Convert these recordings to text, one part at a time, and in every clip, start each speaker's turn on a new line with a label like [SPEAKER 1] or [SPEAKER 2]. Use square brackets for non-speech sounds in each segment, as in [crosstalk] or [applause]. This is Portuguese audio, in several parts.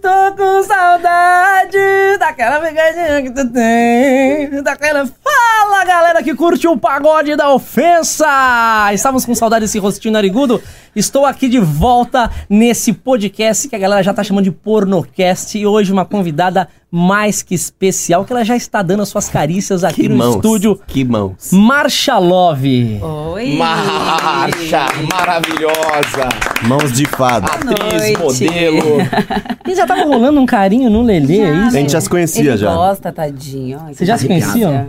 [SPEAKER 1] tô com saudade daquela pegadinha que tu tem, daquela... Fala, galera que curte o pagode da ofensa! Estávamos com saudade desse rostinho narigudo. Estou aqui de volta nesse podcast que a galera já tá chamando de pornocast. E hoje uma convidada mais que especial, que ela já está dando as suas carícias aqui
[SPEAKER 2] Que
[SPEAKER 1] no
[SPEAKER 2] mãos.
[SPEAKER 1] estúdio.
[SPEAKER 2] Que mãos.
[SPEAKER 1] Marcha Love.
[SPEAKER 3] Oi!
[SPEAKER 4] Marcha maravilhosa.
[SPEAKER 2] Mãos de fada.
[SPEAKER 4] Atriz,
[SPEAKER 3] noite.
[SPEAKER 4] modelo.
[SPEAKER 1] E já tava rolando um carinho no Lelê, é isso?
[SPEAKER 2] A gente já se conhecia
[SPEAKER 3] Ele
[SPEAKER 2] já.
[SPEAKER 3] gosta, tadinho. Ai, que
[SPEAKER 1] Vocês já se
[SPEAKER 3] delícia.
[SPEAKER 1] conheciam?
[SPEAKER 2] Caralho.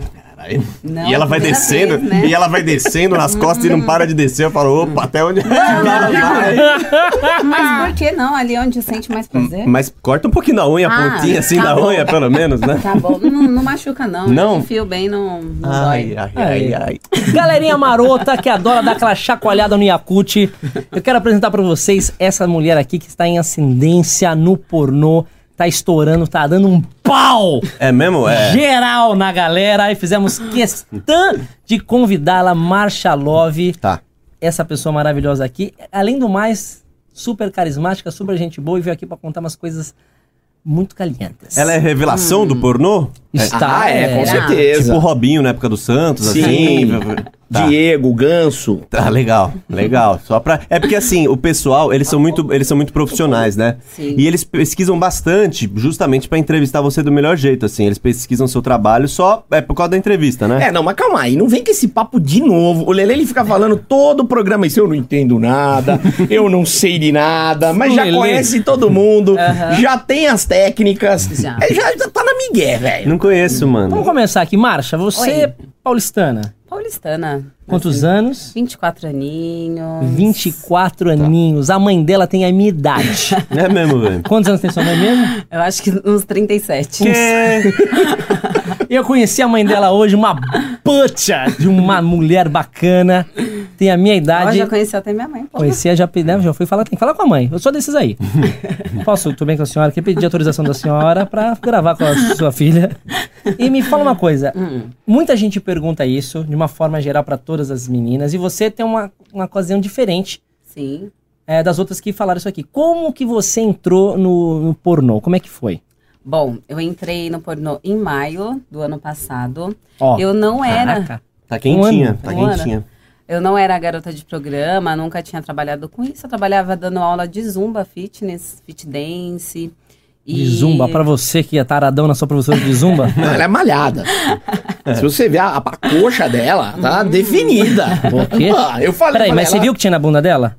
[SPEAKER 3] Não,
[SPEAKER 2] e ela vai
[SPEAKER 3] primeira
[SPEAKER 2] descendo,
[SPEAKER 3] vez, né?
[SPEAKER 2] e ela vai descendo nas costas e não para de descer. Eu falo, opa, até [laughs] onde.
[SPEAKER 3] Mas por que não? Ali é onde sente mais prazer?
[SPEAKER 2] Mas corta um pouquinho da unha, a
[SPEAKER 3] Ah,
[SPEAKER 2] pontinha assim
[SPEAKER 3] tá
[SPEAKER 2] da
[SPEAKER 3] bom.
[SPEAKER 2] unha, pelo menos, né?
[SPEAKER 3] Tá bom, não, não machuca não.
[SPEAKER 2] Não?
[SPEAKER 3] Eu Confio bem, não, não
[SPEAKER 2] Ai,
[SPEAKER 3] dói.
[SPEAKER 2] ai, ai, ai.
[SPEAKER 1] Galerinha marota que adora dar aquela chacoalhada no Yakut. Eu quero apresentar pra vocês essa mulher aqui que está em ascendência no pornô, tá estourando, tá dando um pau
[SPEAKER 2] É mesmo? É.
[SPEAKER 1] geral na galera e fizemos questão de convidá-la, Marcha Love,
[SPEAKER 2] Tá.
[SPEAKER 1] essa pessoa maravilhosa aqui. Além do mais, super carismática, super gente boa e veio aqui pra contar umas coisas muito calientes.
[SPEAKER 2] Ela é revelação
[SPEAKER 3] Hum.
[SPEAKER 2] do pornô?
[SPEAKER 1] Está,
[SPEAKER 4] ah, é, com
[SPEAKER 3] era.
[SPEAKER 4] certeza.
[SPEAKER 2] Tipo o Robinho na época do Santos, assim.
[SPEAKER 4] Sim.
[SPEAKER 2] Tá.
[SPEAKER 4] Diego, Ganso.
[SPEAKER 2] Tá legal, legal. Só pra... É porque assim, o pessoal, eles são muito, eles são muito profissionais, né?
[SPEAKER 3] Sim.
[SPEAKER 2] E eles pesquisam bastante, justamente pra entrevistar você do melhor jeito, assim. Eles pesquisam seu trabalho só é por causa da entrevista, né?
[SPEAKER 4] É, não, mas calma aí, não vem com esse papo de novo. O Lele ele fica falando todo o programa isso, eu não entendo nada, eu não sei de nada, mas já
[SPEAKER 1] Lelê.
[SPEAKER 4] conhece todo mundo, já tem as técnicas,
[SPEAKER 3] Já.
[SPEAKER 4] é, já, já tá na migué, velho.
[SPEAKER 2] Não conheço,
[SPEAKER 1] Vamos
[SPEAKER 2] mano.
[SPEAKER 1] começar aqui, Marcha. Você
[SPEAKER 3] Oi.
[SPEAKER 1] é paulistana.
[SPEAKER 3] Paulistana.
[SPEAKER 1] Quantos
[SPEAKER 3] Nasci-
[SPEAKER 1] anos?
[SPEAKER 3] 24 aninhos.
[SPEAKER 1] 24 aninhos. A mãe dela tem a minha idade.
[SPEAKER 2] É mesmo, velho.
[SPEAKER 1] Quantos anos tem sua mãe mesmo?
[SPEAKER 3] Eu acho que uns 37.
[SPEAKER 2] Que...
[SPEAKER 1] Eu conheci a mãe dela hoje, uma puta de uma mulher bacana. Tem a minha
[SPEAKER 3] Ela
[SPEAKER 1] idade.
[SPEAKER 3] já conheceu até minha mãe. pô.
[SPEAKER 1] Conhecia, já, pe- né, já fui falar, tem que falar com a mãe. Eu sou desses aí. Posso, tudo bem com a senhora? Queria pedir autorização da senhora pra gravar com a sua filha. E me fala uma coisa.
[SPEAKER 3] Hum,
[SPEAKER 1] Muita gente pergunta isso de uma forma geral pra todas as meninas. E você tem uma, uma ocasião diferente
[SPEAKER 3] Sim.
[SPEAKER 1] é, das outras que falaram isso aqui. Como que você entrou no, no pornô? Como é que foi?
[SPEAKER 3] Bom, eu entrei no pornô em maio do ano passado.
[SPEAKER 1] Ó,
[SPEAKER 3] eu não era...
[SPEAKER 1] caraca.
[SPEAKER 2] Tá quentinha,
[SPEAKER 1] Um
[SPEAKER 2] tá
[SPEAKER 3] ano.
[SPEAKER 2] quentinha.
[SPEAKER 3] Eu não era garota de programa, nunca tinha trabalhado com isso. Eu trabalhava dando aula de zumba, fitness, fit dance. E...
[SPEAKER 1] De zumba, pra você que é taradão na sua professora de zumba.
[SPEAKER 4] Não, ela é malhada. Se você ver a, a coxa dela, tá definida.
[SPEAKER 1] O quê?
[SPEAKER 4] Ah, Eu falei,
[SPEAKER 1] Peraí,
[SPEAKER 4] falei,
[SPEAKER 1] mas você
[SPEAKER 4] ela-
[SPEAKER 1] viu o que tinha na bunda dela?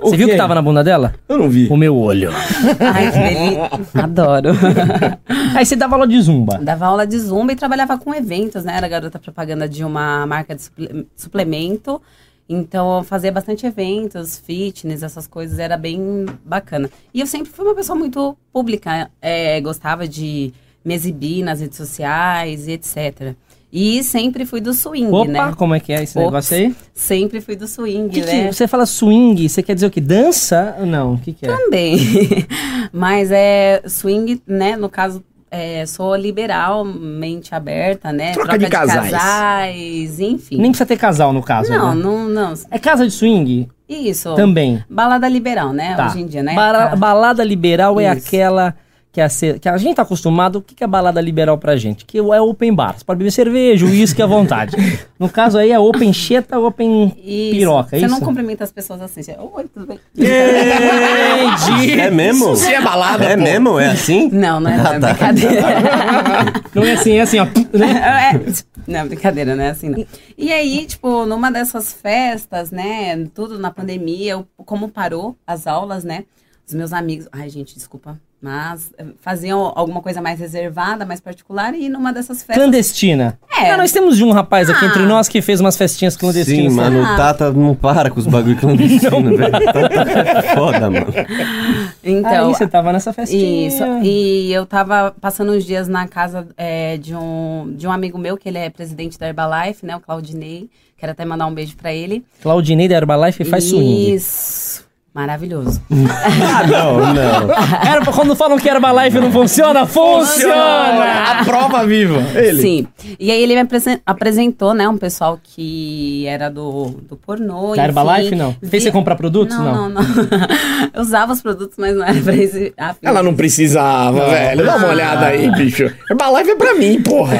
[SPEAKER 1] Você viu o que
[SPEAKER 4] quê?
[SPEAKER 1] tava na bunda dela?
[SPEAKER 4] Eu não vi.
[SPEAKER 1] O meu olho.
[SPEAKER 3] [laughs] Ai, que delícia.
[SPEAKER 1] [laughs]
[SPEAKER 3] Adoro.
[SPEAKER 1] Aí você dava aula de zumba.
[SPEAKER 3] Dava aula de zumba e trabalhava com eventos, né? Era garota propaganda de uma marca de suple- suplemento. Então, eu fazia bastante eventos, fitness, essas coisas, era bem bacana. E eu sempre fui uma pessoa muito pública, é, gostava de me exibir nas redes sociais e etc. E sempre fui do swing,
[SPEAKER 1] Opa,
[SPEAKER 3] né?
[SPEAKER 1] como é que é esse
[SPEAKER 3] Ops.
[SPEAKER 1] negócio aí?
[SPEAKER 3] Sempre fui do swing,
[SPEAKER 1] Que é? que-
[SPEAKER 3] né?
[SPEAKER 1] você fala swing, você quer dizer o que? Dança? Não, o que, que é?
[SPEAKER 3] Também. [laughs] Mas é swing, né? No caso, é, sou liberal, mente aberta, né?
[SPEAKER 4] Troca de casais.
[SPEAKER 3] casais, enfim.
[SPEAKER 1] Nem precisa ter casal no caso.
[SPEAKER 3] não,
[SPEAKER 1] né?
[SPEAKER 3] não, não.
[SPEAKER 1] É casa de swing?
[SPEAKER 3] Isso.
[SPEAKER 1] Também.
[SPEAKER 3] Balada liberal, né?
[SPEAKER 1] Tá.
[SPEAKER 3] Hoje em dia, né?
[SPEAKER 1] Bara-
[SPEAKER 3] Cara,
[SPEAKER 1] balada liberal é
[SPEAKER 3] Isso.
[SPEAKER 1] aquela que a, ce- que a gente tá acostumado. O que, que é balada liberal pra gente? Que é open bar. Você pode beber cerveja, uísque à
[SPEAKER 3] [laughs]
[SPEAKER 1] vontade. no caso aí é open cheta, open
[SPEAKER 3] Isso.
[SPEAKER 1] piroca, é
[SPEAKER 3] Você
[SPEAKER 1] isso? É.
[SPEAKER 3] não cumprimenta as pessoas assim. Você, Oi, tudo bem?
[SPEAKER 1] Entendi.
[SPEAKER 2] É mesmo?
[SPEAKER 4] Você é balada,
[SPEAKER 2] É
[SPEAKER 4] pô.
[SPEAKER 2] mesmo? É assim?
[SPEAKER 3] [laughs] Não,
[SPEAKER 1] Ah,
[SPEAKER 3] não é, não, é
[SPEAKER 1] tá. [laughs]
[SPEAKER 3] brincadeira.
[SPEAKER 1] Não é assim, é assim, ó. né?
[SPEAKER 3] [laughs] É,
[SPEAKER 1] [laughs]
[SPEAKER 3] não, brincadeira, não é assim não. E aí, tipo, numa dessas festas, né, tudo na pandemia, eu- como parou as aulas, né, os meus amigos, ai gente, desculpa, mas eh, faziam alguma coisa mais reservada, mais particular, e numa dessas festas...
[SPEAKER 1] Clandestina.
[SPEAKER 3] É.
[SPEAKER 1] Ah, nós temos um rapaz aqui
[SPEAKER 3] Ah.
[SPEAKER 1] entre nós que fez umas festinhas
[SPEAKER 2] Sim,
[SPEAKER 1] clandestinas. né?
[SPEAKER 2] mano, o Tata não para com os bagulho clandestino, velho. Tata é foda, mano.
[SPEAKER 1] Ah,
[SPEAKER 3] Então,
[SPEAKER 1] Aí você tava nessa festinha.
[SPEAKER 3] Isso. E eu tava passando uns dias na casa é, de, um, de um amigo meu, que ele é presidente da Herbalife, né? O Claudinei. Quero até mandar um beijo pra ele.
[SPEAKER 1] Claudinei da Herbalife faz swing.
[SPEAKER 3] Isso. Maravilhoso.
[SPEAKER 2] Ah, não, não.
[SPEAKER 1] Era pra quando falam que Herbalife não funciona? Funciona!
[SPEAKER 4] A prova viva! Ele.
[SPEAKER 3] Sim. E aí ele me apresen- apresentou, né, um pessoal que era do, do pornô.
[SPEAKER 1] Da
[SPEAKER 3] enfim.
[SPEAKER 1] Herbalife, não?
[SPEAKER 3] Vi-
[SPEAKER 1] Fez você comprar produtos?
[SPEAKER 3] Não, [laughs] não, não. Eu usava os produtos, mas não era pra esse. Ah, filho.
[SPEAKER 4] Ela não precisava, velho. Dá
[SPEAKER 1] Ah.
[SPEAKER 4] uma olhada aí, bicho. Herbalife é pra mim, porra.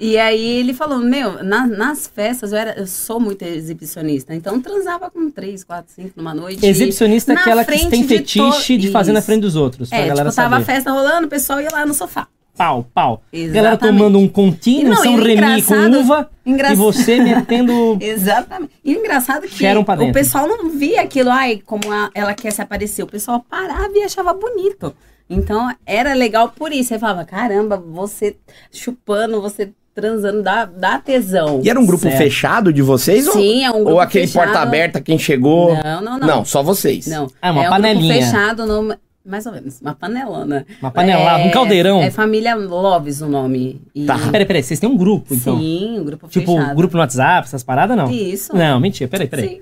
[SPEAKER 3] E aí ele falou: Meu, na- nas festas eu, era, eu sou muito exibicionista. Então eu transava com três, quatro, cinco numa noite.
[SPEAKER 1] Exibicionista é
[SPEAKER 3] Na
[SPEAKER 1] aquela que
[SPEAKER 3] frente
[SPEAKER 1] tem
[SPEAKER 3] de
[SPEAKER 1] fetiche
[SPEAKER 3] to-
[SPEAKER 1] de fazer na
[SPEAKER 3] Isso.
[SPEAKER 1] frente dos outros. Pra
[SPEAKER 3] É,
[SPEAKER 1] galera
[SPEAKER 3] tipo, tava a
[SPEAKER 1] saber.
[SPEAKER 3] festa rolando, o pessoal ia lá no sofá.
[SPEAKER 1] Pau, pau.
[SPEAKER 3] Exatamente.
[SPEAKER 1] Galera tomando um contínuo,
[SPEAKER 3] E não,
[SPEAKER 1] São
[SPEAKER 3] e
[SPEAKER 1] Remy com
[SPEAKER 3] engraçado-
[SPEAKER 1] uva.
[SPEAKER 3] engra-
[SPEAKER 1] E você metendo...
[SPEAKER 3] [laughs] Exatamente. E o engraçado é que
[SPEAKER 1] Cheiram pra dentro.
[SPEAKER 3] o pessoal não via aquilo, ai, como a- ela quer se aparecer. O pessoal parava e achava bonito. Então era legal por isso. Aí falava, caramba, você chupando, você transando, dá, dá tesão.
[SPEAKER 4] E era um grupo
[SPEAKER 1] Certo.
[SPEAKER 4] fechado de vocês? ou-
[SPEAKER 3] Sim, é um grupo
[SPEAKER 4] Ou aquele
[SPEAKER 3] fechado.
[SPEAKER 4] porta aberta, quem chegou?
[SPEAKER 3] Não, não, não.
[SPEAKER 4] Não, só vocês.
[SPEAKER 3] Não.
[SPEAKER 1] Ah, uma
[SPEAKER 3] é um
[SPEAKER 1] panelinha.
[SPEAKER 3] Grupo fechado no, mais ou menos, uma panelona.
[SPEAKER 1] Uma panelada, um caldeirão.
[SPEAKER 3] É família Loves o nome. E-
[SPEAKER 4] Tá.
[SPEAKER 1] Peraí, peraí. Vocês têm um grupo, então?
[SPEAKER 3] Sim, um grupo
[SPEAKER 1] Tipo,
[SPEAKER 3] fechado.
[SPEAKER 1] grupo no WhatsApp, essas paradas, não?
[SPEAKER 3] Isso.
[SPEAKER 1] Não, mentira. Peraí, peraí.
[SPEAKER 3] Sim.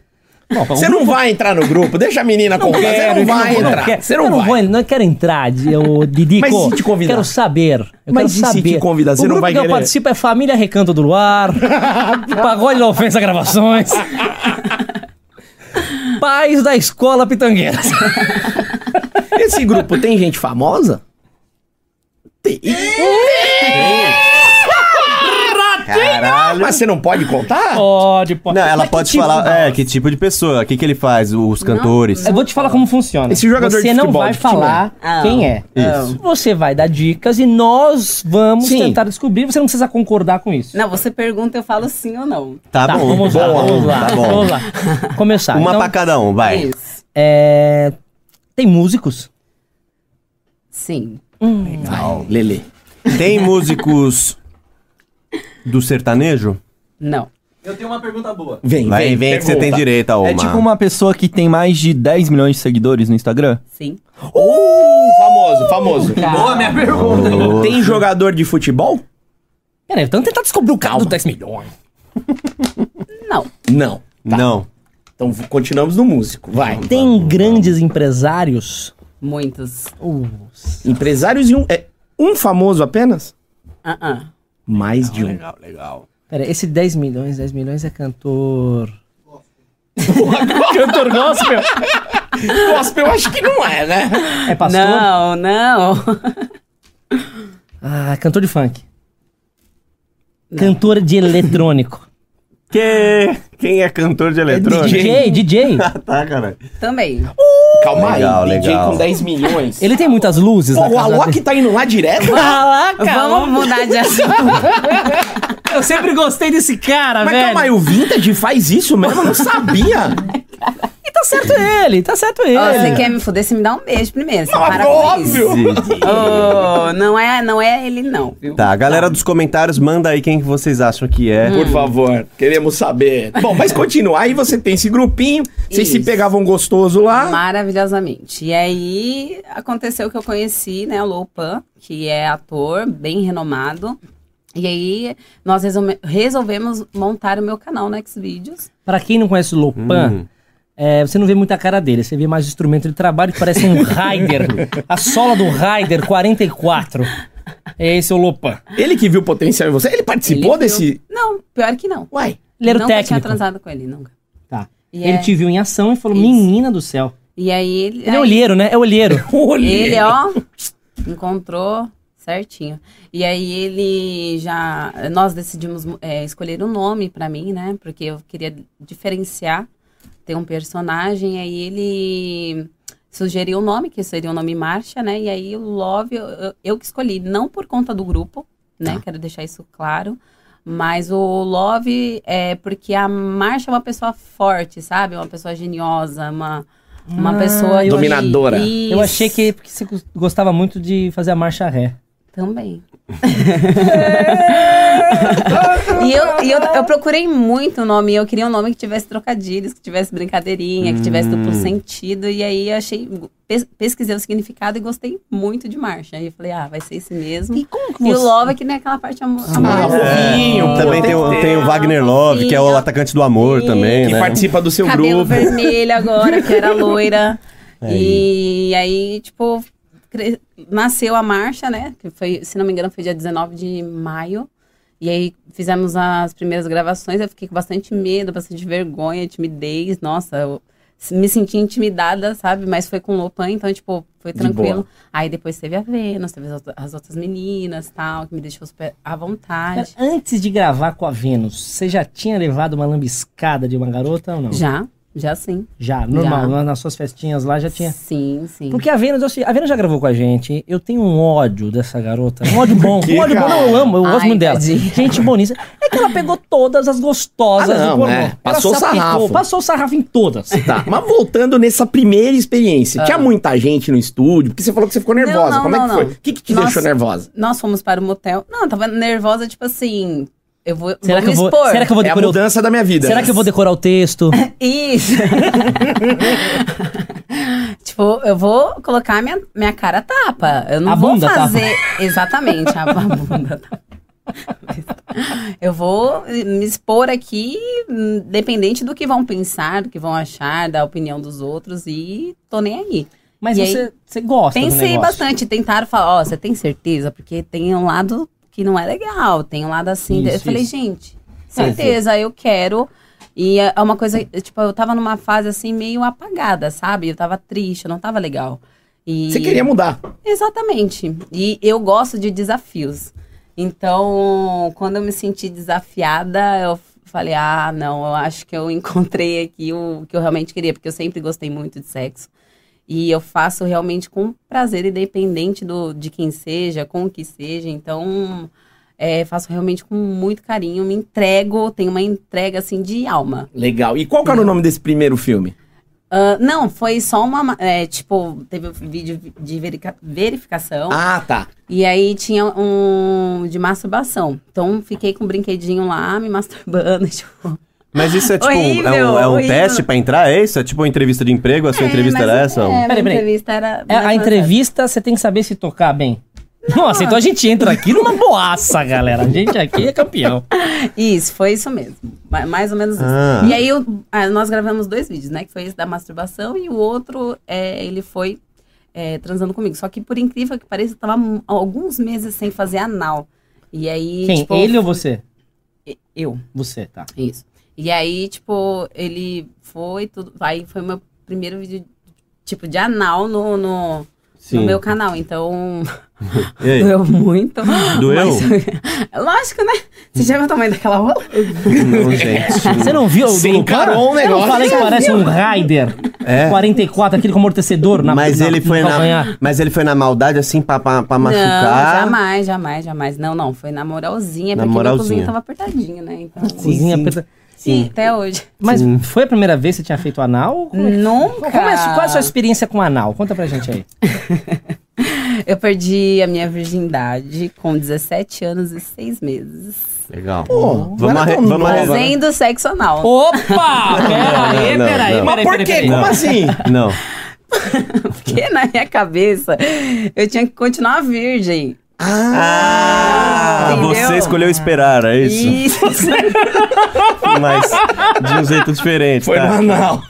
[SPEAKER 1] Bom, um
[SPEAKER 4] Você
[SPEAKER 1] grupo-
[SPEAKER 4] não vai entrar no grupo, deixa a menina contar. Você não vai
[SPEAKER 1] eu
[SPEAKER 4] entrar.
[SPEAKER 1] quero.
[SPEAKER 4] Você não,
[SPEAKER 1] eu não
[SPEAKER 4] vai.
[SPEAKER 1] vou, não quero entrar, de- ô, Didico.
[SPEAKER 4] Mas e se te convidar?
[SPEAKER 1] Quero saber. Eu quero
[SPEAKER 4] Mas e se te
[SPEAKER 1] saber.
[SPEAKER 4] convidar? Você
[SPEAKER 1] o
[SPEAKER 4] não
[SPEAKER 1] grupo
[SPEAKER 4] vai
[SPEAKER 1] que eu
[SPEAKER 4] querer?
[SPEAKER 1] participo é Família Recanto do
[SPEAKER 4] [laughs]
[SPEAKER 1] Luar, Pagode da Ofensa Gravações, Pais da Escola
[SPEAKER 4] [laughs]
[SPEAKER 1] Pitangueira.
[SPEAKER 4] Esse grupo tem gente famosa? Tem.
[SPEAKER 2] Caralho.
[SPEAKER 4] Mas você não pode contar?
[SPEAKER 1] Pode, pode.
[SPEAKER 2] Não, ela
[SPEAKER 1] Mas que
[SPEAKER 2] pode
[SPEAKER 1] tipo
[SPEAKER 2] falar.
[SPEAKER 1] de-
[SPEAKER 2] É, que tipo de pessoa? O que, que ele faz? Os cantores?
[SPEAKER 1] Eu vou te falar como funciona.
[SPEAKER 4] Esse jogador
[SPEAKER 1] Você
[SPEAKER 4] de
[SPEAKER 1] não
[SPEAKER 4] futebol,
[SPEAKER 1] vai
[SPEAKER 4] de futebol.
[SPEAKER 1] falar
[SPEAKER 3] Ah,
[SPEAKER 1] quem é.
[SPEAKER 2] Isso.
[SPEAKER 1] Você vai dar dicas e nós vamos
[SPEAKER 4] Sim.
[SPEAKER 1] tentar descobrir. Você não precisa concordar com isso.
[SPEAKER 3] Não, você pergunta, eu falo sim ou não.
[SPEAKER 2] Tá, bom.
[SPEAKER 1] vamos lá,
[SPEAKER 2] Boa,
[SPEAKER 1] vamos lá,
[SPEAKER 2] Tá bom.
[SPEAKER 1] vamos lá. Começar.
[SPEAKER 2] Uma
[SPEAKER 1] Então,
[SPEAKER 2] pra cada um, vai.
[SPEAKER 3] Isso.
[SPEAKER 1] É, Tem músicos?
[SPEAKER 3] Sim.
[SPEAKER 4] Vai, Lele.
[SPEAKER 2] Tem músicos do sertanejo?
[SPEAKER 3] Não.
[SPEAKER 5] Eu tenho uma pergunta boa.
[SPEAKER 4] Vem,
[SPEAKER 2] Vai, vem, que você tem
[SPEAKER 4] pergunta.
[SPEAKER 2] direito a uma.
[SPEAKER 5] É tipo uma pessoa que tem mais de 10 milhões de seguidores no Instagram?
[SPEAKER 3] Sim.
[SPEAKER 4] Uh, famoso, famoso.
[SPEAKER 5] Boa minha pergunta.
[SPEAKER 2] Ô,
[SPEAKER 4] Tem jogador de futebol?
[SPEAKER 1] Peraí, então tentar descobrir o cara dos 10 milhões.
[SPEAKER 3] Não.
[SPEAKER 4] Não.
[SPEAKER 2] Não.
[SPEAKER 4] Então v- continuamos no músico. Vai.
[SPEAKER 1] Tem grandes empresários?
[SPEAKER 3] Muitos.
[SPEAKER 1] Uh,
[SPEAKER 4] Empresários e um. É um famoso apenas?
[SPEAKER 3] Ah, ah.
[SPEAKER 4] Mais de um.
[SPEAKER 2] legal.
[SPEAKER 1] Peraí, esse 10 milhões, 10 milhões é cantor... cantor gospel?
[SPEAKER 4] Gospel, eu acho que não é, né?
[SPEAKER 1] É pastor?
[SPEAKER 3] Não, não. [laughs]
[SPEAKER 1] Ah, cantor de funk. Cantor de eletrônico.
[SPEAKER 2] Que... Quem é cantor de eletrônico?
[SPEAKER 1] DJ, DJ.
[SPEAKER 2] [laughs] tá, [laughs] cara.
[SPEAKER 3] Também.
[SPEAKER 4] Calma
[SPEAKER 2] Legal,
[SPEAKER 4] aí. DJ
[SPEAKER 2] legal.
[SPEAKER 4] com 10 milhões.
[SPEAKER 1] Ele tem muitas luzes
[SPEAKER 4] Pô,
[SPEAKER 1] na
[SPEAKER 4] o
[SPEAKER 1] casa
[SPEAKER 4] Alok
[SPEAKER 1] dele.
[SPEAKER 4] tá indo lá direto?
[SPEAKER 1] Caraca,
[SPEAKER 3] Vamos mudar [laughs] de assunto.
[SPEAKER 1] eu sempre gostei desse cara,
[SPEAKER 4] tá- Mas
[SPEAKER 1] velho.
[SPEAKER 4] calma aí, o Vintage faz isso mesmo? Eu não sabia.
[SPEAKER 1] E tá certo ele, tá certo ele.
[SPEAKER 3] Ó, Ah, você quer me fuder, você me dá um beijo primeiro. Você
[SPEAKER 1] Ah,
[SPEAKER 4] Não,
[SPEAKER 3] para
[SPEAKER 4] óbvio.
[SPEAKER 3] com isso. Ô, não, é, não é ele, não, viu?
[SPEAKER 2] Tá, galera dos comentários, manda aí quem que vocês acham que é.
[SPEAKER 4] [laughs] Por favor, queremos saber. Bom, mas continua. Aí você tem esse grupinho, vocês se
[SPEAKER 3] Isso.
[SPEAKER 4] pegavam gostoso
[SPEAKER 1] Ah.
[SPEAKER 4] lá.
[SPEAKER 3] Maravilhosamente. E aí aconteceu que eu conheci, né, o Loupan, que é ator bem renomado. E aí nós resolve- resolvemos montar o meu canal no Xvideos.
[SPEAKER 1] Pra quem não conhece o Lopan,
[SPEAKER 4] Hum.
[SPEAKER 1] é, você não vê muita cara dele, você vê mais o instrumento de trabalho que parece
[SPEAKER 4] [laughs]
[SPEAKER 1] um Raider. a sola do Raider 44. Esse é o Lopan.
[SPEAKER 4] Ele que viu o potencial em você, ele participou
[SPEAKER 3] Ele
[SPEAKER 4] desse.
[SPEAKER 3] viu- Não, pior que não.
[SPEAKER 4] Uai.
[SPEAKER 1] Ele era o
[SPEAKER 3] nunca tinha
[SPEAKER 1] técnico.
[SPEAKER 3] transado com ele, nunca.
[SPEAKER 1] Tá.
[SPEAKER 3] E
[SPEAKER 1] Ele
[SPEAKER 3] é-
[SPEAKER 1] te viu em ação e falou:
[SPEAKER 3] Isso.
[SPEAKER 1] Menina do céu.
[SPEAKER 3] E aí ele.
[SPEAKER 1] Ele é
[SPEAKER 3] aí-
[SPEAKER 1] olheiro, né? É olheiro.
[SPEAKER 4] Olha.
[SPEAKER 3] Ele,
[SPEAKER 1] [laughs]
[SPEAKER 3] é ó, encontrou certinho. E aí ele já. Nós decidimos é, escolher um nome pra mim, né? Porque eu queria diferenciar, ter um personagem. Aí ele sugeriu um nome, que seria o nome Marcha, né? E aí o Love, eu, eu- eu que escolhi, não por conta do grupo, né?
[SPEAKER 1] Tá.
[SPEAKER 3] Quero deixar isso claro. Mas o Love é porque a Marcha é uma pessoa forte, sabe? Uma pessoa geniosa, uma, uma
[SPEAKER 1] Ah,
[SPEAKER 3] pessoa.
[SPEAKER 1] eu
[SPEAKER 3] que-
[SPEAKER 4] Dominadora.
[SPEAKER 1] Eu achei que é porque você gostava muito de fazer a marcha ré.
[SPEAKER 2] [laughs]
[SPEAKER 3] Também. e eu, e eu, eu procurei muito o nome. Eu
[SPEAKER 2] Hum.
[SPEAKER 3] queria um nome que tivesse trocadilhos, que tivesse brincadeirinha, que tivesse duplo sentido. E aí eu achei pes- pesquisei o significado e gostei muito de marcha. Aí eu falei, ah, vai ser esse mesmo. E,
[SPEAKER 1] como que
[SPEAKER 3] o Love, é que nem aquela parte amor.
[SPEAKER 1] Ah,
[SPEAKER 3] amorzinho,
[SPEAKER 4] fofinho, pô,
[SPEAKER 2] Ah, É, também tem, o-
[SPEAKER 3] fofinho,
[SPEAKER 2] tem o Wagner Love, que é o
[SPEAKER 3] fofinho.
[SPEAKER 2] atacante do amor
[SPEAKER 3] Sim.
[SPEAKER 2] também,
[SPEAKER 4] Que
[SPEAKER 2] né?
[SPEAKER 4] participa do seu
[SPEAKER 3] cabelo
[SPEAKER 4] grupo.
[SPEAKER 3] vermelho agora, que era
[SPEAKER 4] [laughs]
[SPEAKER 3] loira.
[SPEAKER 4] É
[SPEAKER 3] E aí, tipo, cre- nasceu a marcha, né? Que foi, se não me engano, foi dia 19 de maio. E aí fizemos as primeiras gravações, eu fiquei com bastante medo, bastante vergonha, timidez, nossa, eu s- me senti intimidada, sabe? Mas foi com o Lopan, então, tipo, foi
[SPEAKER 4] De
[SPEAKER 3] tranquilo.
[SPEAKER 4] boa.
[SPEAKER 3] Aí depois teve a Vênus, teve as, outra- as outras meninas tal, que me deixou super à vontade.
[SPEAKER 1] Antes de gravar com a Vênus, você já tinha levado uma lambiscada de uma garota
[SPEAKER 4] É.
[SPEAKER 1] ou não?
[SPEAKER 3] Já, já sim.
[SPEAKER 1] Já, normal.
[SPEAKER 3] Já.
[SPEAKER 1] na- Nas suas festinhas lá já tinha.
[SPEAKER 3] Sim, sim.
[SPEAKER 1] Porque a Vênus, eu sei- a Vênus já gravou com a gente. Eu tenho um ódio dessa garota. Um
[SPEAKER 4] [laughs]
[SPEAKER 1] ódio bom.
[SPEAKER 4] quê,
[SPEAKER 1] um ódio bom,
[SPEAKER 4] cara?
[SPEAKER 1] não, eu amo, eu
[SPEAKER 3] Ai,
[SPEAKER 1] gosto muito dela.
[SPEAKER 3] tadinha.
[SPEAKER 1] Gente boníssima. É que ela pegou todas as gostosas
[SPEAKER 4] Ah, não,
[SPEAKER 1] do pornô.
[SPEAKER 4] né?
[SPEAKER 1] Ela
[SPEAKER 4] Passou o
[SPEAKER 1] sapecou,
[SPEAKER 4] sarrafo.
[SPEAKER 1] Passou o sarrafo em todas.
[SPEAKER 4] Tá, mas voltando nessa primeira experiência, tinha muita gente no estúdio, porque você falou que você ficou nervosa.
[SPEAKER 3] Ah. não,
[SPEAKER 4] Como é que
[SPEAKER 3] não,
[SPEAKER 4] foi?
[SPEAKER 3] não.
[SPEAKER 4] O que, que te
[SPEAKER 3] Nossa.
[SPEAKER 4] deixou nervosa?
[SPEAKER 3] Nós fomos para o motel. Não, eu tava nervosa, tipo assim. Eu vou,
[SPEAKER 1] Será
[SPEAKER 3] vou
[SPEAKER 1] que, eu
[SPEAKER 3] me
[SPEAKER 1] vou,
[SPEAKER 3] expor.
[SPEAKER 1] será que eu vou
[SPEAKER 4] É a
[SPEAKER 1] decorar o
[SPEAKER 4] mudança da minha vida.
[SPEAKER 1] Será que eu vou decorar o
[SPEAKER 4] [laughs]
[SPEAKER 1] texto?
[SPEAKER 3] Isso. [laughs] tipo, eu vou colocar minha, minha cara tapa. Eu não
[SPEAKER 1] A
[SPEAKER 3] vou
[SPEAKER 1] bunda tapa.
[SPEAKER 3] fazer. Exatamente, a, [laughs] a bunda tapa. Eu vou me expor aqui, independente do que vão pensar, do que vão achar, da opinião dos outros, e tô nem aí.
[SPEAKER 1] Mas
[SPEAKER 3] E aí?
[SPEAKER 1] você, você gosta do
[SPEAKER 3] Pensei
[SPEAKER 1] negócio.
[SPEAKER 3] bastante, tentaram falar, ó, você tem certeza? Porque tem um lado que não é legal, tem um lado assim.
[SPEAKER 1] Isso,
[SPEAKER 3] eu falei,
[SPEAKER 1] isso.
[SPEAKER 3] gente, certeza, eu quero. E é uma coisa, tipo, eu tava numa fase assim meio apagada, sabe? Eu tava triste, eu não tava legal. E...
[SPEAKER 4] Você queria mudar.
[SPEAKER 3] Exatamente. E eu gosto de desafios. Então, quando eu me senti desafiada, eu falei: ah, não, eu acho que eu [laughs] encontrei aqui o que eu realmente queria, porque eu sempre gostei muito de sexo. E eu faço realmente com prazer, independente do, de quem seja, com o que seja. Então, é, faço realmente com muito carinho, me entrego, tenho uma entrega assim de alma.
[SPEAKER 4] Legal. E qual que era o nome desse primeiro filme?
[SPEAKER 3] Ah, não, foi só uma. ma- é, tipo, teve um vídeo de verica- verificação.
[SPEAKER 4] Ah, tá.
[SPEAKER 3] E aí tinha um de masturbação. Então fiquei com um brinquedinho lá, me masturbando. [laughs] Tipo.
[SPEAKER 2] Mas isso é tipo um, é um,
[SPEAKER 3] Horrível,
[SPEAKER 2] é um
[SPEAKER 3] horrível.
[SPEAKER 2] teste pra entrar, é isso? É tipo uma entrevista de emprego, a sua entrevista
[SPEAKER 3] mas-
[SPEAKER 2] era essa?
[SPEAKER 3] É, minha
[SPEAKER 1] Peraí, peraí.
[SPEAKER 3] entrevista era.
[SPEAKER 1] É, a entrevista, você tem que saber se tocar bem. Nossa, então a gente entra aqui numa boaça, galera. A gente aqui é campeão.
[SPEAKER 3] Isso, foi isso mesmo. Ma- Mais ou menos isso.
[SPEAKER 2] Ah.
[SPEAKER 3] E aí eu- ah, nós gravamos dois vídeos, né? Que foi esse da masturbação e o outro, é, ele foi é, transando comigo. Só que por incrível que pareça, eu tava mu- alguns meses sem fazer anal. E aí.
[SPEAKER 1] Quem?
[SPEAKER 3] tipo,
[SPEAKER 1] Ele ou você?
[SPEAKER 3] Eu.
[SPEAKER 1] Você, tá.
[SPEAKER 3] Isso. E aí, tipo, ele foi tudo. Aí foi meu primeiro vídeo, tipo, de anal no, no, no
[SPEAKER 2] Sim.
[SPEAKER 3] meu canal. Então,
[SPEAKER 2] E aí?
[SPEAKER 3] doeu muito.
[SPEAKER 2] Doeu?
[SPEAKER 3] Mas- [laughs] lógico, né? Você já viu o tamanho daquela rola?
[SPEAKER 4] [laughs]
[SPEAKER 2] Não, gente.
[SPEAKER 1] Você não viu o
[SPEAKER 4] Você
[SPEAKER 1] do Lupara?
[SPEAKER 4] encarou um
[SPEAKER 1] Você não
[SPEAKER 4] negócio.
[SPEAKER 1] Fala que parece um Raider
[SPEAKER 2] É.
[SPEAKER 1] 44, aquele com amortecedor na
[SPEAKER 2] Mas
[SPEAKER 1] na-
[SPEAKER 2] ele, foi
[SPEAKER 1] no
[SPEAKER 2] na,
[SPEAKER 1] calcanhar.
[SPEAKER 2] mas ele foi na maldade, assim, pra, pra, pra
[SPEAKER 3] Não,
[SPEAKER 2] machucar.
[SPEAKER 3] jamais, jamais, jamais. Não, não. Foi na moralzinha,
[SPEAKER 2] Na
[SPEAKER 3] porque
[SPEAKER 2] moralzinha.
[SPEAKER 3] meu cozinho tava apertadinho, né? Então.
[SPEAKER 1] Cozinha preta.
[SPEAKER 3] Sim, até hoje.
[SPEAKER 1] Mas foi a primeira vez que você tinha feito anal? Como é que-
[SPEAKER 3] Nunca.
[SPEAKER 1] Como é- qual é a sua experiência com anal? Conta pra gente aí.
[SPEAKER 3] Eu perdi a minha virgindade com 17 anos e 6 meses.
[SPEAKER 2] Legal.
[SPEAKER 4] Pô, não
[SPEAKER 2] vamos
[SPEAKER 4] era
[SPEAKER 2] arre-
[SPEAKER 4] tão
[SPEAKER 2] vamos arre-
[SPEAKER 4] nova.
[SPEAKER 3] Fazendo sexo anal.
[SPEAKER 1] Opa! [laughs] Peraí,
[SPEAKER 2] Não, não,
[SPEAKER 1] peraí,
[SPEAKER 2] não.
[SPEAKER 1] peraí.
[SPEAKER 4] Mas por quê?
[SPEAKER 1] peraí.
[SPEAKER 4] Como
[SPEAKER 2] Não.
[SPEAKER 4] assim?
[SPEAKER 2] [laughs] Não.
[SPEAKER 3] Porque na minha cabeça eu tinha que continuar virgem.
[SPEAKER 2] Ah,
[SPEAKER 3] Entendeu?
[SPEAKER 2] você escolheu esperar, é isso?
[SPEAKER 1] [laughs]
[SPEAKER 3] Isso,
[SPEAKER 2] Mas de um jeito diferente.
[SPEAKER 4] Foi
[SPEAKER 2] tá?
[SPEAKER 4] no anal.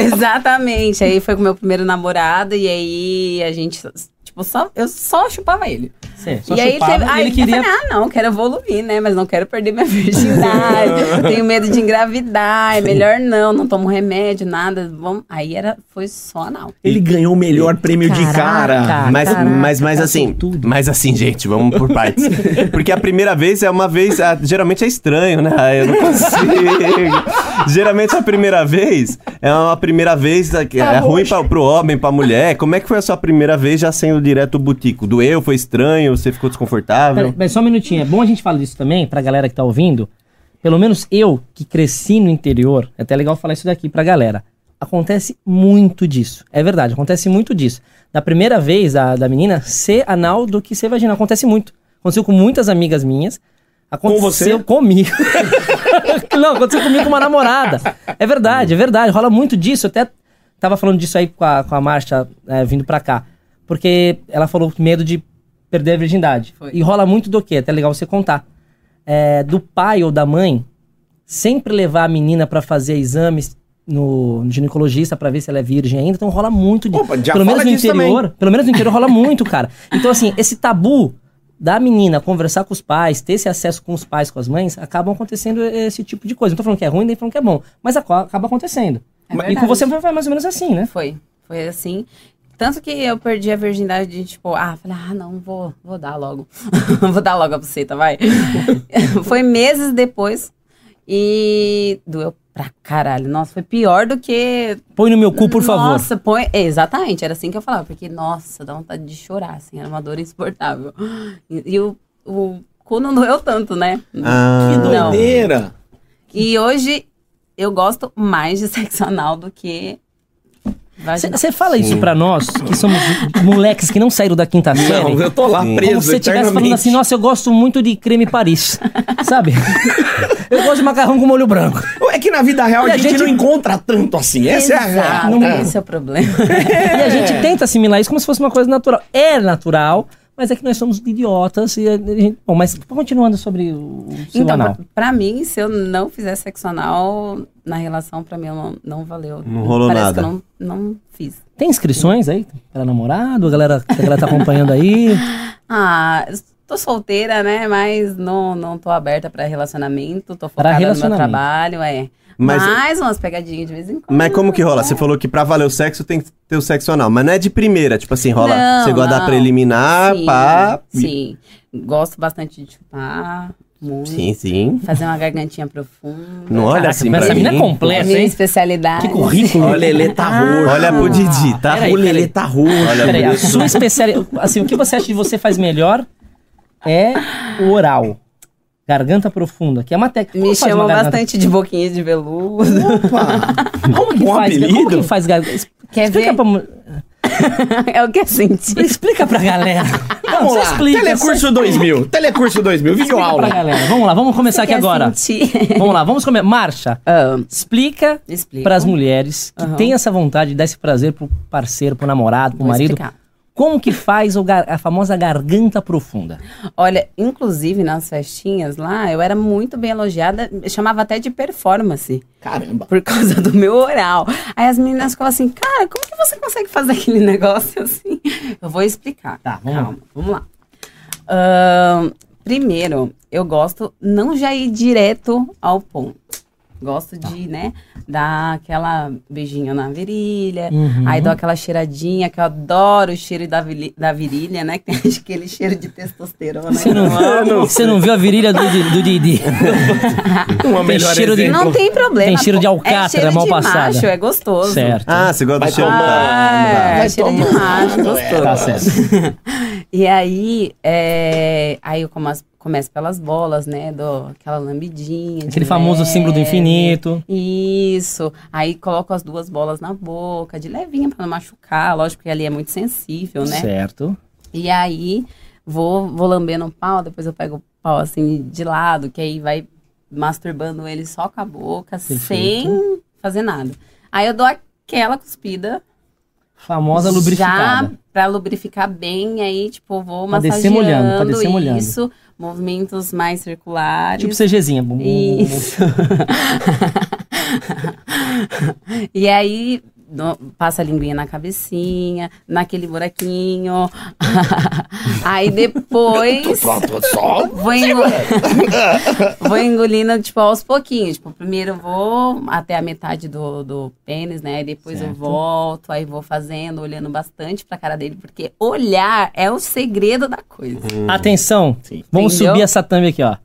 [SPEAKER 3] exatamente. Aí foi com meu primeiro namorado e aí a gente, tipo, só, eu só chupava ele.
[SPEAKER 1] Sim, só
[SPEAKER 3] e aí
[SPEAKER 1] chupava,
[SPEAKER 3] teve- aí
[SPEAKER 1] ele queria
[SPEAKER 3] eu falei, ah, não, quero evoluir, né? Mas não quero perder
[SPEAKER 1] [laughs]
[SPEAKER 3] minha virgindade. Tenho medo de engravidar, é melhor não, não tomo remédio, nada. Vamos... Aí era, foi só anal.
[SPEAKER 4] Ele ganhou o melhor prêmio de
[SPEAKER 3] Caraca.
[SPEAKER 4] cara.
[SPEAKER 2] Mas,
[SPEAKER 3] Caraca,
[SPEAKER 2] mas, mas assim, mas assim, gente, vamos por partes. Porque a primeira vez é uma vez, ah, geralmente é estranho, né? Ah, Eu não consigo. geralmente a primeira vez é uma primeira vez ah, que é ruim pra, pro homem, pra mulher. Como é que foi a sua primeira vez já sendo direto o butico? Doeu? Foi estranho? Você ficou
[SPEAKER 1] Peraí,
[SPEAKER 2] desconfortável?
[SPEAKER 1] mas só um minutinho. É bom a gente falar disso também, pra galera que tá ouvindo. Pelo menos eu, que cresci no interior, é até legal falar isso daqui pra galera. Acontece muito disso. É verdade, acontece muito disso. Da primeira vez da, da menina, ser anal do que ser vaginal. Acontece muito. Aconteceu com muitas amigas minhas. Aconteceu
[SPEAKER 4] você?
[SPEAKER 1] comigo. [laughs] Não, aconteceu comigo com uma namorada. É verdade, é verdade. Rola muito disso. Até tava falando disso aí com a, com a Marcia é, vindo pra cá. Porque ela falou com medo de perder a virgindade.
[SPEAKER 3] Foi.
[SPEAKER 1] E rola muito do quê? Até legal você contar. É, do pai ou da mãe sempre levar a menina pra fazer exames no, no ginecologista pra ver se ela é virgem ainda. Então rola muito de.
[SPEAKER 4] Opa, já
[SPEAKER 1] pelo
[SPEAKER 4] fala
[SPEAKER 1] menos no
[SPEAKER 4] disso
[SPEAKER 1] interior. Pelo menos no interior rola muito, cara. Então, assim, esse tabu da menina conversar com os pais, ter esse acesso com os pais, com as mães, acabam acontecendo esse tipo de coisa. Não tô falando que é ruim, nem falando que é bom. Mas aco- acaba acontecendo.
[SPEAKER 3] É
[SPEAKER 1] e com
[SPEAKER 3] verdade.
[SPEAKER 1] você foi mais ou menos assim, né?
[SPEAKER 3] Foi. Foi assim. Tanto que eu perdi a virgindade de, tipo, ah, falei, ah, não, vou, vou dar logo. [laughs] vou dar logo a buceta, vai. [laughs] foi meses depois e doeu pra caralho. Nossa, foi pior do que
[SPEAKER 1] Põe no meu cu, por
[SPEAKER 3] nossa,
[SPEAKER 1] favor.
[SPEAKER 3] põe. é, Exatamente, era assim que eu falava, porque, nossa, dá vontade de chorar, assim, era uma dor insuportável. E, e o, o cu não doeu tanto, né?
[SPEAKER 2] Ah,
[SPEAKER 3] Não.
[SPEAKER 4] Doideira.
[SPEAKER 3] E hoje eu gosto mais de sexo anal do que. vaginal.
[SPEAKER 1] Você fala isso pra nós, que somos moleques que não saíram da quinta série.
[SPEAKER 4] Não, eu tô lá preso
[SPEAKER 1] Como se você estivesse falando
[SPEAKER 4] eternamente.
[SPEAKER 1] assim, nossa, eu gosto muito de creme Paris, [laughs]
[SPEAKER 4] [laughs]
[SPEAKER 1] sabe? eu gosto de macarrão com molho branco.
[SPEAKER 4] É que na vida real
[SPEAKER 1] E
[SPEAKER 4] a
[SPEAKER 1] a
[SPEAKER 4] gente,
[SPEAKER 1] gente-
[SPEAKER 4] não encontra tanto assim. Essa é a
[SPEAKER 3] Exato,
[SPEAKER 4] real. né?
[SPEAKER 3] Esse é o problema.
[SPEAKER 1] E a gente tenta assimilar isso como se fosse uma coisa natural. É natural, mas é que nós somos idiotas e a gente... Bom, mas continuando sobre o seu
[SPEAKER 3] então,
[SPEAKER 1] anal.
[SPEAKER 3] pra, pra mim, se eu não fizesse sexo anal na relação, pra mim não, não valeu.
[SPEAKER 2] Não rolou
[SPEAKER 3] Parece
[SPEAKER 2] nada.
[SPEAKER 3] que eu não, não fiz.
[SPEAKER 1] Tem inscrições aí para namorado? A galera, a galera tá acompanhando aí.
[SPEAKER 3] Ah, tô solteira, né? Mas não, não tô aberta pra relacionamento.
[SPEAKER 1] Pra
[SPEAKER 3] Tô focada no meu
[SPEAKER 1] relacionamento.
[SPEAKER 3] trabalho, é.
[SPEAKER 2] Mas-
[SPEAKER 3] Mas, Mais umas pegadinhas de vez em quando.
[SPEAKER 2] Mas como que rola? Você falou que pra valer o sexo tem que ter o sexo anal. Mas não é de primeira, tipo assim, rola.
[SPEAKER 3] Não,
[SPEAKER 2] você gosta da
[SPEAKER 3] não.
[SPEAKER 2] preliminar,
[SPEAKER 3] sim,
[SPEAKER 2] pá.
[SPEAKER 3] Sim. Gosto bastante de chupar. Muito.
[SPEAKER 2] Sim, sim.
[SPEAKER 3] Fazer uma gargantinha profunda.
[SPEAKER 2] Não olha
[SPEAKER 1] Caraca,
[SPEAKER 2] assim
[SPEAKER 1] mas
[SPEAKER 2] pra
[SPEAKER 1] essa
[SPEAKER 2] mim.
[SPEAKER 1] mina é
[SPEAKER 3] É
[SPEAKER 1] completa,
[SPEAKER 3] minha
[SPEAKER 1] hein?
[SPEAKER 3] especialidade.
[SPEAKER 1] Que currículo.
[SPEAKER 4] Olha, ele tá roxo.
[SPEAKER 2] Ah, Olha pro Didi, tá?
[SPEAKER 1] Peraí,
[SPEAKER 4] o Lelê
[SPEAKER 1] peraí.
[SPEAKER 4] tá roxo. um
[SPEAKER 2] Olha
[SPEAKER 1] Peraí, a
[SPEAKER 2] Isso.
[SPEAKER 1] sua especialidade. Assim, o que você acha que você faz melhor é o oral. Garganta profunda, que é uma técnica.
[SPEAKER 3] Me
[SPEAKER 1] Como faz uma
[SPEAKER 3] chamam
[SPEAKER 1] garganta-
[SPEAKER 3] bastante de boquinha de veludo. [laughs]
[SPEAKER 4] Opa!
[SPEAKER 1] Como que
[SPEAKER 4] Bom
[SPEAKER 1] faz? Como
[SPEAKER 4] apelido.
[SPEAKER 1] que faz garganta?
[SPEAKER 3] Quer
[SPEAKER 1] Explica
[SPEAKER 3] ver?
[SPEAKER 1] pra, mu-
[SPEAKER 3] É Eu quero sentir.
[SPEAKER 1] explica pra galera. Não,
[SPEAKER 4] Vamos
[SPEAKER 1] você
[SPEAKER 4] lá.
[SPEAKER 1] explica, você
[SPEAKER 4] Telecurso 2000. Telecurso 2000. Vídeo
[SPEAKER 1] explica pra
[SPEAKER 4] aula.
[SPEAKER 1] galera. Vamos lá, vamos começar aqui
[SPEAKER 3] Quer
[SPEAKER 1] agora. [laughs]
[SPEAKER 3] sentir.
[SPEAKER 1] Vamos lá, vamos começar. Marcha,
[SPEAKER 3] Ah,
[SPEAKER 1] explica
[SPEAKER 3] Explico.
[SPEAKER 1] para as mulheres que
[SPEAKER 3] Aham.
[SPEAKER 1] têm essa vontade de dar esse prazer pro parceiro, pro namorado, pro
[SPEAKER 3] Vou
[SPEAKER 1] marido.
[SPEAKER 3] explicar.
[SPEAKER 1] Como que faz o gar- a famosa garganta profunda?
[SPEAKER 3] Olha, inclusive nas festinhas lá, eu era muito bem elogiada, chamava até de performance,
[SPEAKER 4] Caramba.
[SPEAKER 3] por [laughs] causa do meu oral. Aí as meninas ficavam assim, cara, como que você consegue fazer aquele [laughs] negócio assim? Eu vou explicar.
[SPEAKER 1] Tá, vamos lá.
[SPEAKER 3] Calma, vamos lá. Ahn, primeiro, eu gosto não já ir direto ao ponto. Gosto de,
[SPEAKER 1] Tá.
[SPEAKER 3] né, dar aquela beijinho na virilha,
[SPEAKER 1] Uhum.
[SPEAKER 3] aí dou aquela cheiradinha, que eu adoro o cheiro da, vili- da virilha, né, [laughs] que tem aquele cheiro de testosterona.
[SPEAKER 1] Você não, você não viu a virilha do, Di- do Didi?
[SPEAKER 4] Uma
[SPEAKER 1] Tem
[SPEAKER 4] melhor
[SPEAKER 1] cheiro de-
[SPEAKER 4] exemplo.
[SPEAKER 3] Não tem problema.
[SPEAKER 1] Tem cheiro de
[SPEAKER 3] pô.
[SPEAKER 1] alcatra,
[SPEAKER 3] é cheiro
[SPEAKER 1] mal
[SPEAKER 3] de
[SPEAKER 1] passada.
[SPEAKER 3] macho, é gostoso.
[SPEAKER 1] Certo.
[SPEAKER 2] Ah, você gosta do chão?
[SPEAKER 3] Ah,
[SPEAKER 2] Tá.
[SPEAKER 3] é, cheiro de macho, gostoso.
[SPEAKER 1] Tá certo.
[SPEAKER 3] E aí, é, aí eu começo, começo pelas bolas, né? Dou aquela lambidinha. de
[SPEAKER 1] Aquele famoso
[SPEAKER 3] leve.
[SPEAKER 1] símbolo do infinito.
[SPEAKER 3] Isso. Aí coloco as duas bolas na boca, de levinha pra não machucar. Lógico que ali é muito sensível, né?
[SPEAKER 1] Certo.
[SPEAKER 3] E aí vou, vou lambendo o pau, depois eu pego o pau assim de lado, que aí vai masturbando ele só com a boca,
[SPEAKER 1] Perfeito.
[SPEAKER 3] sem fazer nada. Aí eu dou aquela cuspida.
[SPEAKER 1] Famosa
[SPEAKER 3] Já
[SPEAKER 1] lubrificada.
[SPEAKER 3] pra lubrificar bem, aí, tipo, vou
[SPEAKER 1] Pra descer
[SPEAKER 3] massageando.
[SPEAKER 1] molhando, pra descer molhando.
[SPEAKER 3] Isso, movimentos mais circulares.
[SPEAKER 1] Tipo CGzinha. Bum, bum, bum, bum.
[SPEAKER 3] Isso. [laughs] e aí, no- passa a linguinha na cabecinha, naquele buraquinho. [laughs] aí depois.
[SPEAKER 4] Pronto, só.
[SPEAKER 3] Vou, engo- [laughs] vou engolindo, tipo, aos pouquinhos. Tipo, primeiro eu vou até a metade do, do pênis, né? Aí depois eu
[SPEAKER 1] Certo.
[SPEAKER 3] volto, aí vou fazendo, olhando bastante pra cara dele. Porque olhar é o segredo da coisa.
[SPEAKER 1] Atenção.
[SPEAKER 4] Sim.
[SPEAKER 1] Vamos
[SPEAKER 3] Entendeu?
[SPEAKER 1] subir essa thumb aqui, ó.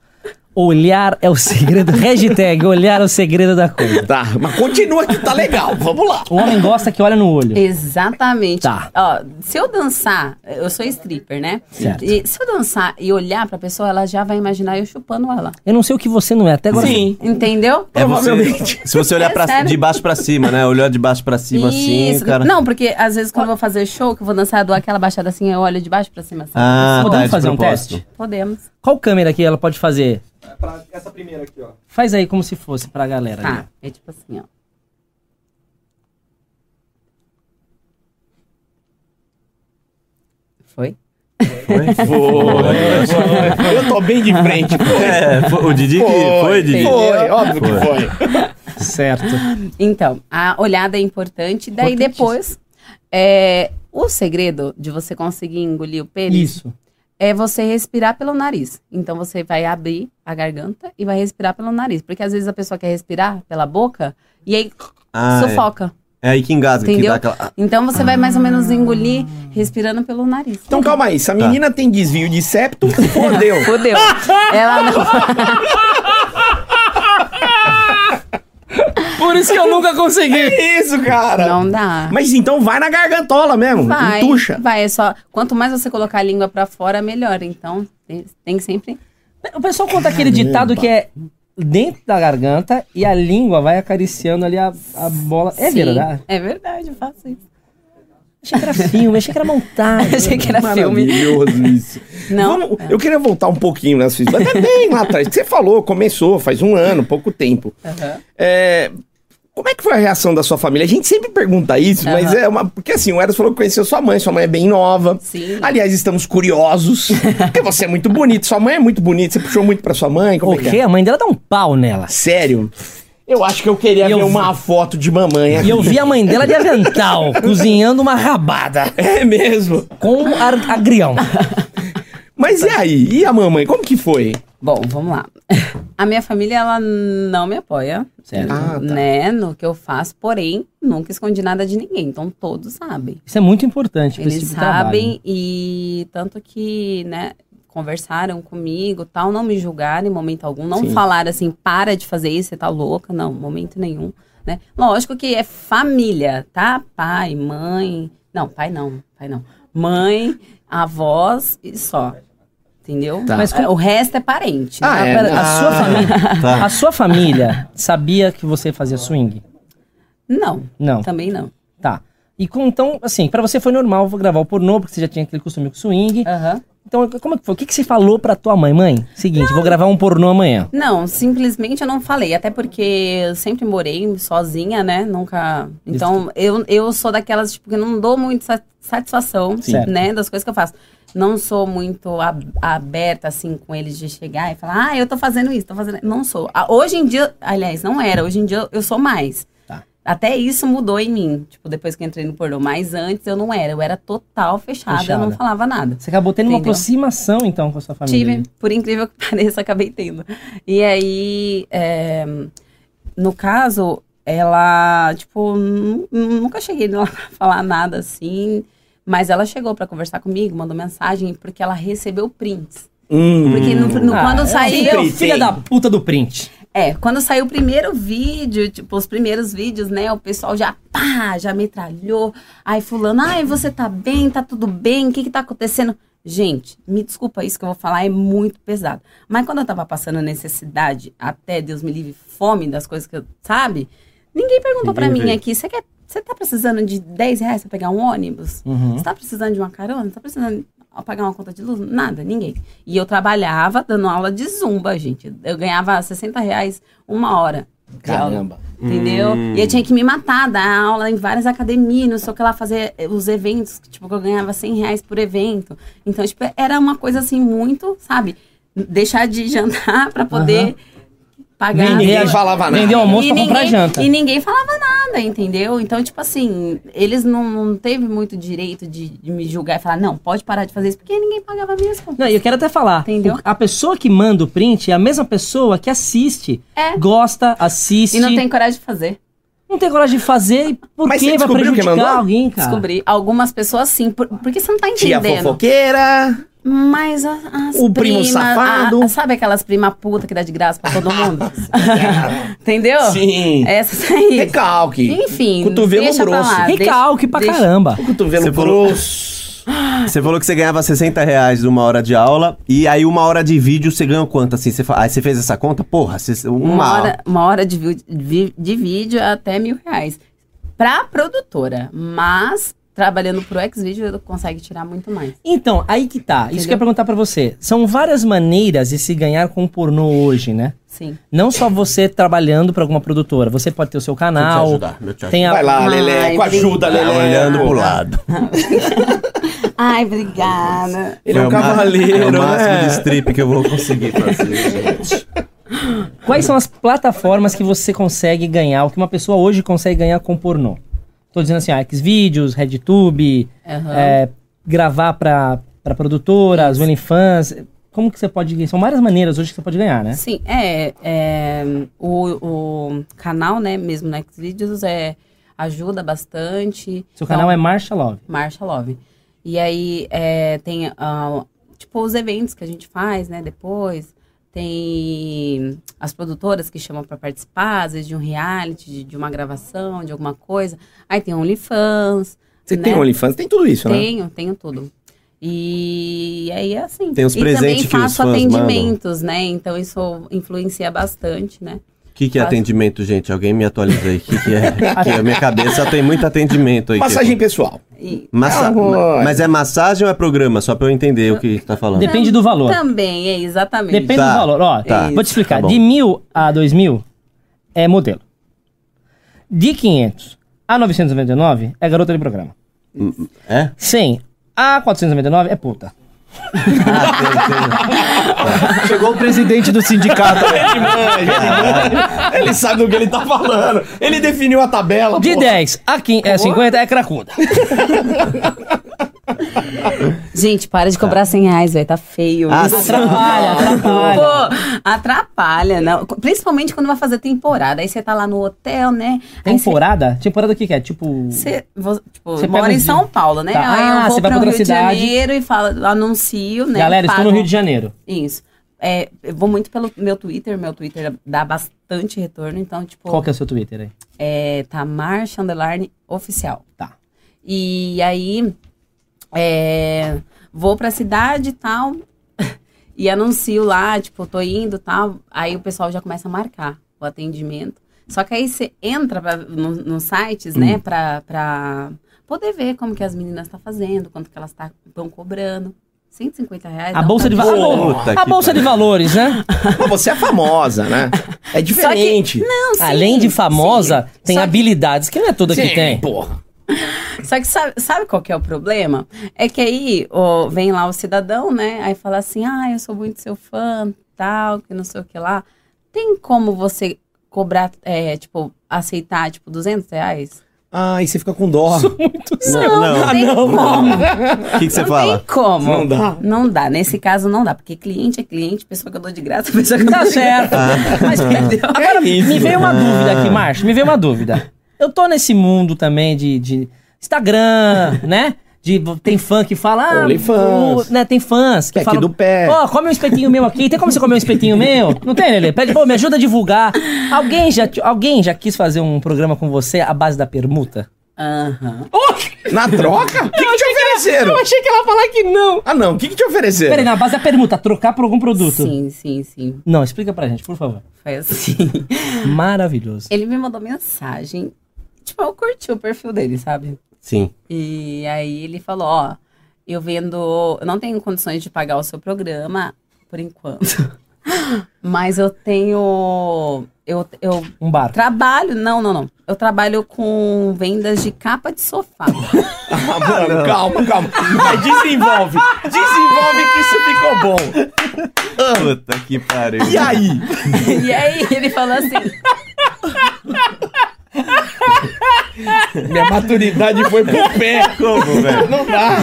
[SPEAKER 1] Olhar é o segredo. [laughs] Hashtag olhar é o segredo da coisa.
[SPEAKER 4] Tá, mas continua que tá legal. Vamos lá.
[SPEAKER 1] O homem gosta que olha no olho.
[SPEAKER 3] Exatamente.
[SPEAKER 1] Tá.
[SPEAKER 3] Ó, se eu dançar, eu sou stripper, né?
[SPEAKER 1] Certo.
[SPEAKER 3] E se eu dançar e olhar pra pessoa, ela já vai imaginar eu chupando ela.
[SPEAKER 1] Eu não sei o que você não é até agora. Sim.
[SPEAKER 3] Entendeu?
[SPEAKER 2] É você,
[SPEAKER 4] Provavelmente.
[SPEAKER 2] se você olhar
[SPEAKER 3] É
[SPEAKER 2] pra,
[SPEAKER 3] sério.
[SPEAKER 2] de baixo pra cima, né? Olhou de baixo pra cima assim,
[SPEAKER 3] Isso.
[SPEAKER 2] cara.
[SPEAKER 3] Não, porque às vezes quando eu vou fazer show, que eu vou dançar, eu dou aquela baixada assim, eu olho de baixo pra cima. Assim,
[SPEAKER 2] Ah,
[SPEAKER 1] Podemos
[SPEAKER 2] tá, de
[SPEAKER 1] fazer um
[SPEAKER 2] propósito.
[SPEAKER 1] teste?
[SPEAKER 3] Podemos.
[SPEAKER 1] Qual câmera que ela pode fazer?
[SPEAKER 6] É essa primeira aqui, ó.
[SPEAKER 3] É tipo
[SPEAKER 1] Faz aí como se fosse pra galera.
[SPEAKER 3] Tá.
[SPEAKER 1] ali.
[SPEAKER 3] É tipo assim, ó. Foi?
[SPEAKER 4] Foi. Eu tô bem de frente.
[SPEAKER 2] É, foi- o Didi que. Foi, Didi?
[SPEAKER 4] Foi, óbvio que foi.
[SPEAKER 1] Certo.
[SPEAKER 3] Então, a olhada é importante. Daí depois, é, o segredo de você conseguir engolir o pênis
[SPEAKER 1] Isso.
[SPEAKER 3] é você respirar pelo nariz. Então você vai abrir a garganta e vai respirar pelo nariz. Porque às vezes a pessoa quer respirar pela boca e aí
[SPEAKER 2] Ah,
[SPEAKER 3] sufoca.
[SPEAKER 2] É, é aí que engasga,
[SPEAKER 3] Entendeu?
[SPEAKER 2] que dá aquela.
[SPEAKER 3] Então você vai mais ou menos engolir respirando pelo nariz.
[SPEAKER 4] Então calma aí, se a
[SPEAKER 2] Tá.
[SPEAKER 4] menina tem desvio de septo, fodeu.
[SPEAKER 3] Fudeu. Ela não.
[SPEAKER 1] Por isso que eu nunca consegui.
[SPEAKER 4] [laughs] Que isso, cara?
[SPEAKER 3] Não dá.
[SPEAKER 4] Mas então vai na gargantola mesmo,
[SPEAKER 3] Vai.
[SPEAKER 4] entuxa.
[SPEAKER 3] Vai, é só. Quanto mais você colocar a língua pra fora, melhor. Então, tem, tem que sempre.
[SPEAKER 1] O pessoal conta aquele ditado que é dentro da garganta e a língua vai acariciando ali a, a bola. É
[SPEAKER 3] Sim,
[SPEAKER 1] verdade.
[SPEAKER 3] É verdade, eu faço isso.
[SPEAKER 1] Achei que era filme, achei que era montagem.
[SPEAKER 3] [laughs] Achei que era filme.
[SPEAKER 4] Maravilhoso isso.
[SPEAKER 3] [laughs] Não. é.
[SPEAKER 4] Vamos- eu queria voltar um pouquinho na sua história. Até bem lá atrás. que Você falou, começou faz um ano, pouco tempo.
[SPEAKER 3] Aham.
[SPEAKER 4] É, como é que foi a reação da sua família? A gente sempre pergunta isso, mas
[SPEAKER 3] Aham.
[SPEAKER 4] é uma. Porque assim, o Eras falou que conheceu sua mãe, sua mãe é bem nova.
[SPEAKER 3] Sim.
[SPEAKER 4] Aliás, estamos curiosos. porque você é muito bonito, sua mãe é muito bonita, você puxou muito pra sua mãe. Como
[SPEAKER 1] O
[SPEAKER 4] é que é?
[SPEAKER 1] quê? A mãe dela dá um pau nela.
[SPEAKER 4] Sério? Eu acho que eu queria
[SPEAKER 1] E eu
[SPEAKER 4] ver
[SPEAKER 1] vi-
[SPEAKER 4] uma foto de mamãe aqui.
[SPEAKER 1] E eu vi a mãe dela de avental, cozinhando uma rabada
[SPEAKER 4] [laughs] É mesmo.
[SPEAKER 1] com ar- agrião.
[SPEAKER 4] Mas e aí? E a mamãe? Como que foi?
[SPEAKER 3] Bom, vamos lá. A minha família, ela não me apoia. Certo.
[SPEAKER 4] Ah, tá.
[SPEAKER 3] Né, no que eu faço, porém, nunca escondi nada de ninguém. Então, todos sabem.
[SPEAKER 1] Isso é muito importante pra
[SPEAKER 3] Eles
[SPEAKER 1] esse tipo de
[SPEAKER 3] sabem
[SPEAKER 1] trabalho.
[SPEAKER 3] e tanto que, né, conversaram comigo, tal, não me julgaram em momento algum, não
[SPEAKER 4] Sim.
[SPEAKER 3] falaram assim, para de fazer isso, você tá louca, não, momento nenhum, né? Lógico que é família, tá? Pai, mãe, não, pai não, pai não. Mãe, avós e só. Entendeu?
[SPEAKER 4] Tá.
[SPEAKER 3] Mas o resto é parente. né?
[SPEAKER 4] Ah, é,
[SPEAKER 1] Pera,
[SPEAKER 4] ah.
[SPEAKER 1] a, sua família,
[SPEAKER 2] Tá.
[SPEAKER 1] a sua família sabia que você fazia swing?
[SPEAKER 3] Não,
[SPEAKER 1] Não.
[SPEAKER 3] também não.
[SPEAKER 1] Tá. E com, então, assim, pra você foi normal gravar o pornô, porque você já tinha aquele costume com swing.
[SPEAKER 3] Aham.
[SPEAKER 1] Então, como é que foi? O que, que você falou pra tua mãe? Mãe, seguinte, vou gravar um pornô amanhã.
[SPEAKER 3] Não, simplesmente eu não falei. Até porque eu sempre morei sozinha, né? Nunca. Então, eu, eu sou daquelas, tipo, que não dou muito sa- satisfação,
[SPEAKER 1] Sim.
[SPEAKER 3] né? Das coisas que eu faço. Não sou muito ab- aberta, assim, com eles de chegar e falar, ah, eu tô fazendo isso, tô fazendo. Não sou. Ah, Hoje em dia, aliás, não era. Hoje em dia eu- eu sou mais.
[SPEAKER 1] Tá.
[SPEAKER 3] Até isso mudou em mim, tipo, depois que eu entrei no pornô. Mas antes eu não era. Eu era total fechada, eu não
[SPEAKER 1] Fechada.
[SPEAKER 3] falava nada.
[SPEAKER 1] Você acabou tendo uma
[SPEAKER 3] Entendeu?
[SPEAKER 1] aproximação, então, com a sua família.
[SPEAKER 3] Tive, por incrível que [laughs] pareça, acabei tendo. E aí, é, no caso, ela, tipo, nu- nunca cheguei nela [laughs] pra falar nada assim. Mas ela chegou pra conversar comigo, mandou mensagem, porque ela recebeu prints.
[SPEAKER 4] Hum.
[SPEAKER 3] Porque no- no- quando
[SPEAKER 1] Ah, eu
[SPEAKER 3] saiu.
[SPEAKER 1] sempre Filha
[SPEAKER 4] tem.
[SPEAKER 1] da puta do print.
[SPEAKER 3] É, quando saiu o primeiro vídeo, tipo, os primeiros vídeos, né? O pessoal já pá, já metralhou. Aí fulano, ai, você tá bem, tá tudo bem, o que que tá acontecendo? Gente, me desculpa isso que eu vou falar, é muito pesado. Mas quando eu tava passando necessidade, até Deus me livre, fome das coisas que eu, sabe? Ninguém perguntou pra mim aqui, você quer, você tá precisando de 10 reais pra pegar um ônibus? Você tá precisando de uma carona? Você tá precisando pagar uma conta de luz? Nada, ninguém. E eu trabalhava dando aula de zumba, gente. Eu ganhava 60 reais uma hora. de aula,
[SPEAKER 4] Caramba.
[SPEAKER 3] Entendeu? E eu tinha que me matar, dar aula em várias academias, não sei o que lá, fazer eh, os eventos, que, tipo, que eu ganhava 100 reais por evento. Então, tipo, era uma coisa assim muito, sabe? Deixar de jantar [laughs] pra poder pagar.
[SPEAKER 1] Vender
[SPEAKER 4] Ninguém
[SPEAKER 1] a-
[SPEAKER 4] falava nada.
[SPEAKER 3] um
[SPEAKER 1] Vendeu almoço pra comprar janta.
[SPEAKER 3] E ninguém falava nada, entendeu? Então, tipo assim, eles não, não teve muito direito de, de me julgar e falar, não, pode parar de fazer isso, porque ninguém pagava mesmo.
[SPEAKER 1] Não, e eu quero até falar.
[SPEAKER 3] Entendeu?
[SPEAKER 1] o- A pessoa que manda o print é a mesma pessoa que assiste.
[SPEAKER 3] É.
[SPEAKER 1] Gosta, assiste.
[SPEAKER 3] E não tem coragem de fazer.
[SPEAKER 1] não tem coragem de fazer. E por
[SPEAKER 4] Mas
[SPEAKER 1] quê? Vai
[SPEAKER 4] você descobriu quem
[SPEAKER 1] prejudicar
[SPEAKER 4] mandou?
[SPEAKER 1] alguém, cara.
[SPEAKER 3] Descobri. Algumas pessoas sim, por- porque você não tá
[SPEAKER 4] Tá. Tia
[SPEAKER 3] entendendo. [laughs]
[SPEAKER 4] fofoqueira.
[SPEAKER 3] Mas a- as
[SPEAKER 4] O primo
[SPEAKER 3] primas,
[SPEAKER 4] safado.
[SPEAKER 3] a- sabe aquelas prima puta que dá de graça pra todo
[SPEAKER 4] [laughs]
[SPEAKER 3] mundo? entendeu?
[SPEAKER 4] Sim.
[SPEAKER 3] Essas aí.
[SPEAKER 4] Recalque.
[SPEAKER 3] Enfim,
[SPEAKER 4] Cotovelo
[SPEAKER 3] deixa pra
[SPEAKER 4] grosso.
[SPEAKER 1] Ah,
[SPEAKER 3] lá.
[SPEAKER 1] Recalque pra
[SPEAKER 3] Deixa-
[SPEAKER 1] caramba.
[SPEAKER 4] Cotovelo
[SPEAKER 2] Você falou-
[SPEAKER 4] grosso.
[SPEAKER 2] Você falou que você ganhava 60 reais uma hora de aula, e aí uma hora de vídeo você ganhou quanto? Assim, você, fa- aí você fez essa conta? Porra, você- uma,
[SPEAKER 3] Uma hora, uma hora de, vi- de vi- de vídeo é até mil reais. Pra produtora, mas trabalhando pro Xvideo, consegue tirar muito mais.
[SPEAKER 1] Então, aí que tá. Isso que eu ia
[SPEAKER 3] Entendeu?
[SPEAKER 1] perguntar pra você. São várias maneiras de se ganhar com pornô hoje, né?
[SPEAKER 3] Sim.
[SPEAKER 1] Não só você trabalhando pra alguma produtora. Você pode ter o seu canal.
[SPEAKER 2] ajudar, vou te
[SPEAKER 1] Tem a...
[SPEAKER 4] Vai lá,
[SPEAKER 3] Ai,
[SPEAKER 4] Lelé, com
[SPEAKER 3] brinca.
[SPEAKER 4] ajuda, Lelé.
[SPEAKER 2] Tá olhando pro lado.
[SPEAKER 3] Ai, obrigada.
[SPEAKER 4] Ele é
[SPEAKER 2] Foi
[SPEAKER 4] um
[SPEAKER 2] o ma-
[SPEAKER 4] cavaleiro,
[SPEAKER 2] É o máximo
[SPEAKER 4] né?
[SPEAKER 2] de strip que eu vou conseguir fazer, gente.
[SPEAKER 1] Quais são as plataformas que você consegue ganhar, o que uma pessoa hoje consegue ganhar com pornô? Tô dizendo assim, ah, Xvideos, RedTube,
[SPEAKER 3] Aham.
[SPEAKER 1] é, gravar pra, pra produtoras, OnlyFans. Como que você pode ganhar? São várias maneiras hoje que você pode ganhar, né?
[SPEAKER 3] Sim, é. é, o, o canal, né, mesmo no Xvideos, é, ajuda bastante. Então,
[SPEAKER 1] Seu canal é Marsha Love.
[SPEAKER 3] Marcha Love. E aí é, tem, ah, tipo, os eventos que a gente faz, né, depois. Tem as produtoras que chamam pra participar, às vezes de um reality, de, de uma gravação, de alguma coisa. Aí tem OnlyFans.
[SPEAKER 4] Você
[SPEAKER 3] né?
[SPEAKER 4] tem OnlyFans, tem tudo isso, né?
[SPEAKER 3] Tenho, tenho tudo. E aí é assim.
[SPEAKER 2] Tem os
[SPEAKER 3] e
[SPEAKER 2] presentes
[SPEAKER 3] também
[SPEAKER 2] que os
[SPEAKER 3] faço
[SPEAKER 2] fãs
[SPEAKER 3] atendimentos, né? Então isso influencia bastante, né?
[SPEAKER 2] O que, que é
[SPEAKER 3] Faz-
[SPEAKER 2] atendimento, gente? Alguém me atualiza aí. O que, que é? Que a minha cabeça tem muito
[SPEAKER 1] [laughs]
[SPEAKER 2] atendimento aí.
[SPEAKER 4] Passagem pessoal.
[SPEAKER 3] E
[SPEAKER 2] Massa...
[SPEAKER 4] Amor.
[SPEAKER 2] Mas é massagem ou é programa? Só pra eu entender o que tá falando.
[SPEAKER 1] Depende do valor.
[SPEAKER 3] também, é exatamente.
[SPEAKER 1] Depende
[SPEAKER 2] Tá,
[SPEAKER 1] do valor. Ó,
[SPEAKER 2] tá.
[SPEAKER 1] vou te explicar.
[SPEAKER 2] Tá bom.
[SPEAKER 1] de mil a dois mil é modelo. De 500 a 999 é garota de programa.
[SPEAKER 2] É?
[SPEAKER 1] 100 a 499 é puta.
[SPEAKER 2] [laughs]
[SPEAKER 5] Chegou o presidente do sindicato.
[SPEAKER 4] Ele manja. ele sabe do que ele tá falando. Ele definiu a tabela.
[SPEAKER 1] De
[SPEAKER 4] pô.
[SPEAKER 1] 10 a quin- é 50 é cracuda.
[SPEAKER 3] Gente, para de cobrar 100 reais, velho. Tá feio.
[SPEAKER 2] Ah,
[SPEAKER 3] isso.
[SPEAKER 2] sim.
[SPEAKER 1] Atrapalha, atrapalha.
[SPEAKER 3] Pô, atrapalha, não. Principalmente quando vai fazer temporada. Aí você tá lá no hotel, né? Aí você-
[SPEAKER 1] Temporada? Temporada o que que é? Tipo...
[SPEAKER 3] Você, vo- tipo,
[SPEAKER 1] Você
[SPEAKER 3] mora
[SPEAKER 1] pega um
[SPEAKER 3] em São
[SPEAKER 1] dia.
[SPEAKER 3] Paulo, né?
[SPEAKER 1] Tá.
[SPEAKER 3] Aí eu
[SPEAKER 1] Ah,
[SPEAKER 3] vou
[SPEAKER 1] você vai pra
[SPEAKER 3] pra
[SPEAKER 1] outra
[SPEAKER 3] Rio
[SPEAKER 1] cidade.
[SPEAKER 3] de Janeiro e falo, anuncio, né? um
[SPEAKER 1] Galera, estou no
[SPEAKER 3] Pago-
[SPEAKER 1] Rio de Janeiro.
[SPEAKER 3] Isso. É, eu vou muito pelo meu Twitter. Meu Twitter dá bastante retorno. Então, tipo,
[SPEAKER 1] Qual que é o seu Twitter aí?
[SPEAKER 3] é, Tamar Chandelarne Oficial.
[SPEAKER 1] Tá.
[SPEAKER 3] E aí, é, vou pra cidade e tal, [laughs] e anuncio lá, tipo, tô indo e tal. Aí o pessoal já começa a marcar o atendimento. Só que aí você entra pra, no- nos sites,
[SPEAKER 1] Hum.
[SPEAKER 3] né, pra, pra poder ver como que as meninas estão fazendo, quanto que elas estão cobrando. 150 reais.
[SPEAKER 1] A
[SPEAKER 3] não,
[SPEAKER 1] bolsa
[SPEAKER 3] tá
[SPEAKER 1] de
[SPEAKER 3] bom.
[SPEAKER 1] valores.
[SPEAKER 2] Puta
[SPEAKER 1] A
[SPEAKER 2] que
[SPEAKER 1] bolsa de
[SPEAKER 2] pariu.
[SPEAKER 1] valores, né?
[SPEAKER 4] Mas você é famosa, né? É diferente.
[SPEAKER 3] Não, sim,
[SPEAKER 1] Além de famosa,
[SPEAKER 3] sim.
[SPEAKER 1] tem
[SPEAKER 3] Só que-
[SPEAKER 1] habilidades que não é toda que tem.
[SPEAKER 4] Porra.
[SPEAKER 3] Só que sabe, sabe qual que é o problema? É que aí ó, vem lá o cidadão, né? Aí fala assim, ah, eu sou muito seu fã, tal, que não sei o que lá. Tem como você cobrar, é, tipo, aceitar, tipo, 200 reais?
[SPEAKER 4] Ah, e você fica com dó.
[SPEAKER 2] Não, não.
[SPEAKER 3] Não tem como.
[SPEAKER 2] O que, que você
[SPEAKER 3] não
[SPEAKER 2] fala?
[SPEAKER 3] tem como.
[SPEAKER 4] Não dá.
[SPEAKER 3] Não dá. Nesse caso, não dá. Porque cliente é cliente, pessoa que eu dou de graça, [laughs] pessoa que eu
[SPEAKER 1] Tá
[SPEAKER 3] dou de
[SPEAKER 1] certo. Mas perdeu. Agora, me veio uma dúvida aqui, Márcio. Me veio uma dúvida. Eu tô nesse mundo também de, de Instagram, né? De, tem fã que fala. Ah,
[SPEAKER 4] OnlyFans.
[SPEAKER 1] o- né, tem fãs que
[SPEAKER 4] Pack
[SPEAKER 1] falam.
[SPEAKER 4] do pé.
[SPEAKER 1] Ó, come um espetinho meu aqui. Tem como você comer um espetinho meu? Não tem, Lele? Pede, pô, me ajuda a divulgar. Alguém já, te- alguém já quis fazer um programa com você à base da permuta?
[SPEAKER 3] Aham.
[SPEAKER 4] Na troca? O que, que te ofereceram?
[SPEAKER 1] achei que ela ia falar que não.
[SPEAKER 4] Ah, não. O que, que te ofereceram?
[SPEAKER 1] Peraí, na base da permuta, trocar por algum produto.
[SPEAKER 3] Sim, sim, sim.
[SPEAKER 1] Não, explica pra gente, por favor.
[SPEAKER 3] Foi assim.
[SPEAKER 1] Maravilhoso.
[SPEAKER 3] Ele me mandou mensagem. Tipo, eu curti o perfil dele, sabe?
[SPEAKER 2] Sim.
[SPEAKER 3] E aí ele falou, ó, eu vendo, eu não tenho condições de pagar o seu programa por enquanto. [laughs] Mas eu tenho eu, eu
[SPEAKER 1] Um bar.
[SPEAKER 3] trabalho, não, não, não. Eu trabalho com vendas de capa de sofá. [laughs]
[SPEAKER 4] Ah, mano, calma, calma. Mas desenvolve. Desenvolve que isso ficou bom.
[SPEAKER 2] Puta que pariu.
[SPEAKER 4] E aí?
[SPEAKER 3] e aí ele falou assim:
[SPEAKER 1] É,
[SPEAKER 4] Minha maturidade foi pro pé.
[SPEAKER 2] Como, velho?
[SPEAKER 4] Não dá.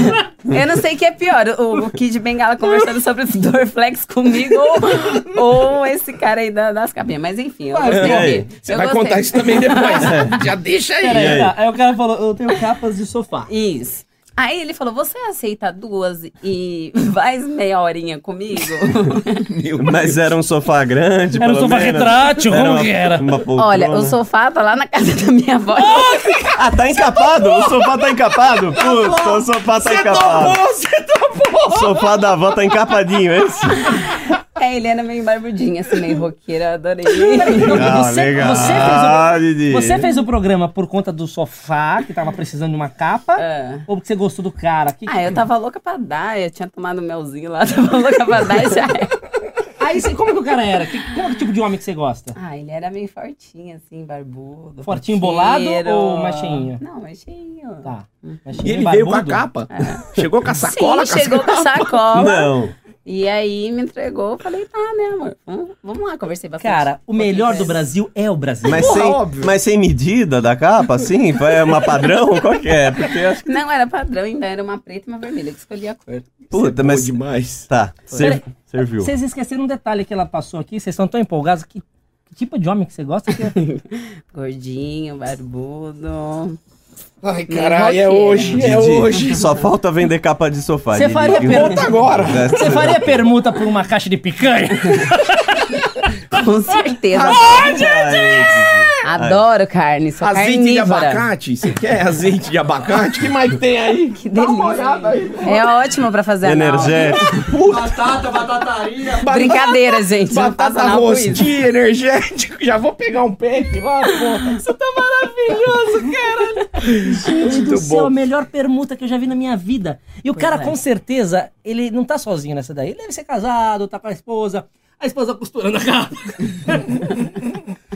[SPEAKER 3] Eu não sei o que é pior, o, o Kid Bengala conversando sobre esse Dorflex comigo [laughs] ou, ou esse cara aí da- das capinhas. Mas enfim,
[SPEAKER 4] É.
[SPEAKER 3] eu gostei
[SPEAKER 2] peraí.
[SPEAKER 3] dele.
[SPEAKER 4] Você
[SPEAKER 3] Eu
[SPEAKER 4] vai
[SPEAKER 3] gostei.
[SPEAKER 4] contar isso também depois. Já deixa aí.
[SPEAKER 1] Peraí,
[SPEAKER 2] aí?
[SPEAKER 1] tá. Aí o cara falou, eu tenho capas de sofá.
[SPEAKER 3] Isso. Aí ele falou: você aceita duas e [laughs] vai meia horinha comigo?
[SPEAKER 1] [laughs]
[SPEAKER 4] é
[SPEAKER 2] Mas era um sofá grande,
[SPEAKER 1] Era um
[SPEAKER 2] pelo
[SPEAKER 1] sofá
[SPEAKER 2] menos?
[SPEAKER 1] retrátil, como
[SPEAKER 2] uma-
[SPEAKER 1] que era?
[SPEAKER 2] uma poltrona.
[SPEAKER 3] Olha, o sofá tá lá na casa da minha avó.
[SPEAKER 2] Ah, tá encapado? O sofá tá encapado? Puta, o sofá tá
[SPEAKER 4] Você
[SPEAKER 2] encapado.
[SPEAKER 4] tomou, você tomou.
[SPEAKER 2] O sofá da avó tá encapadinho, é isso?
[SPEAKER 3] É É, ele era meio barbudinha, assim, meio roqueira, [laughs] adorei.
[SPEAKER 2] Legal,
[SPEAKER 1] você,
[SPEAKER 2] legal.
[SPEAKER 1] Você,
[SPEAKER 2] Ah,
[SPEAKER 1] fez
[SPEAKER 2] Didi.
[SPEAKER 1] o,
[SPEAKER 4] é.
[SPEAKER 1] você fez o programa por conta do sofá, que tava precisando de uma capa,
[SPEAKER 3] É.
[SPEAKER 1] ou porque você gostou do cara? Que-
[SPEAKER 3] Ah, eu tava louca pra dar, eu tinha tomado um melzinho lá, [laughs] tava louca pra dar e já era.
[SPEAKER 1] Aí, você- como que o cara era? Que, como que tipo de homem que você gosta?
[SPEAKER 3] Ah, ele era meio fortinho, assim, barbudo.
[SPEAKER 1] Fortinho,
[SPEAKER 3] roqueiro.
[SPEAKER 1] bolado ou mais cheinho?
[SPEAKER 3] Não, mais cheinho.
[SPEAKER 1] Tá.
[SPEAKER 3] Hum.
[SPEAKER 1] Mas
[SPEAKER 4] E
[SPEAKER 1] cheguei
[SPEAKER 4] ele veio com a
[SPEAKER 1] barbudo.
[SPEAKER 4] capa.
[SPEAKER 1] É.
[SPEAKER 4] Chegou com a sacola,
[SPEAKER 3] Sim,
[SPEAKER 4] com a
[SPEAKER 3] chegou
[SPEAKER 1] [laughs]
[SPEAKER 3] com a sacola.
[SPEAKER 2] Não.
[SPEAKER 3] E aí me entregou, eu falei, tá, né, amor? Vamos, vamos lá, conversei bastante.
[SPEAKER 1] Cara, o melhor do
[SPEAKER 3] Acontece.
[SPEAKER 1] Brasil é o Brasil.
[SPEAKER 2] Mas,
[SPEAKER 4] Porra,
[SPEAKER 2] sem,
[SPEAKER 4] óbvio.
[SPEAKER 2] mas sem medida da capa, assim? Foi uma padrão? Qual que é? Porque eu acho que.
[SPEAKER 3] Não, era padrão, ainda era uma preta e uma vermelha, que escolhi a cor.
[SPEAKER 2] Puta, mas.
[SPEAKER 4] é demais.
[SPEAKER 2] Tá, ser- serviu.
[SPEAKER 1] Vocês esqueceram um detalhe que ela passou aqui, vocês estão tão empolgados. Que, que tipo de homem que você
[SPEAKER 4] [laughs]
[SPEAKER 1] gosta? Que...
[SPEAKER 3] Gordinho, barbudo.
[SPEAKER 4] Ai,
[SPEAKER 3] Nem
[SPEAKER 4] caralho, é
[SPEAKER 3] roqueiro.
[SPEAKER 4] hoje, é
[SPEAKER 2] Didi,
[SPEAKER 4] hoje.
[SPEAKER 2] Só falta vender capa de sofá.
[SPEAKER 1] Você
[SPEAKER 2] Didi. Né?
[SPEAKER 1] faria pergunta
[SPEAKER 4] agora.
[SPEAKER 1] Você faria permuta por uma caixa de picanha? [laughs]
[SPEAKER 3] Com certeza. Adoro carne, sou
[SPEAKER 4] Azeite de
[SPEAKER 3] carnívora.
[SPEAKER 4] abacate? Você quer azeite de abacate? que mais tem aí?
[SPEAKER 3] Que delícia. É ótimo pra fazer anal.
[SPEAKER 2] Energético.
[SPEAKER 6] Batata, batataria.
[SPEAKER 3] Brincadeira, gente. não faça
[SPEAKER 4] Batata
[SPEAKER 3] anal com isso.
[SPEAKER 4] rosquinha, energético. Já vou pegar um pack. Vai, pô. Você tá maravilhoso, cara.
[SPEAKER 1] do
[SPEAKER 4] Muito
[SPEAKER 1] céu, a
[SPEAKER 4] bom.
[SPEAKER 1] melhor permuta que eu já vi na minha vida. E o
[SPEAKER 3] Pois
[SPEAKER 1] cara,
[SPEAKER 3] é.
[SPEAKER 1] com certeza, ele não tá sozinho nessa daí. Ele deve ser casado, tá com a esposa, a esposa costurando a
[SPEAKER 3] [laughs]
[SPEAKER 1] capa.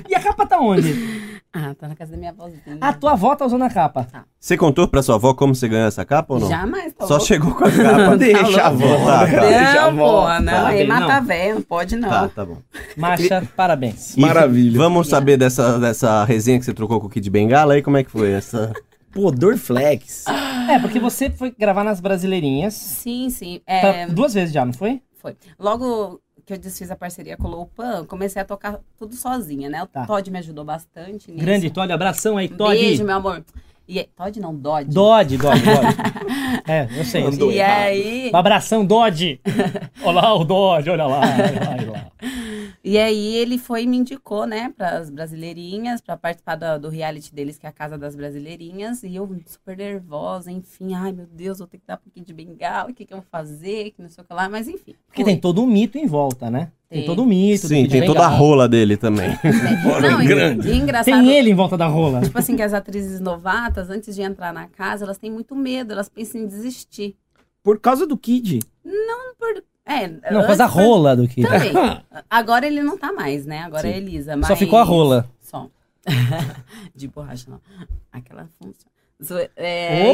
[SPEAKER 1] e a capa tá onde?
[SPEAKER 3] Ah, tá na casa da minha vozinha.
[SPEAKER 1] A tua avó tá usando a capa.
[SPEAKER 2] Você contou pra sua avó como você ganhou essa capa ou não?
[SPEAKER 3] Jamais, tá
[SPEAKER 2] Só
[SPEAKER 3] louco?
[SPEAKER 2] chegou com a capa.
[SPEAKER 4] Deixa a avó.
[SPEAKER 2] Tá, tá.
[SPEAKER 4] Deixa a
[SPEAKER 3] Não,
[SPEAKER 4] avó.
[SPEAKER 3] porra, não.
[SPEAKER 1] Tá
[SPEAKER 3] Aí
[SPEAKER 1] bem,
[SPEAKER 3] mata
[SPEAKER 1] não.
[SPEAKER 3] velho, não pode não.
[SPEAKER 2] Tá, tá bom.
[SPEAKER 1] Macha, parabéns.
[SPEAKER 2] E
[SPEAKER 4] Maravilha.
[SPEAKER 2] Vamos saber dessa, dessa resenha que você trocou com o Kid Bengala aí, como é que foi essa?
[SPEAKER 4] Pô, Dorflex.
[SPEAKER 1] É, porque você foi gravar nas Brasileirinhas.
[SPEAKER 3] Sim, sim.
[SPEAKER 1] Tá,
[SPEAKER 3] É,
[SPEAKER 1] duas vezes já, não foi?
[SPEAKER 3] Foi. Logo que eu desfiz a parceria com o Loupan, comecei a tocar tudo sozinha, né? O
[SPEAKER 1] Tá.
[SPEAKER 3] Todd me ajudou bastante nisso. Um
[SPEAKER 1] Grande Todd, abração aí, Todd.
[SPEAKER 3] Beijo, meu amor. E, é, Todd não, Dodd.
[SPEAKER 1] Dodge, Dodge, Dodge.
[SPEAKER 3] [laughs]
[SPEAKER 1] é, eu sei. eu sei.
[SPEAKER 3] E aí,
[SPEAKER 1] Um abração,
[SPEAKER 3] [laughs]
[SPEAKER 1] Dodge. Olá, o Dodge, olha lá, olha lá, olha lá.
[SPEAKER 3] e aí ele foi e me indicou, né, pras brasileirinhas, pra participar da- do, reality deles, que é a Casa das Brasileirinhas. E eu super nervosa, enfim. Ai, meu Deus, vou ter que dar um pouquinho de bengala, o que, que eu vou fazer, que não sei o que lá. Mas enfim.
[SPEAKER 1] Porque
[SPEAKER 3] fui.
[SPEAKER 1] tem todo um mito em volta, né? Tem,
[SPEAKER 3] Tem.
[SPEAKER 1] todo um mito. do
[SPEAKER 2] Sim,
[SPEAKER 1] Kid
[SPEAKER 2] tem toda a
[SPEAKER 1] Bengala.
[SPEAKER 2] rola dele também.
[SPEAKER 3] né?
[SPEAKER 1] [laughs]
[SPEAKER 3] Não, e-
[SPEAKER 4] grande.
[SPEAKER 3] E, engraçado.
[SPEAKER 1] Tem ele em volta da rola.
[SPEAKER 3] Tipo assim, que as atrizes novatas, antes de entrar na casa, elas têm muito medo, elas pensam em desistir.
[SPEAKER 4] Por causa do Kid.
[SPEAKER 3] É,
[SPEAKER 1] Não,
[SPEAKER 3] antes
[SPEAKER 1] faz a rola do que.
[SPEAKER 3] Também. Agora ele não tá mais, né? Agora é a Elisa. Mas...
[SPEAKER 1] Só ficou a rola.
[SPEAKER 3] Só. [laughs] De borracha, não. Aquela funciona. Zo- é,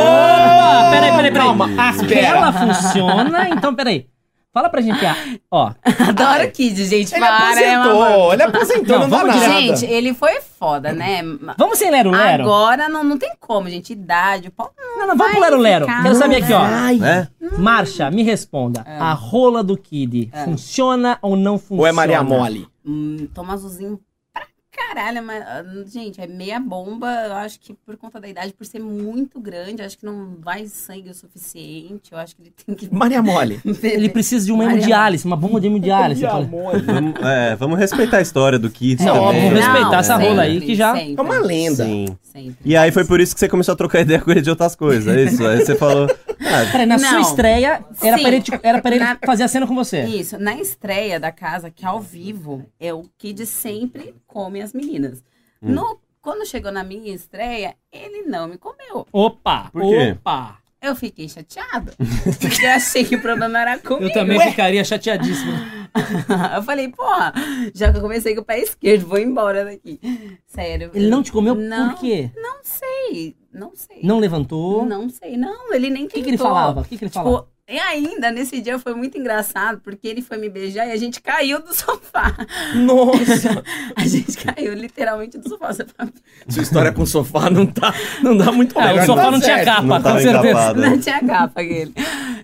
[SPEAKER 1] Opa! Peraí, peraí, peraí.
[SPEAKER 4] Calma,
[SPEAKER 1] Aquela funciona, então peraí. Fala pra gente, ah, ó.
[SPEAKER 3] Adoro o Kid, gente.
[SPEAKER 4] Ele
[SPEAKER 3] para, é uma-
[SPEAKER 4] aposentou, ele aposentou, não,
[SPEAKER 1] Não,
[SPEAKER 4] dá
[SPEAKER 1] vamos
[SPEAKER 4] nada.
[SPEAKER 3] Gente, ele foi foda, né?
[SPEAKER 1] Vamos sem Lero Lero?
[SPEAKER 3] Agora não, não tem como, gente. Idade, o pau
[SPEAKER 1] Não, não, vamos pro Lero Lero.
[SPEAKER 3] ficar. É.
[SPEAKER 1] Quero saber aqui, ó.
[SPEAKER 4] Ai.
[SPEAKER 2] né?
[SPEAKER 1] Marcha, me responda. A rola do Kid funciona ou não funciona?
[SPEAKER 4] Ou é Maria Mole?
[SPEAKER 3] Hum, toma azulzinho pra caralho, mas, ah, gente, é meia bomba. Eu acho que por conta da idade, por ser muito grande, eu acho que não vai sangue o suficiente. Eu acho que ele tem que. [laughs]
[SPEAKER 4] Maria Mole.
[SPEAKER 1] Ele precisa de uma
[SPEAKER 3] Maria
[SPEAKER 1] hemodiálise, uma bomba de hemodiálise.
[SPEAKER 4] Mole.
[SPEAKER 2] Vamos, é, vamos respeitar a história do Kid
[SPEAKER 1] Não,
[SPEAKER 2] também. né?
[SPEAKER 1] vamos respeitar essa
[SPEAKER 3] sempre,
[SPEAKER 1] rola aí que já-
[SPEAKER 3] Sempre,
[SPEAKER 4] É uma lenda.
[SPEAKER 2] Sim.
[SPEAKER 3] sempre.
[SPEAKER 2] E aí foi por isso que você começou a trocar ideia com ele de outras coisas, é isso? Aí você falou... Ah,
[SPEAKER 1] Peraí, na
[SPEAKER 3] Não.
[SPEAKER 1] sua estreia, era
[SPEAKER 3] Sim.
[SPEAKER 1] pra ele, te- era pra ele
[SPEAKER 3] Na-
[SPEAKER 1] fazer a cena com você.
[SPEAKER 3] Isso, na estreia da casa, que é ao vivo, é o Kid sempre come as meninas.
[SPEAKER 1] Hum.
[SPEAKER 3] No, quando chegou na minha estreia, ele não me comeu.
[SPEAKER 1] Opa!
[SPEAKER 2] Por quê?
[SPEAKER 1] Opa!
[SPEAKER 3] Eu fiquei chateada. [laughs] porque eu achei que o problema era comigo.
[SPEAKER 1] Eu também ficaria chateadíssimo.
[SPEAKER 3] [laughs] eu falei, porra, já que eu comecei com o pé esquerdo, vou embora daqui. Sério.
[SPEAKER 1] Ele não te comeu
[SPEAKER 3] não,
[SPEAKER 1] por quê?
[SPEAKER 3] Não sei, não sei.
[SPEAKER 1] Não levantou?
[SPEAKER 3] Não sei, não, ele nem
[SPEAKER 1] O que, que ele falava? O que, que ele falava?
[SPEAKER 3] Tipo, e ainda, nesse dia foi muito engraçado, porque ele foi me beijar e a gente caiu do [laughs] sofá. [laughs]
[SPEAKER 4] Nossa,
[SPEAKER 3] A gente caiu literalmente do sofá. Você fala,
[SPEAKER 4] sua história é com o sofá não tá, não dá muito
[SPEAKER 1] Ah,
[SPEAKER 4] legal,
[SPEAKER 1] o sofá
[SPEAKER 4] tá
[SPEAKER 1] não tinha
[SPEAKER 4] certo.
[SPEAKER 1] capa,
[SPEAKER 2] não
[SPEAKER 1] com
[SPEAKER 2] tava
[SPEAKER 1] certeza.
[SPEAKER 2] encapada.
[SPEAKER 3] [laughs] Não tinha capa aquele.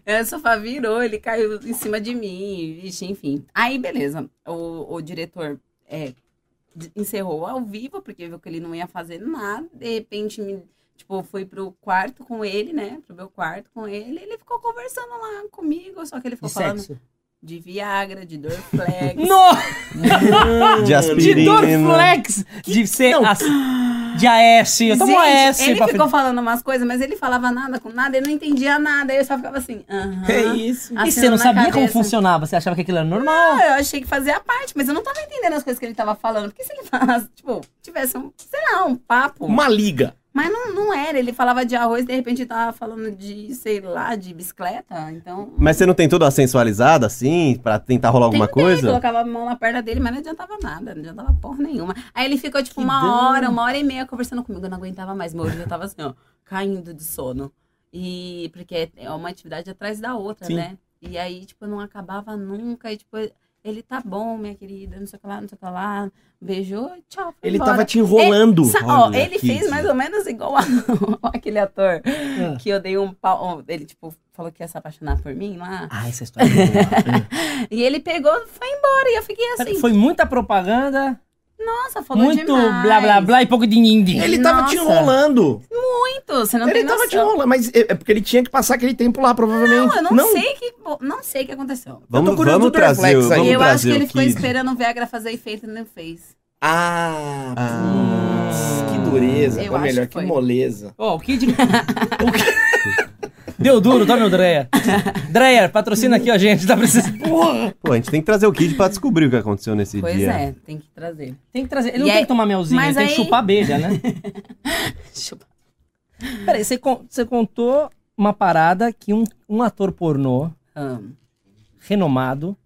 [SPEAKER 3] É, O sofá virou, ele caiu em cima de mim, vixe, enfim. Aí, beleza. O, o diretor é, d- encerrou ao vivo, porque viu que ele não ia fazer nada. De repente, me, tipo, fui pro quarto com ele, né? Pro meu quarto com ele. Ele ficou conversando lá comigo, só que ele ficou
[SPEAKER 1] De
[SPEAKER 3] falando
[SPEAKER 1] sexo.
[SPEAKER 3] de Viagra, de Dorflex.
[SPEAKER 1] Nossa!
[SPEAKER 2] De
[SPEAKER 1] De
[SPEAKER 2] aspirina.
[SPEAKER 1] Dorflex! De ser. as- de AS. [laughs] Eu tomo AS.
[SPEAKER 3] ele
[SPEAKER 1] pra
[SPEAKER 3] ficou
[SPEAKER 1] frente.
[SPEAKER 3] falando umas coisas, mas ele falava nada com nada, eu não entendia nada. Eu só ficava assim, aham.
[SPEAKER 4] É isso.
[SPEAKER 1] E você não
[SPEAKER 3] acenando na
[SPEAKER 1] sabia como
[SPEAKER 3] cabeça.
[SPEAKER 1] funcionava? Você achava que aquilo era normal?
[SPEAKER 3] Não, Ah, eu achei que fazia parte, mas eu não tava entendendo as coisas que ele tava falando. Porque se ele falasse, [laughs] tipo, tivesse um, sei lá, um papo.
[SPEAKER 4] Uma liga.
[SPEAKER 3] Mas não, não era, ele falava de arroz, de repente tava falando de, sei lá, de bicicleta, então...
[SPEAKER 2] Mas você não tentou dar uma sensualizada assim, pra tentar rolar alguma
[SPEAKER 3] Tentei,
[SPEAKER 2] coisa?
[SPEAKER 3] colocava a mão na perna dele, mas não adiantava nada, não adiantava porra nenhuma. Aí ele ficou, tipo, uma hora, uma hora e meia conversando comigo, eu não aguentava mais, meu olho já tava assim, ó, caindo de sono. E porque é uma atividade atrás da outra,
[SPEAKER 4] Sim.
[SPEAKER 3] né? E aí, tipo, não acabava nunca, e tipo, ele tá bom, minha querida, não sei o que lá, não sei o que lá, beijou, tchau, foi
[SPEAKER 4] Ele
[SPEAKER 3] embora.
[SPEAKER 4] tava te enrolando.
[SPEAKER 3] Sa- ó,
[SPEAKER 2] Olha
[SPEAKER 3] ele
[SPEAKER 2] que
[SPEAKER 3] fez
[SPEAKER 2] dia.
[SPEAKER 3] mais ou menos igual a- [laughs] aquele ator que eu dei um pau. ó, Ele, tipo, falou que ia se apaixonar por mim lá.
[SPEAKER 1] Ah, essa história é boa.
[SPEAKER 3] E ele pegou e foi embora. E eu fiquei [laughs] assim,
[SPEAKER 1] Foi muita propaganda,
[SPEAKER 3] nossa, falou
[SPEAKER 1] muito
[SPEAKER 3] demais.
[SPEAKER 1] blá blá blá e pouco de nindim.
[SPEAKER 4] Ele tava te
[SPEAKER 3] Nossa.
[SPEAKER 4] enrolando.
[SPEAKER 3] Muito, você não
[SPEAKER 4] ele
[SPEAKER 3] tem
[SPEAKER 4] tava te
[SPEAKER 3] noção.
[SPEAKER 4] enrolando, mas é é porque ele tinha que passar aquele tempo lá, provavelmente.
[SPEAKER 3] Não, eu não, sei que, não sei o que aconteceu.
[SPEAKER 2] Vamos,
[SPEAKER 4] curioso
[SPEAKER 2] vamos
[SPEAKER 4] do
[SPEAKER 2] trazer,
[SPEAKER 4] reflexo aí.
[SPEAKER 2] vamos
[SPEAKER 3] eu acho
[SPEAKER 2] trazer
[SPEAKER 3] que ele
[SPEAKER 2] o
[SPEAKER 3] ficou
[SPEAKER 2] Kid.
[SPEAKER 3] esperando o Viagra fazer efeito e não fez.
[SPEAKER 4] Ah,
[SPEAKER 2] Ah.
[SPEAKER 4] putz, que dureza.
[SPEAKER 3] Eu
[SPEAKER 4] Ou
[SPEAKER 3] acho
[SPEAKER 4] melhor,
[SPEAKER 3] que
[SPEAKER 4] que,
[SPEAKER 3] foi.
[SPEAKER 4] moleza.
[SPEAKER 1] Ó, o Kid. [laughs] o Kid- Deu duro, tá, tome o Dreyer. Dreyer, patrocina aqui a gente, tá precisando.
[SPEAKER 2] Pô, a gente tem que trazer o Kid pra descobrir o que aconteceu nesse
[SPEAKER 3] pois
[SPEAKER 2] dia.
[SPEAKER 3] é, tem que trazer. [laughs]
[SPEAKER 1] Tem que trazer. Ele não
[SPEAKER 3] E
[SPEAKER 1] tem
[SPEAKER 3] aí-
[SPEAKER 1] que tomar melzinho,
[SPEAKER 3] mas
[SPEAKER 1] ele tem que
[SPEAKER 3] aí-
[SPEAKER 1] chupar abelha, né?
[SPEAKER 3] Chupa.
[SPEAKER 1] [laughs] Peraí, você, con- você contou uma parada que um, um ator pornô
[SPEAKER 3] Ah,
[SPEAKER 1] renomado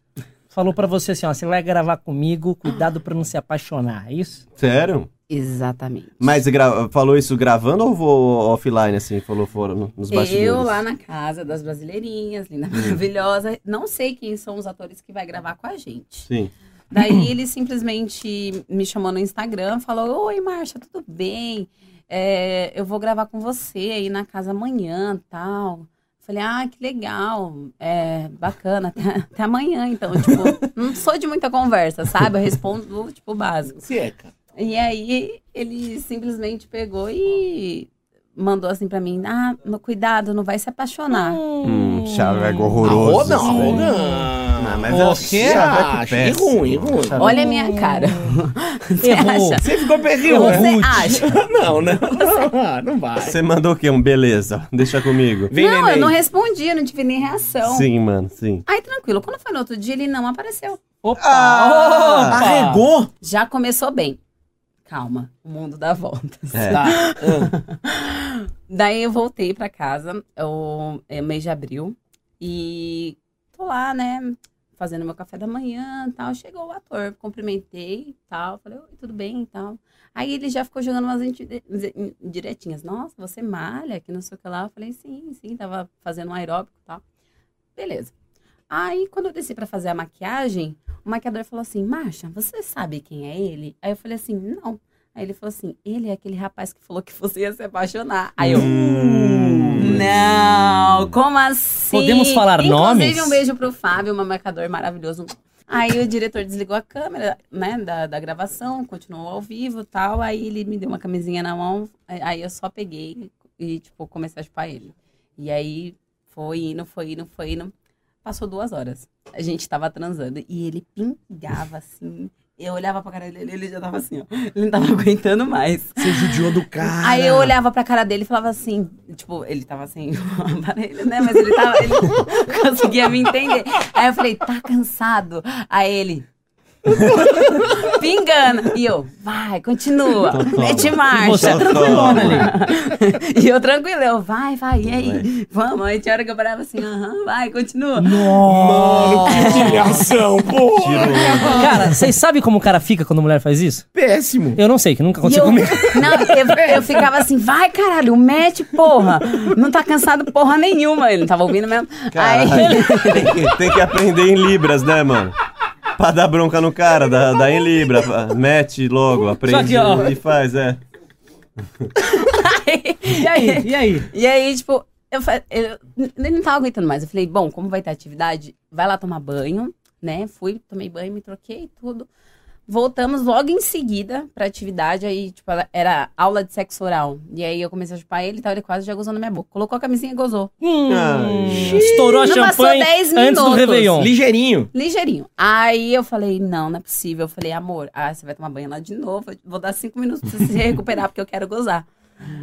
[SPEAKER 1] falou pra você assim: ó, você vai gravar comigo, cuidado pra não se apaixonar, é isso?
[SPEAKER 2] Sério?
[SPEAKER 3] exatamente.
[SPEAKER 2] Mas gra- falou isso gravando ou vou offline, assim? Falou fora, no- nos bastidores? Hum.
[SPEAKER 3] Eu lá na casa das brasileirinhas, linda, maravilhosa. Não sei quem são os atores que vai gravar com a gente.
[SPEAKER 2] Sim.
[SPEAKER 4] Uhum.
[SPEAKER 3] Daí ele simplesmente me chamou no Instagram, falou: Oi, Marcia, tudo bem? É, eu vou gravar com você aí na casa amanhã tal. Falei, ah, que legal, é bacana, até, até amanhã, então,
[SPEAKER 4] [laughs]
[SPEAKER 3] tipo, não sou de muita conversa, sabe? Eu respondo, tipo, o básico.
[SPEAKER 4] Se é, cara.
[SPEAKER 3] E aí ele simplesmente pegou e mandou assim pra mim, ah, no cuidado, não vai se apaixonar.
[SPEAKER 2] Hum, chaveco
[SPEAKER 4] Arroz
[SPEAKER 2] horroroso.
[SPEAKER 4] não,
[SPEAKER 2] assim.
[SPEAKER 4] arroz
[SPEAKER 2] Ah,
[SPEAKER 4] não.
[SPEAKER 2] mas
[SPEAKER 1] O
[SPEAKER 2] é
[SPEAKER 1] quê?
[SPEAKER 2] chaveco
[SPEAKER 4] Ah, achei
[SPEAKER 2] péssimo.
[SPEAKER 4] ruim, ruim.
[SPEAKER 2] Chaveco-
[SPEAKER 3] Olha a minha cara.
[SPEAKER 1] Ah,
[SPEAKER 3] Você
[SPEAKER 1] Errou.
[SPEAKER 3] acha?
[SPEAKER 4] Você ficou perdido.
[SPEAKER 3] Você
[SPEAKER 1] Rude.
[SPEAKER 3] acha?
[SPEAKER 4] Não, não. Ah, Não vai.
[SPEAKER 2] Você mandou o quê? Um beleza. [laughs] Deixa comigo.
[SPEAKER 4] Vem,
[SPEAKER 3] não,
[SPEAKER 4] neném.
[SPEAKER 3] eu não respondi, eu não tive nem reação.
[SPEAKER 2] Sim, mano, sim.
[SPEAKER 3] Aí tranquilo, quando foi no outro dia ele não apareceu.
[SPEAKER 1] Opa!
[SPEAKER 2] Ah,
[SPEAKER 1] opa!
[SPEAKER 4] Arregou?
[SPEAKER 3] Já começou bem. Calma, o mundo dá voltas.
[SPEAKER 2] É.
[SPEAKER 1] Tá.
[SPEAKER 3] [laughs] Daí eu voltei pra casa, eu, é mês de abril, e tô lá, né, fazendo meu café da manhã tal. Chegou o ator, cumprimentei tal, falei, oi, tudo bem tal. Aí ele já ficou jogando umas inti- indiretinhas. Nossa, você malha, que não sei o que lá. Eu falei, sim, sim, tava fazendo um aeróbico tal. Beleza. Aí, quando eu desci pra fazer a maquiagem, o maquiador falou assim, Marcha, você sabe quem é ele? Aí eu falei assim, não. Aí ele falou assim: ele é aquele rapaz que falou que você ia se apaixonar. Aí eu. Não, como assim?
[SPEAKER 1] Podemos falar
[SPEAKER 3] Inclusive,
[SPEAKER 1] nomes?
[SPEAKER 3] um beijo pro Fábio, um marcador maravilhoso. Aí o diretor desligou a câmera, né, da, da gravação, continuou ao vivo e tal. Aí ele me deu uma camisinha na mão, aí- aí eu só peguei e, tipo, comecei a chupar ele. E aí foi indo, foi indo, foi indo. Passou duas horas. A gente tava transando e ele pingava assim. Eu olhava pra cara dele, ele já tava assim, ó. Ele não tava [laughs] aguentando mais.
[SPEAKER 4] Você judiou do cara.
[SPEAKER 3] Aí eu olhava pra cara dele e falava assim, tipo, ele tava sem [laughs] o aparelho, né? Mas ele tava, ele [laughs] não conseguia me entender. Aí eu falei, tá cansado? Aí ele. [laughs] Pingando. E eu, vai, continua.
[SPEAKER 1] Então
[SPEAKER 3] Mete marcha.
[SPEAKER 1] E você é tranquilona ali.
[SPEAKER 3] [laughs] E eu tranquilo, eu, vai, vai, e aí? Vamos. Aí tinha hora que eu parava assim, aham, vai, continua.
[SPEAKER 4] Mano, que humilhação, pô.
[SPEAKER 1] [laughs] Cara, vocês sabem como o cara fica quando a mulher faz isso?
[SPEAKER 4] Péssimo.
[SPEAKER 1] Eu não sei, que nunca
[SPEAKER 3] E
[SPEAKER 1] aconteceu
[SPEAKER 3] eu,
[SPEAKER 1] [laughs] comigo.
[SPEAKER 3] [laughs] não, eu, eu ficava assim, vai caralho, mete porra. Não tá cansado porra nenhuma. Ele não tava ouvindo mesmo.
[SPEAKER 2] Caralho.
[SPEAKER 3] Aí ele,
[SPEAKER 2] tem, que, tem que aprender em Libras, né, mano? Pra dar bronca no cara, dá, dá em Libra. pá. Mete logo, aprende
[SPEAKER 1] que, ó.
[SPEAKER 2] e faz, é.
[SPEAKER 1] [laughs] E aí? E aí?
[SPEAKER 3] E aí, tipo, eu, fa- eu- ele não tava aguentando mais. Eu falei, bom, como vai ter atividade, vai lá tomar banho, né? Fui, tomei banho, me troquei e tudo. voltamos logo em seguida pra atividade. Aí, tipo, ela- era aula de sexo oral. E aí eu comecei a chupar ele e tal, ele quase já gozou na minha boca. Colocou a camisinha e gozou.
[SPEAKER 2] Ai.
[SPEAKER 1] Hum. Estourou a
[SPEAKER 3] Não passou
[SPEAKER 1] champanhe
[SPEAKER 3] 10
[SPEAKER 1] antes do
[SPEAKER 3] minutos.
[SPEAKER 1] Réveillon.
[SPEAKER 4] Ligeirinho.
[SPEAKER 3] Ligeirinho. Aí eu falei, não, não é possível. Eu falei, amor, ah, você vai tomar banho lá de novo. Eu vou dar cinco minutos pra você se recuperar, porque eu quero gozar.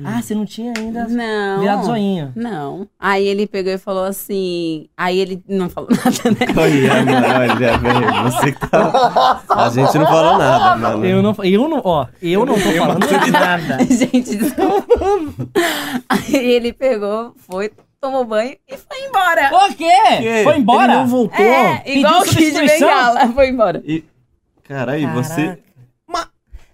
[SPEAKER 1] Ah, você não tinha ainda
[SPEAKER 3] Não.
[SPEAKER 1] virado zoinho.
[SPEAKER 3] Não. Aí ele pegou e falou assim. Aí ele não falou [laughs] nada, né?
[SPEAKER 2] Olha, é, mano, olha, velho, você que tá... A gente não falou nada, mano.
[SPEAKER 1] Eu não, eu não, ó, eu não tô falando nada.
[SPEAKER 3] né, Gente, desculpa. Aí ele pegou, foi, tomou banho e foi embora.
[SPEAKER 1] O quê? Foi embora?
[SPEAKER 2] Ele não voltou.
[SPEAKER 3] É,
[SPEAKER 1] Pediu
[SPEAKER 3] igual o Kid
[SPEAKER 1] substituição?
[SPEAKER 3] Bengala. Foi embora.
[SPEAKER 2] E... Caralho, você...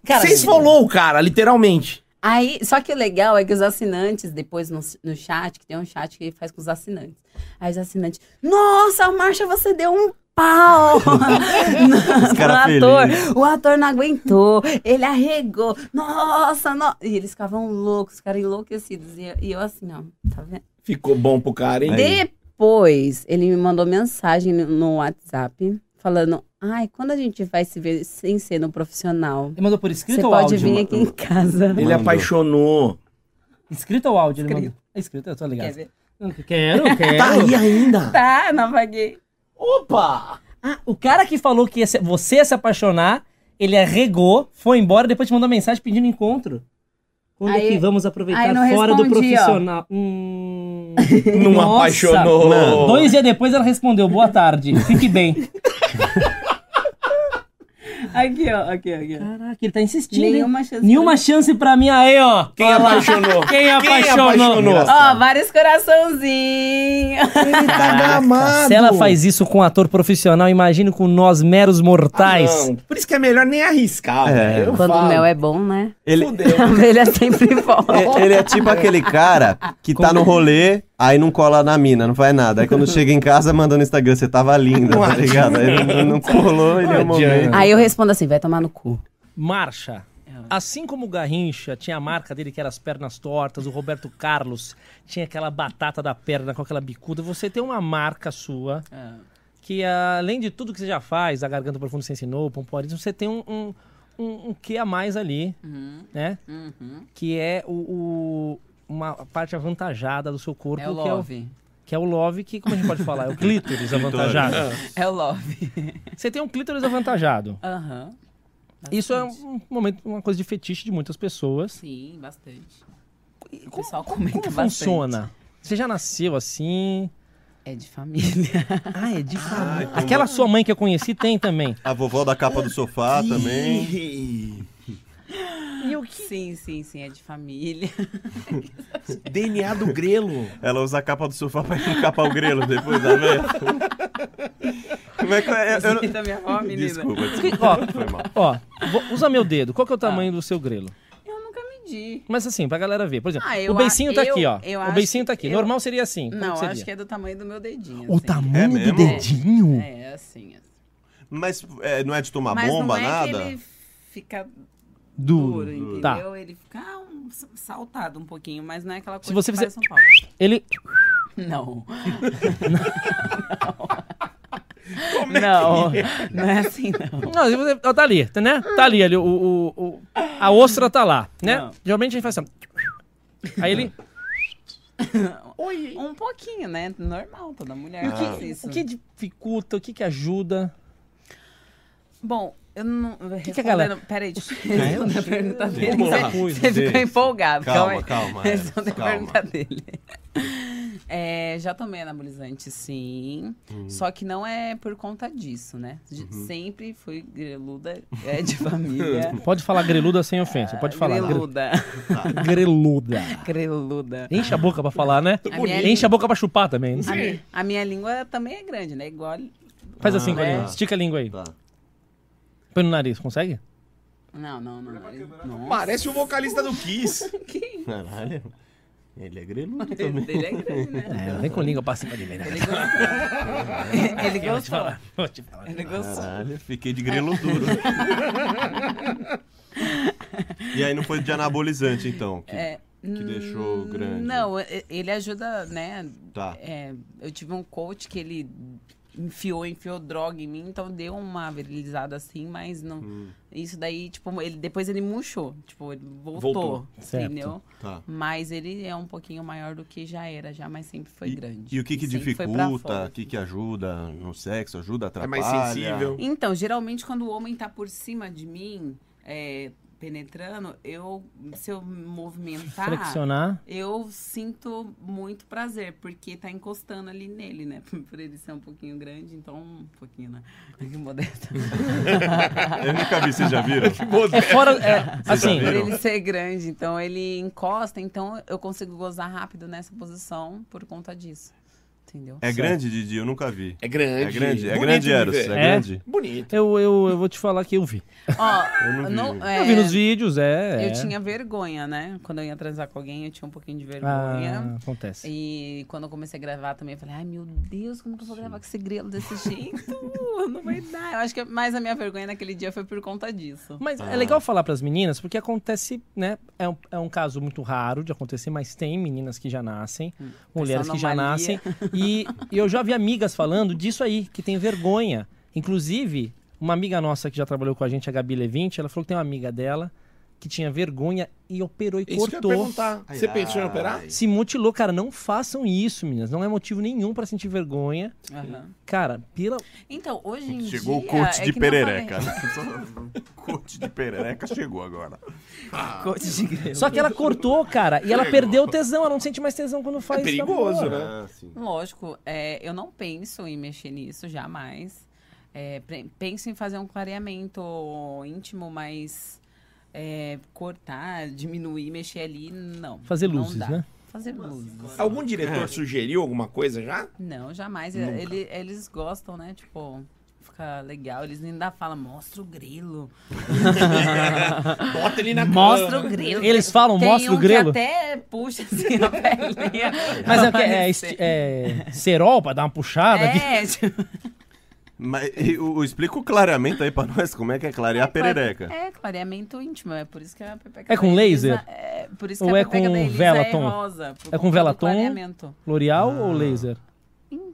[SPEAKER 1] Cara,
[SPEAKER 4] Você esfolou o cara, literalmente.
[SPEAKER 3] Aí, só que o legal é que os assinantes, depois no, no chat, que tem um chat que ele faz com os assinantes. Aí os assinantes, nossa, Marcha, você deu um
[SPEAKER 2] [laughs]
[SPEAKER 3] pau! [laughs]
[SPEAKER 2] Os
[SPEAKER 3] no
[SPEAKER 2] cara
[SPEAKER 3] ator.
[SPEAKER 2] feliz.
[SPEAKER 3] O ator não aguentou, ele arregou. Nossa, no... E eles ficavam loucos, os caras enlouquecidos. E, eu- e eu assim, ó, tá vendo?
[SPEAKER 4] Ficou bom pro cara, hein?
[SPEAKER 2] Aí.
[SPEAKER 3] Depois, ele me mandou mensagem no- no WhatsApp, falando, ai, quando a gente vai se ver sem ser no profissional?
[SPEAKER 1] Ele mandou por escrito
[SPEAKER 3] Você
[SPEAKER 1] ou
[SPEAKER 3] pode
[SPEAKER 1] áudio?
[SPEAKER 3] vir aqui em casa.
[SPEAKER 4] Ele
[SPEAKER 2] Mandou.
[SPEAKER 4] apaixonou.
[SPEAKER 1] Escrito ou áudio? Ele
[SPEAKER 3] Escrito.
[SPEAKER 1] mandou? É escrito, eu tô
[SPEAKER 3] Quer
[SPEAKER 1] ligado.
[SPEAKER 3] ver?
[SPEAKER 1] Quero, quero.
[SPEAKER 4] Tá aí ainda.
[SPEAKER 3] Tá, não apaguei.
[SPEAKER 4] Opa!
[SPEAKER 1] Ah, o cara que falou que ia se- você ia se apaixonar, ele arregou, foi embora, depois te mandou mensagem pedindo encontro. Quando
[SPEAKER 3] Aí-
[SPEAKER 1] é que vamos aproveitar
[SPEAKER 3] aí não
[SPEAKER 1] fora do
[SPEAKER 3] respondi, ó.
[SPEAKER 1] profissional? Hum,
[SPEAKER 4] Não
[SPEAKER 1] nossa.
[SPEAKER 4] apaixonou.
[SPEAKER 2] Não.
[SPEAKER 1] Dois dias depois ela respondeu, boa tarde, fique bem.
[SPEAKER 3] [laughs] Aqui, ó, aqui, ó, aqui, ó.
[SPEAKER 1] Caraca, ele tá insistindo, hein?
[SPEAKER 3] Nenhuma chance.
[SPEAKER 1] Nenhuma chance pra mim aí, ó.
[SPEAKER 4] Quem
[SPEAKER 1] Olha lá.
[SPEAKER 4] apaixonou?
[SPEAKER 1] [laughs] Quem apaixonou?
[SPEAKER 3] Ó, vários coraçãozinhos.
[SPEAKER 1] [laughs]
[SPEAKER 4] Ele tá gamado.
[SPEAKER 1] Se ela faz isso com um ator profissional, imagine com nós meros mortais.
[SPEAKER 4] Ah, Não, Por isso que é melhor nem arriscar.
[SPEAKER 2] É.
[SPEAKER 4] velho. Eu
[SPEAKER 3] Quando
[SPEAKER 4] falo.
[SPEAKER 3] o mel é bom, né? [laughs]
[SPEAKER 2] Ele,
[SPEAKER 4] [laughs]
[SPEAKER 3] A abelha sempre volta.
[SPEAKER 2] É, Ele é tipo aquele cara que tá no rolê, aí não cola na mina, não faz nada. Aí quando chega em casa, manda no Instagram, você tava linda,
[SPEAKER 4] Não
[SPEAKER 2] tá ligado? Aí não, não colou em nenhum
[SPEAKER 4] Não adianta.
[SPEAKER 1] É.
[SPEAKER 2] momento.
[SPEAKER 3] Aí eu respondo assim, vai tomar no cu.
[SPEAKER 1] Marcha.
[SPEAKER 7] É.
[SPEAKER 1] Assim como o Garrincha tinha a marca dele que era as pernas tortas, o Roberto Carlos tinha aquela batata da perna com aquela bicuda, você tem uma marca sua
[SPEAKER 7] É.
[SPEAKER 1] que, além de tudo que você já faz, a Garganta Profunda você ensinou, o Pompoarismo, você tem um, um, um, um quê a mais ali,
[SPEAKER 7] Uhum.
[SPEAKER 1] né? Que é o, o- uma parte avantajada do seu corpo,
[SPEAKER 7] É o
[SPEAKER 1] que, é o,
[SPEAKER 7] Love.
[SPEAKER 1] que é o love, que como a gente pode falar? É o clítoris avantajado.
[SPEAKER 7] É o Love.
[SPEAKER 1] Você tem um clítoris avantajado.
[SPEAKER 7] Aham.
[SPEAKER 1] Isso é um momento, uma coisa de fetiche de muitas pessoas.
[SPEAKER 7] Sim, bastante. O
[SPEAKER 1] como-
[SPEAKER 7] pessoal comenta
[SPEAKER 1] Como
[SPEAKER 7] bastante.
[SPEAKER 1] funciona? Você já nasceu assim?
[SPEAKER 7] É de família.
[SPEAKER 1] [laughs] Ah, é de família. Aquela sua mãe que eu conheci tem também.
[SPEAKER 2] A vovó da capa do
[SPEAKER 4] Ah,
[SPEAKER 2] sofá também.
[SPEAKER 4] Ih,
[SPEAKER 7] E o que? [laughs] Sim, sim, sim, é de família.
[SPEAKER 4] DNA do grelo.
[SPEAKER 2] Ela usa a capa do sofá pra encapar o grelo depois, tá vendo? Como é que é? Eu, eu não-
[SPEAKER 7] Assim, da minha
[SPEAKER 3] tá,
[SPEAKER 7] avó, menina.
[SPEAKER 2] Desculpa,
[SPEAKER 1] Que-
[SPEAKER 2] desculpa.
[SPEAKER 1] ó,
[SPEAKER 2] Foi mal.
[SPEAKER 1] ó, vo- usa meu dedo. Qual que é o
[SPEAKER 7] Tá.
[SPEAKER 1] tamanho do seu grelo?
[SPEAKER 7] Eu nunca medi.
[SPEAKER 1] Começa assim, pra galera ver. Por exemplo,
[SPEAKER 7] Ah, eu
[SPEAKER 1] o beicinho tá
[SPEAKER 7] a- eu-
[SPEAKER 1] aqui, ó.
[SPEAKER 7] eu
[SPEAKER 1] O
[SPEAKER 7] acho
[SPEAKER 1] beicinho
[SPEAKER 7] que
[SPEAKER 1] tá aqui.
[SPEAKER 7] eu-
[SPEAKER 1] Normal seria assim. Como
[SPEAKER 7] não,
[SPEAKER 1] que seria?
[SPEAKER 7] acho que é do tamanho do meu dedinho.
[SPEAKER 1] O
[SPEAKER 7] assim.
[SPEAKER 2] É
[SPEAKER 1] tamanho do
[SPEAKER 2] mesmo?
[SPEAKER 1] dedinho?
[SPEAKER 7] É, é assim. assim.
[SPEAKER 2] Mas é, não é de tomar
[SPEAKER 7] Mas
[SPEAKER 2] bomba,
[SPEAKER 7] não é
[SPEAKER 2] nada?
[SPEAKER 7] que ele fica
[SPEAKER 1] Duro.
[SPEAKER 7] duro, entendeu?
[SPEAKER 1] Tá.
[SPEAKER 7] Ele fica um, saltado um pouquinho, mas não é aquela coisa
[SPEAKER 1] Se você
[SPEAKER 7] que
[SPEAKER 1] fizer-
[SPEAKER 7] faz São Paulo.
[SPEAKER 1] [laughs] Ele.
[SPEAKER 7] Não. não. [laughs] não
[SPEAKER 1] [laughs]
[SPEAKER 7] é assim, não.
[SPEAKER 1] Não, se você- ó, tá ali, tá, né? Tá ali, ali o, o, o- a ostra tá lá, né?
[SPEAKER 7] Não.
[SPEAKER 1] Geralmente a gente faz assim. ó. Aí ele.
[SPEAKER 7] Um pouquinho, né? Normal, toda mulher faz isso.
[SPEAKER 1] O que dificulta? O que, que ajuda?
[SPEAKER 7] Bom, eu não...
[SPEAKER 1] que que a galera-
[SPEAKER 7] respondendo- Peraí, deixa
[SPEAKER 1] [laughs]
[SPEAKER 7] eu responder a pergunta dele.
[SPEAKER 2] Vamos lá.
[SPEAKER 7] Você,
[SPEAKER 1] Coisa,
[SPEAKER 7] você ficou
[SPEAKER 2] gente.
[SPEAKER 7] empolgado.
[SPEAKER 2] Calma,
[SPEAKER 7] aí.
[SPEAKER 2] calma,
[SPEAKER 1] é,
[SPEAKER 2] Eros,
[SPEAKER 7] Responder a
[SPEAKER 2] calma.
[SPEAKER 7] pergunta dele. [laughs] É, já tomei anabolizante, sim.
[SPEAKER 1] Hum.
[SPEAKER 7] Só que não é por conta disso, né? De-
[SPEAKER 1] Uhum.
[SPEAKER 7] Sempre fui
[SPEAKER 1] [laughs]
[SPEAKER 7] greluda, é de família.
[SPEAKER 1] Pode falar greluda sem ofensa, pode falar. Greluda.
[SPEAKER 7] Greluda.
[SPEAKER 1] greluda.
[SPEAKER 7] [laughs] Greluda.
[SPEAKER 1] Enche a boca pra falar, né?
[SPEAKER 7] A minha
[SPEAKER 1] Enche a boca pra chupar também. né?
[SPEAKER 7] A minha, a minha língua também é grande, né? Igual.
[SPEAKER 1] Faz assim com a
[SPEAKER 7] Ah,
[SPEAKER 1] língua.
[SPEAKER 7] é.
[SPEAKER 1] Estica a língua aí.
[SPEAKER 2] Tá.
[SPEAKER 1] Põe no nariz, consegue?
[SPEAKER 7] Não, não, não. Não.
[SPEAKER 4] Parece o vocalista do Kiss.
[SPEAKER 2] Caralho. Ele é greludo também.
[SPEAKER 7] Ele é grande,
[SPEAKER 1] [laughs]
[SPEAKER 7] né?
[SPEAKER 1] É, vem com a língua pra cima de mim, né? Vou
[SPEAKER 7] Ele gostou. Ele
[SPEAKER 1] te
[SPEAKER 7] gostou.
[SPEAKER 1] falar, vou te falar.
[SPEAKER 7] Ele gostou.
[SPEAKER 2] Caralho, fiquei de grelo duro. e aí não foi de anabolizante, então. que-
[SPEAKER 7] É.
[SPEAKER 2] que deixou
[SPEAKER 7] Hum,
[SPEAKER 2] grande.
[SPEAKER 7] Não, e- ele ajuda, né?
[SPEAKER 2] Tá.
[SPEAKER 7] É, eu tive um coach que ele enfiou, enfiou droga em mim, então deu uma virilizada assim, mas não.
[SPEAKER 2] Hum.
[SPEAKER 7] Isso daí, tipo, ele, depois ele murchou, tipo, ele voltou,
[SPEAKER 4] Voltou.
[SPEAKER 1] Certo.
[SPEAKER 7] entendeu?
[SPEAKER 2] Tá.
[SPEAKER 7] Mas ele é um pouquinho maior do que já era, já, mas sempre foi
[SPEAKER 2] E,
[SPEAKER 7] grande.
[SPEAKER 2] e o que que
[SPEAKER 7] Sempre foi pra
[SPEAKER 2] dificulta?
[SPEAKER 7] fora.
[SPEAKER 2] O que que ajuda no sexo? Ajuda,
[SPEAKER 4] É
[SPEAKER 2] atrapalha?
[SPEAKER 4] mais sensível.
[SPEAKER 7] Então, geralmente quando o homem tá por cima de mim, é, penetrando, eu se eu movimentar,
[SPEAKER 1] Flexionar.
[SPEAKER 7] eu sinto muito prazer, porque tá encostando ali nele, né? [laughs] Por ele ser um pouquinho grande, então um pouquinho, né? Que modesta.
[SPEAKER 2] Eu nunca vi, vocês já
[SPEAKER 4] [laughs]
[SPEAKER 2] viram?
[SPEAKER 1] É fora. É,
[SPEAKER 2] Vocês já
[SPEAKER 1] assim.
[SPEAKER 7] Por
[SPEAKER 2] viram?
[SPEAKER 7] ele ser grande, então ele encosta, então eu consigo gozar rápido nessa posição por conta disso. Entendeu?
[SPEAKER 2] É grande, Didi? Eu nunca vi.
[SPEAKER 4] É grande.
[SPEAKER 2] É grande, é
[SPEAKER 4] Bonito
[SPEAKER 2] grande,
[SPEAKER 4] de
[SPEAKER 2] Eros. É
[SPEAKER 4] ver.
[SPEAKER 2] grande.
[SPEAKER 4] Bonito.
[SPEAKER 1] Eu, eu, eu vou te falar que eu vi.
[SPEAKER 7] Ó,
[SPEAKER 2] Eu não vi.
[SPEAKER 7] não- é,
[SPEAKER 1] eu vi nos vídeos, é. é.
[SPEAKER 7] eu tinha vergonha, né? Quando eu ia transar com alguém, eu tinha um pouquinho de vergonha.
[SPEAKER 1] Ah, acontece.
[SPEAKER 7] E quando eu comecei a gravar também, eu falei, ai meu Deus, como que eu vou gravar com esse grelo desse jeito? [laughs] Não vai dar. Eu acho que mais a minha vergonha naquele dia foi por conta disso.
[SPEAKER 1] Mas é legal falar pras meninas, porque acontece, né? É um, é um caso muito raro de acontecer, mas tem meninas que já nascem, mulheres que já
[SPEAKER 7] anomalia.
[SPEAKER 1] nascem. E, e eu já vi amigas falando disso aí, que tem vergonha. Inclusive, uma amiga nossa que já trabalhou com a gente, a Gabi Levinte, ela falou que tem uma amiga dela que tinha vergonha e operou e
[SPEAKER 4] Isso que eu ia
[SPEAKER 1] cortou.
[SPEAKER 4] perguntar.
[SPEAKER 2] Ai,
[SPEAKER 4] Você pensou em
[SPEAKER 2] ai.
[SPEAKER 4] operar?
[SPEAKER 1] se mutilou, cara, não façam isso, meninas. Não é motivo nenhum pra sentir vergonha.
[SPEAKER 7] Aham.
[SPEAKER 1] Cara, pela.
[SPEAKER 7] Então, hoje em dia.
[SPEAKER 2] Chegou o coach
[SPEAKER 7] é
[SPEAKER 2] de
[SPEAKER 7] que nem eu falei.
[SPEAKER 2] perereca. [laughs] coach de perereca chegou agora.
[SPEAKER 1] Só que ela cortou, cara, e ela perdeu o tesão, ela não sente mais tesão quando faz
[SPEAKER 4] É perigoso,
[SPEAKER 1] amor.
[SPEAKER 4] né?
[SPEAKER 7] Lógico, é, eu não penso em mexer nisso jamais. É, pre- penso em fazer um clareamento íntimo, mas é, cortar, diminuir, mexer ali, não.
[SPEAKER 1] Fazer
[SPEAKER 7] Não
[SPEAKER 1] luzes,
[SPEAKER 7] dá.
[SPEAKER 1] né?
[SPEAKER 7] Fazer luzes.
[SPEAKER 4] Algum diretor sugeriu alguma coisa já?
[SPEAKER 7] Não, jamais. É, Ele- eles gostam, né? Tipo, fica legal. Eles ainda falam, mostra o grilo.
[SPEAKER 4] Bota ele na
[SPEAKER 7] Mostra
[SPEAKER 4] cama.
[SPEAKER 7] o grilo.
[SPEAKER 1] Eles falam,
[SPEAKER 7] Tem
[SPEAKER 1] "Mostra
[SPEAKER 7] um
[SPEAKER 1] o grilo"?
[SPEAKER 7] Que até puxa assim a [laughs] perninha.
[SPEAKER 1] Mas [laughs] é, porque é, esti- é cerol pra dar uma puxada aqui.
[SPEAKER 7] É, tipo,
[SPEAKER 2] Mas e o, o- explica o clareamento aí pra nós, como é que é clarear a perereca.
[SPEAKER 7] É, clareamento íntimo. É por isso que a pepeca
[SPEAKER 1] É com
[SPEAKER 7] da Elisa-
[SPEAKER 1] laser?
[SPEAKER 7] É, por isso que
[SPEAKER 1] Ou
[SPEAKER 7] a
[SPEAKER 1] é
[SPEAKER 7] pepeca
[SPEAKER 1] com
[SPEAKER 7] da Elisa
[SPEAKER 1] Velaton?
[SPEAKER 7] é rosa. por
[SPEAKER 1] É com
[SPEAKER 7] conta do
[SPEAKER 1] Velaton?
[SPEAKER 7] clareamento.
[SPEAKER 1] L'Oreal
[SPEAKER 2] Ah.
[SPEAKER 1] ou laser?
[SPEAKER 7] Hum,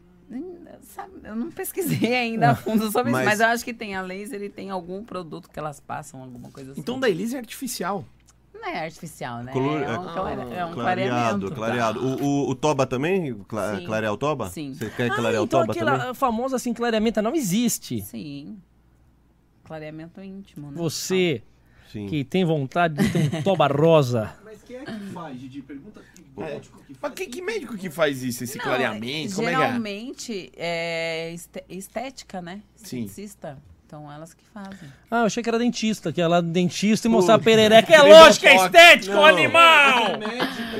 [SPEAKER 7] sabe, Eu não pesquisei ainda a fundo sobre
[SPEAKER 2] Mas-
[SPEAKER 7] isso, mas eu acho que tem a laser e tem algum produto que elas passam, alguma coisa assim.
[SPEAKER 4] Então da Elise é artificial.
[SPEAKER 7] Não é artificial, né?
[SPEAKER 2] Color-
[SPEAKER 7] É um,
[SPEAKER 2] é-
[SPEAKER 7] clare- é
[SPEAKER 2] clareado,
[SPEAKER 7] um clareamento.
[SPEAKER 2] clareado. O, o, o toba também? Cla-
[SPEAKER 7] Sim.
[SPEAKER 2] Clarear o toba?
[SPEAKER 7] Sim.
[SPEAKER 2] Você quer
[SPEAKER 1] Ah,
[SPEAKER 2] clarear o
[SPEAKER 1] então
[SPEAKER 2] É toba também?
[SPEAKER 1] aquela famosa assim, clareamento não existe.
[SPEAKER 7] Sim. Clareamento íntimo, né?
[SPEAKER 1] Você
[SPEAKER 2] Ah, Sim.
[SPEAKER 1] que tem vontade de
[SPEAKER 2] [laughs]
[SPEAKER 1] ter um toba rosa.
[SPEAKER 6] Mas quem é que faz, Didi? Pergunta que médico que
[SPEAKER 4] Mas
[SPEAKER 6] faz.
[SPEAKER 4] que, que médico que faz isso? Esse
[SPEAKER 7] Não,
[SPEAKER 4] clareamento? Como é que é?
[SPEAKER 7] Geralmente é este- estética, né?
[SPEAKER 4] Sim.
[SPEAKER 7] Esteticista. Então elas que fazem.
[SPEAKER 1] Ah, eu achei que era dentista, que ia lá no dentista e mostrar a
[SPEAKER 2] [laughs]
[SPEAKER 1] perereca. É
[SPEAKER 4] Tem
[SPEAKER 1] lógico, que é
[SPEAKER 4] botox.
[SPEAKER 1] estético,
[SPEAKER 2] Não.
[SPEAKER 1] animal!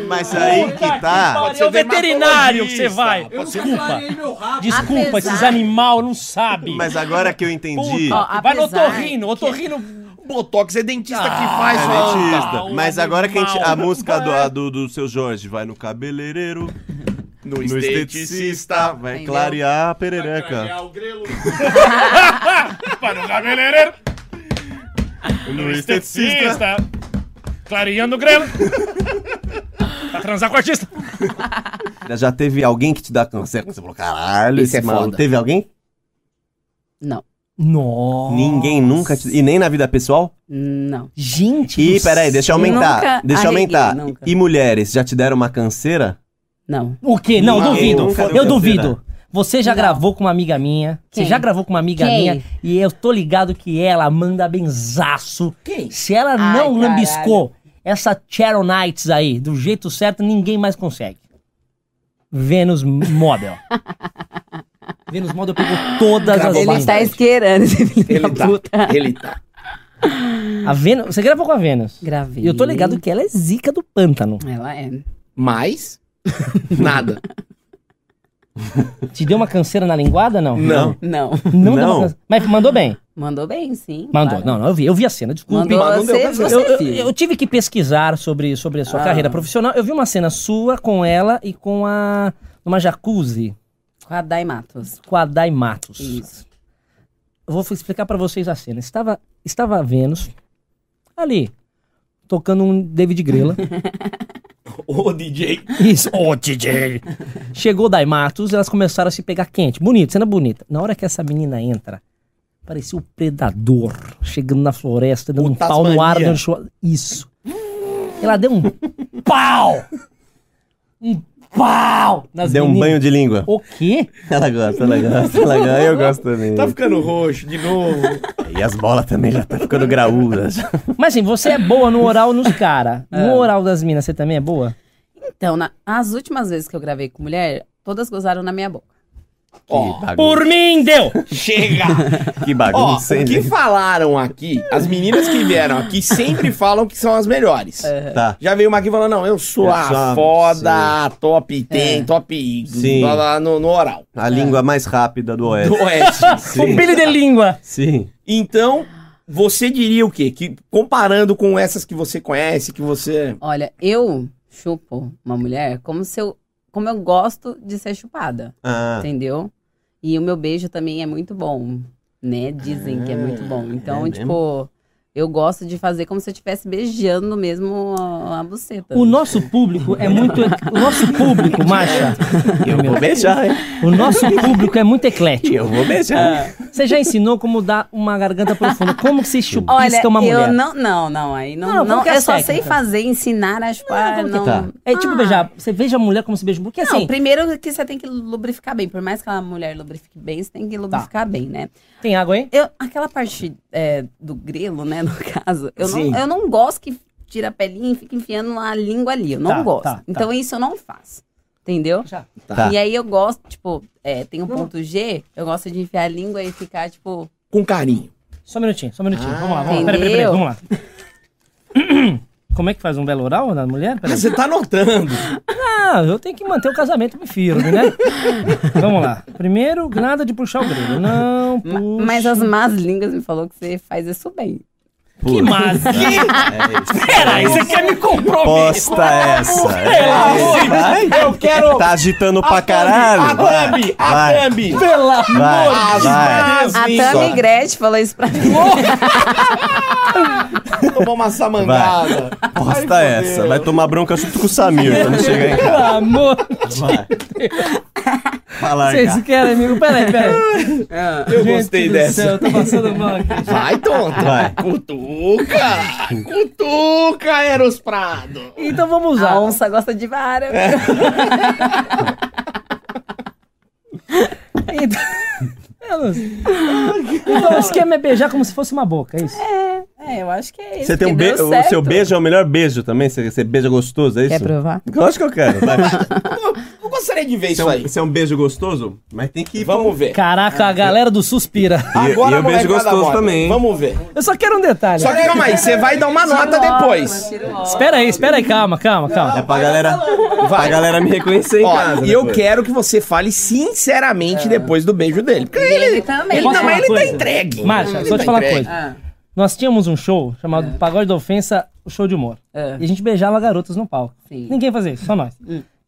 [SPEAKER 2] Mas aí que tá.
[SPEAKER 1] É o veterinário que você vai.
[SPEAKER 4] Eu
[SPEAKER 1] Desculpa,
[SPEAKER 6] Clarei meu rabo.
[SPEAKER 1] desculpa,
[SPEAKER 7] Apesar-
[SPEAKER 1] esses animal não sabem.
[SPEAKER 2] Mas agora que eu entendi.
[SPEAKER 1] Puta,
[SPEAKER 7] Ó,
[SPEAKER 1] vai no
[SPEAKER 7] apesar
[SPEAKER 1] otorrino, otorrino... [laughs]
[SPEAKER 4] Botox é dentista que
[SPEAKER 2] É
[SPEAKER 4] faz, ó.
[SPEAKER 2] dentista.
[SPEAKER 7] Um
[SPEAKER 1] o
[SPEAKER 2] Mas agora que a, gente- a
[SPEAKER 1] animal.
[SPEAKER 2] música
[SPEAKER 7] É.
[SPEAKER 2] do, a do, do seu Jorge vai no cabeleireiro,
[SPEAKER 4] No,
[SPEAKER 2] no esteticista, vai
[SPEAKER 7] Entendeu?
[SPEAKER 2] clarear a perereca.
[SPEAKER 6] Clarear o grelo.
[SPEAKER 8] Para o cabeleireiro,
[SPEAKER 4] [laughs]
[SPEAKER 2] No esteticista.
[SPEAKER 8] esteticista, clareando o grelo. pra transar com o artista.
[SPEAKER 2] Já teve alguém que te dá câncer? Você falou, caralho, esse,
[SPEAKER 4] Esse é
[SPEAKER 2] maluco.
[SPEAKER 4] foda.
[SPEAKER 2] Teve alguém?
[SPEAKER 7] Não.
[SPEAKER 1] Nossa.
[SPEAKER 2] Ninguém nunca te... E nem na vida pessoal?
[SPEAKER 7] Não.
[SPEAKER 1] Gente,
[SPEAKER 2] E peraí, deixa eu aumentar.
[SPEAKER 7] Nunca
[SPEAKER 2] deixa eu
[SPEAKER 7] arreguei,
[SPEAKER 2] aumentar.
[SPEAKER 7] nunca.
[SPEAKER 2] E mulheres, já te deram uma canseira?
[SPEAKER 7] Não.
[SPEAKER 1] O quê? Não,
[SPEAKER 2] Não,
[SPEAKER 1] duvido.
[SPEAKER 2] nunca deu
[SPEAKER 1] Eu
[SPEAKER 2] canseira.
[SPEAKER 1] duvido. Você já
[SPEAKER 7] Não.
[SPEAKER 1] gravou com uma amiga minha.
[SPEAKER 7] Quem?
[SPEAKER 1] Você já gravou com uma amiga
[SPEAKER 7] Quem?
[SPEAKER 1] minha. E eu tô ligado que ela manda benzaço.
[SPEAKER 4] Quem?
[SPEAKER 1] Se ela
[SPEAKER 7] Ai,
[SPEAKER 1] não lambiscou essa Cheronites aí do jeito certo, ninguém mais consegue. Vênus
[SPEAKER 7] [laughs]
[SPEAKER 1] Model. Vênus Model pegou todas
[SPEAKER 4] Gravou
[SPEAKER 1] as
[SPEAKER 4] Ele
[SPEAKER 1] bandas.
[SPEAKER 4] tá
[SPEAKER 7] esquerando esse filho
[SPEAKER 4] Ele tá. Ele tá.
[SPEAKER 1] A Vênus, você gravou com a Vênus?
[SPEAKER 7] Gravei.
[SPEAKER 1] E eu tô ligado que ela é zica do pântano.
[SPEAKER 7] Ela é.
[SPEAKER 4] [laughs] Mas. Nada.
[SPEAKER 1] Te deu uma canseira na linguada, não?
[SPEAKER 4] Não.
[SPEAKER 7] Não.
[SPEAKER 1] Não, deu
[SPEAKER 2] Não.
[SPEAKER 1] uma canseira. Mas mandou bem.
[SPEAKER 7] Mandou bem, sim.
[SPEAKER 1] Mandou.
[SPEAKER 7] claro.
[SPEAKER 1] Não, não, eu vi, eu vi a cena, desculpa.
[SPEAKER 7] Mandou
[SPEAKER 4] mas não deu
[SPEAKER 7] você,
[SPEAKER 4] pra ver.
[SPEAKER 7] você
[SPEAKER 1] Eu, eu-
[SPEAKER 7] viu.
[SPEAKER 1] eu tive que pesquisar sobre, sobre a sua
[SPEAKER 7] Ah.
[SPEAKER 1] carreira profissional. Eu vi uma cena sua com ela e com a. numa jacuzzi
[SPEAKER 7] Com a Dai Matos.
[SPEAKER 1] com a Dai Matos.
[SPEAKER 7] Isso.
[SPEAKER 1] Eu vou explicar pra vocês a cena. Estava, estava a Vênus ali, tocando um David Grela.
[SPEAKER 4] Ô, DJ.
[SPEAKER 1] Isso, ô DJ. Chegou Dai Matos, elas começaram a se pegar quente. Bonito, cena bonita. Na hora que essa menina entra, parecia o predador chegando na floresta, dando
[SPEAKER 4] O
[SPEAKER 1] um pau no
[SPEAKER 4] Tasmania.
[SPEAKER 1] ar. dando chu- Isso. Ela deu um pau! Um pau! Nas
[SPEAKER 2] Deu um
[SPEAKER 1] meninas.
[SPEAKER 2] banho de língua. [laughs]
[SPEAKER 1] O quê?
[SPEAKER 2] Ela gosta, ela gosta, ela gosta. Eu gosto também.
[SPEAKER 4] Tá ficando roxo de novo.
[SPEAKER 2] E as bolas também já tá ficando graúdas.
[SPEAKER 1] Mas assim, você é boa no oral nos cara. No oral das minas, você também é boa?
[SPEAKER 3] Então, na- as últimas vezes que eu gravei com mulher, todas gozaram na minha boca.
[SPEAKER 4] Ó,
[SPEAKER 2] Que bagun-
[SPEAKER 1] Por mim, deu!
[SPEAKER 4] chega! [laughs]
[SPEAKER 2] Que
[SPEAKER 4] Ó,
[SPEAKER 2] bagunça, hein,
[SPEAKER 4] o que
[SPEAKER 2] gente?
[SPEAKER 4] falaram aqui, as meninas que vieram aqui sempre falam que são as melhores.
[SPEAKER 7] É.
[SPEAKER 2] Tá.
[SPEAKER 4] Já veio uma aqui falando, não, eu sou
[SPEAKER 2] Eu
[SPEAKER 4] a
[SPEAKER 2] sou a-
[SPEAKER 4] foda, top 10, top...
[SPEAKER 2] Sim.
[SPEAKER 4] Lá, lá no, no oral.
[SPEAKER 2] A língua mais rápida do
[SPEAKER 4] Do
[SPEAKER 2] Oeste.
[SPEAKER 4] Oeste.
[SPEAKER 2] [laughs] Sim.
[SPEAKER 1] Pilho de língua!
[SPEAKER 2] Sim.
[SPEAKER 4] Então, você diria o quê? Que comparando com essas que você conhece, que você...
[SPEAKER 3] Olha, eu chupo uma mulher como se eu, como eu gosto de ser chupada,
[SPEAKER 2] Ah,
[SPEAKER 3] entendeu? E o meu beijo também é muito bom, né? Dizem que é muito bom. Então,
[SPEAKER 2] é
[SPEAKER 3] tipo, eu gosto de fazer como se eu estivesse beijando mesmo a, a buceta.
[SPEAKER 1] O nosso público é [laughs] muito. O nosso público, Macha.
[SPEAKER 2] eu vou beijar, hein?
[SPEAKER 1] O nosso público é muito eclético.
[SPEAKER 2] Eu vou beijar.
[SPEAKER 1] Você já ensinou como dar uma garganta profunda, como que se
[SPEAKER 3] Olha,
[SPEAKER 1] chupisca uma
[SPEAKER 3] eu
[SPEAKER 1] mulher.
[SPEAKER 3] não, não, não, aí não,
[SPEAKER 1] Não, como
[SPEAKER 3] não,
[SPEAKER 1] que é
[SPEAKER 3] eu
[SPEAKER 1] a
[SPEAKER 3] só
[SPEAKER 1] técnica?
[SPEAKER 3] sei fazer, ensinar a chupar,
[SPEAKER 2] como que
[SPEAKER 3] não.
[SPEAKER 2] tá?
[SPEAKER 1] É tipo
[SPEAKER 3] Ah.
[SPEAKER 1] beijar, você beija a mulher como se beija, porque
[SPEAKER 3] Não,
[SPEAKER 1] assim,
[SPEAKER 3] primeiro que você tem que lubrificar bem. Por mais que a mulher lubrifique bem, você
[SPEAKER 1] Tá.
[SPEAKER 3] tem que lubrificar bem, né?
[SPEAKER 1] tem água, hein?
[SPEAKER 3] Eu, aquela parte é, do grelo, né, [laughs] no caso, eu
[SPEAKER 4] Sim.
[SPEAKER 3] não, eu não gosto que tira a pelinha e fica enfiando a língua ali. Eu não
[SPEAKER 1] Tá,
[SPEAKER 3] gosto.
[SPEAKER 1] tá, tá.
[SPEAKER 3] Então isso eu não faço. Entendeu?
[SPEAKER 1] Já.
[SPEAKER 2] Tá.
[SPEAKER 3] E aí eu gosto, tipo, é, tem
[SPEAKER 1] Hum.
[SPEAKER 3] um ponto G, eu gosto de enfiar a língua e ficar, tipo.
[SPEAKER 4] Com carinho.
[SPEAKER 1] Só um minutinho, só um minutinho.
[SPEAKER 4] Ah,
[SPEAKER 1] vamos lá, vamos lá. Peraí, peraí, peraí, vamos lá. Como é que faz um belo oral na mulher?
[SPEAKER 4] Ah,
[SPEAKER 1] Peraí.
[SPEAKER 4] você tá notando.
[SPEAKER 1] Ah, eu tenho que manter o casamento firme, né? vamos lá. Primeiro, nada de puxar o grelho. Não
[SPEAKER 3] ma-
[SPEAKER 1] puxa.
[SPEAKER 3] Mas as más línguas me falou que você faz isso bem.
[SPEAKER 1] Que massa!
[SPEAKER 2] Peraí, você quer me comprometer? Posta é essa.
[SPEAKER 4] amor
[SPEAKER 2] Vai.
[SPEAKER 4] Eu quero...
[SPEAKER 2] Tá agitando pra caralho. Vai,
[SPEAKER 4] A Thumb, a
[SPEAKER 2] vai,
[SPEAKER 4] Thumb.
[SPEAKER 1] Pela...
[SPEAKER 2] vai,
[SPEAKER 4] Ah,
[SPEAKER 2] vai.
[SPEAKER 4] Deus,
[SPEAKER 3] A é
[SPEAKER 4] hein?
[SPEAKER 3] Tami Gretchen falou
[SPEAKER 2] [laughs]
[SPEAKER 3] isso pra mim.
[SPEAKER 4] Tomou uma samangada.
[SPEAKER 2] Posta
[SPEAKER 4] Ai,
[SPEAKER 2] é essa.
[SPEAKER 4] fodeu.
[SPEAKER 2] Vai tomar bronca junto com o Samir quando chegar em
[SPEAKER 1] Pelo
[SPEAKER 2] casa.
[SPEAKER 1] amor
[SPEAKER 2] Vai. Fala,
[SPEAKER 1] Vocês querem, é, amigo? Peraí, peraí.
[SPEAKER 4] Eu gostei dessa.
[SPEAKER 1] eu tô tá passando mal aqui.
[SPEAKER 4] Vai, tonto.
[SPEAKER 2] Vai.
[SPEAKER 4] Cutuca! Cutuca, Eros Prado!
[SPEAKER 1] Então vamos
[SPEAKER 3] A
[SPEAKER 1] lá.
[SPEAKER 3] onça gosta de vara.
[SPEAKER 2] É.
[SPEAKER 1] Então, eu não sei. Então, o esquema é beijar como se fosse uma boca, é isso?
[SPEAKER 3] É, eu acho que é isso.
[SPEAKER 2] Você tem um
[SPEAKER 3] que
[SPEAKER 2] be...
[SPEAKER 3] deu
[SPEAKER 2] O
[SPEAKER 3] certo.
[SPEAKER 2] seu beijo é o melhor beijo também? Você, você beija gostoso, é isso?
[SPEAKER 3] Quer provar?
[SPEAKER 2] Lógico que eu quero. vai.
[SPEAKER 4] Eu gostaria de ver
[SPEAKER 2] Isso
[SPEAKER 4] isso
[SPEAKER 2] é, um,
[SPEAKER 4] aí.
[SPEAKER 2] isso é um beijo gostoso? Mas tem que ir
[SPEAKER 4] Vamos
[SPEAKER 3] É.
[SPEAKER 4] ver.
[SPEAKER 1] Caraca, a galera do suspira.
[SPEAKER 2] E- e eu
[SPEAKER 4] molecada
[SPEAKER 2] beijo gostoso
[SPEAKER 4] moda.
[SPEAKER 2] também, hein?
[SPEAKER 4] Vamos ver.
[SPEAKER 1] Eu só quero um detalhe.
[SPEAKER 4] Só que calma aí, você vai dar uma nota depois.
[SPEAKER 1] Espera aí, espera aí, calma, calma,
[SPEAKER 2] É
[SPEAKER 1] calma.
[SPEAKER 2] pra galera, pra galera me reconhecer em
[SPEAKER 4] Ó,
[SPEAKER 2] casa.
[SPEAKER 4] e eu
[SPEAKER 2] depois.
[SPEAKER 4] quero que você fale sinceramente depois do beijo dele. Porque
[SPEAKER 3] Ele,
[SPEAKER 4] ele,
[SPEAKER 3] também.
[SPEAKER 4] ele,
[SPEAKER 1] É. Posso
[SPEAKER 4] não,
[SPEAKER 1] falar
[SPEAKER 4] mas
[SPEAKER 1] uma
[SPEAKER 4] ele tá
[SPEAKER 1] coisa?
[SPEAKER 4] entregue.
[SPEAKER 1] Márcia,
[SPEAKER 4] Ele
[SPEAKER 1] só
[SPEAKER 4] tá
[SPEAKER 1] te falar uma
[SPEAKER 4] entregue.
[SPEAKER 1] coisa.
[SPEAKER 3] Ah.
[SPEAKER 1] Nós tínhamos um show chamado
[SPEAKER 3] É.
[SPEAKER 1] Pagode da Ofensa, o show de humor. E a gente beijava garotas no palco.
[SPEAKER 3] Sim. Hum.
[SPEAKER 1] Ninguém fazia isso, só nós.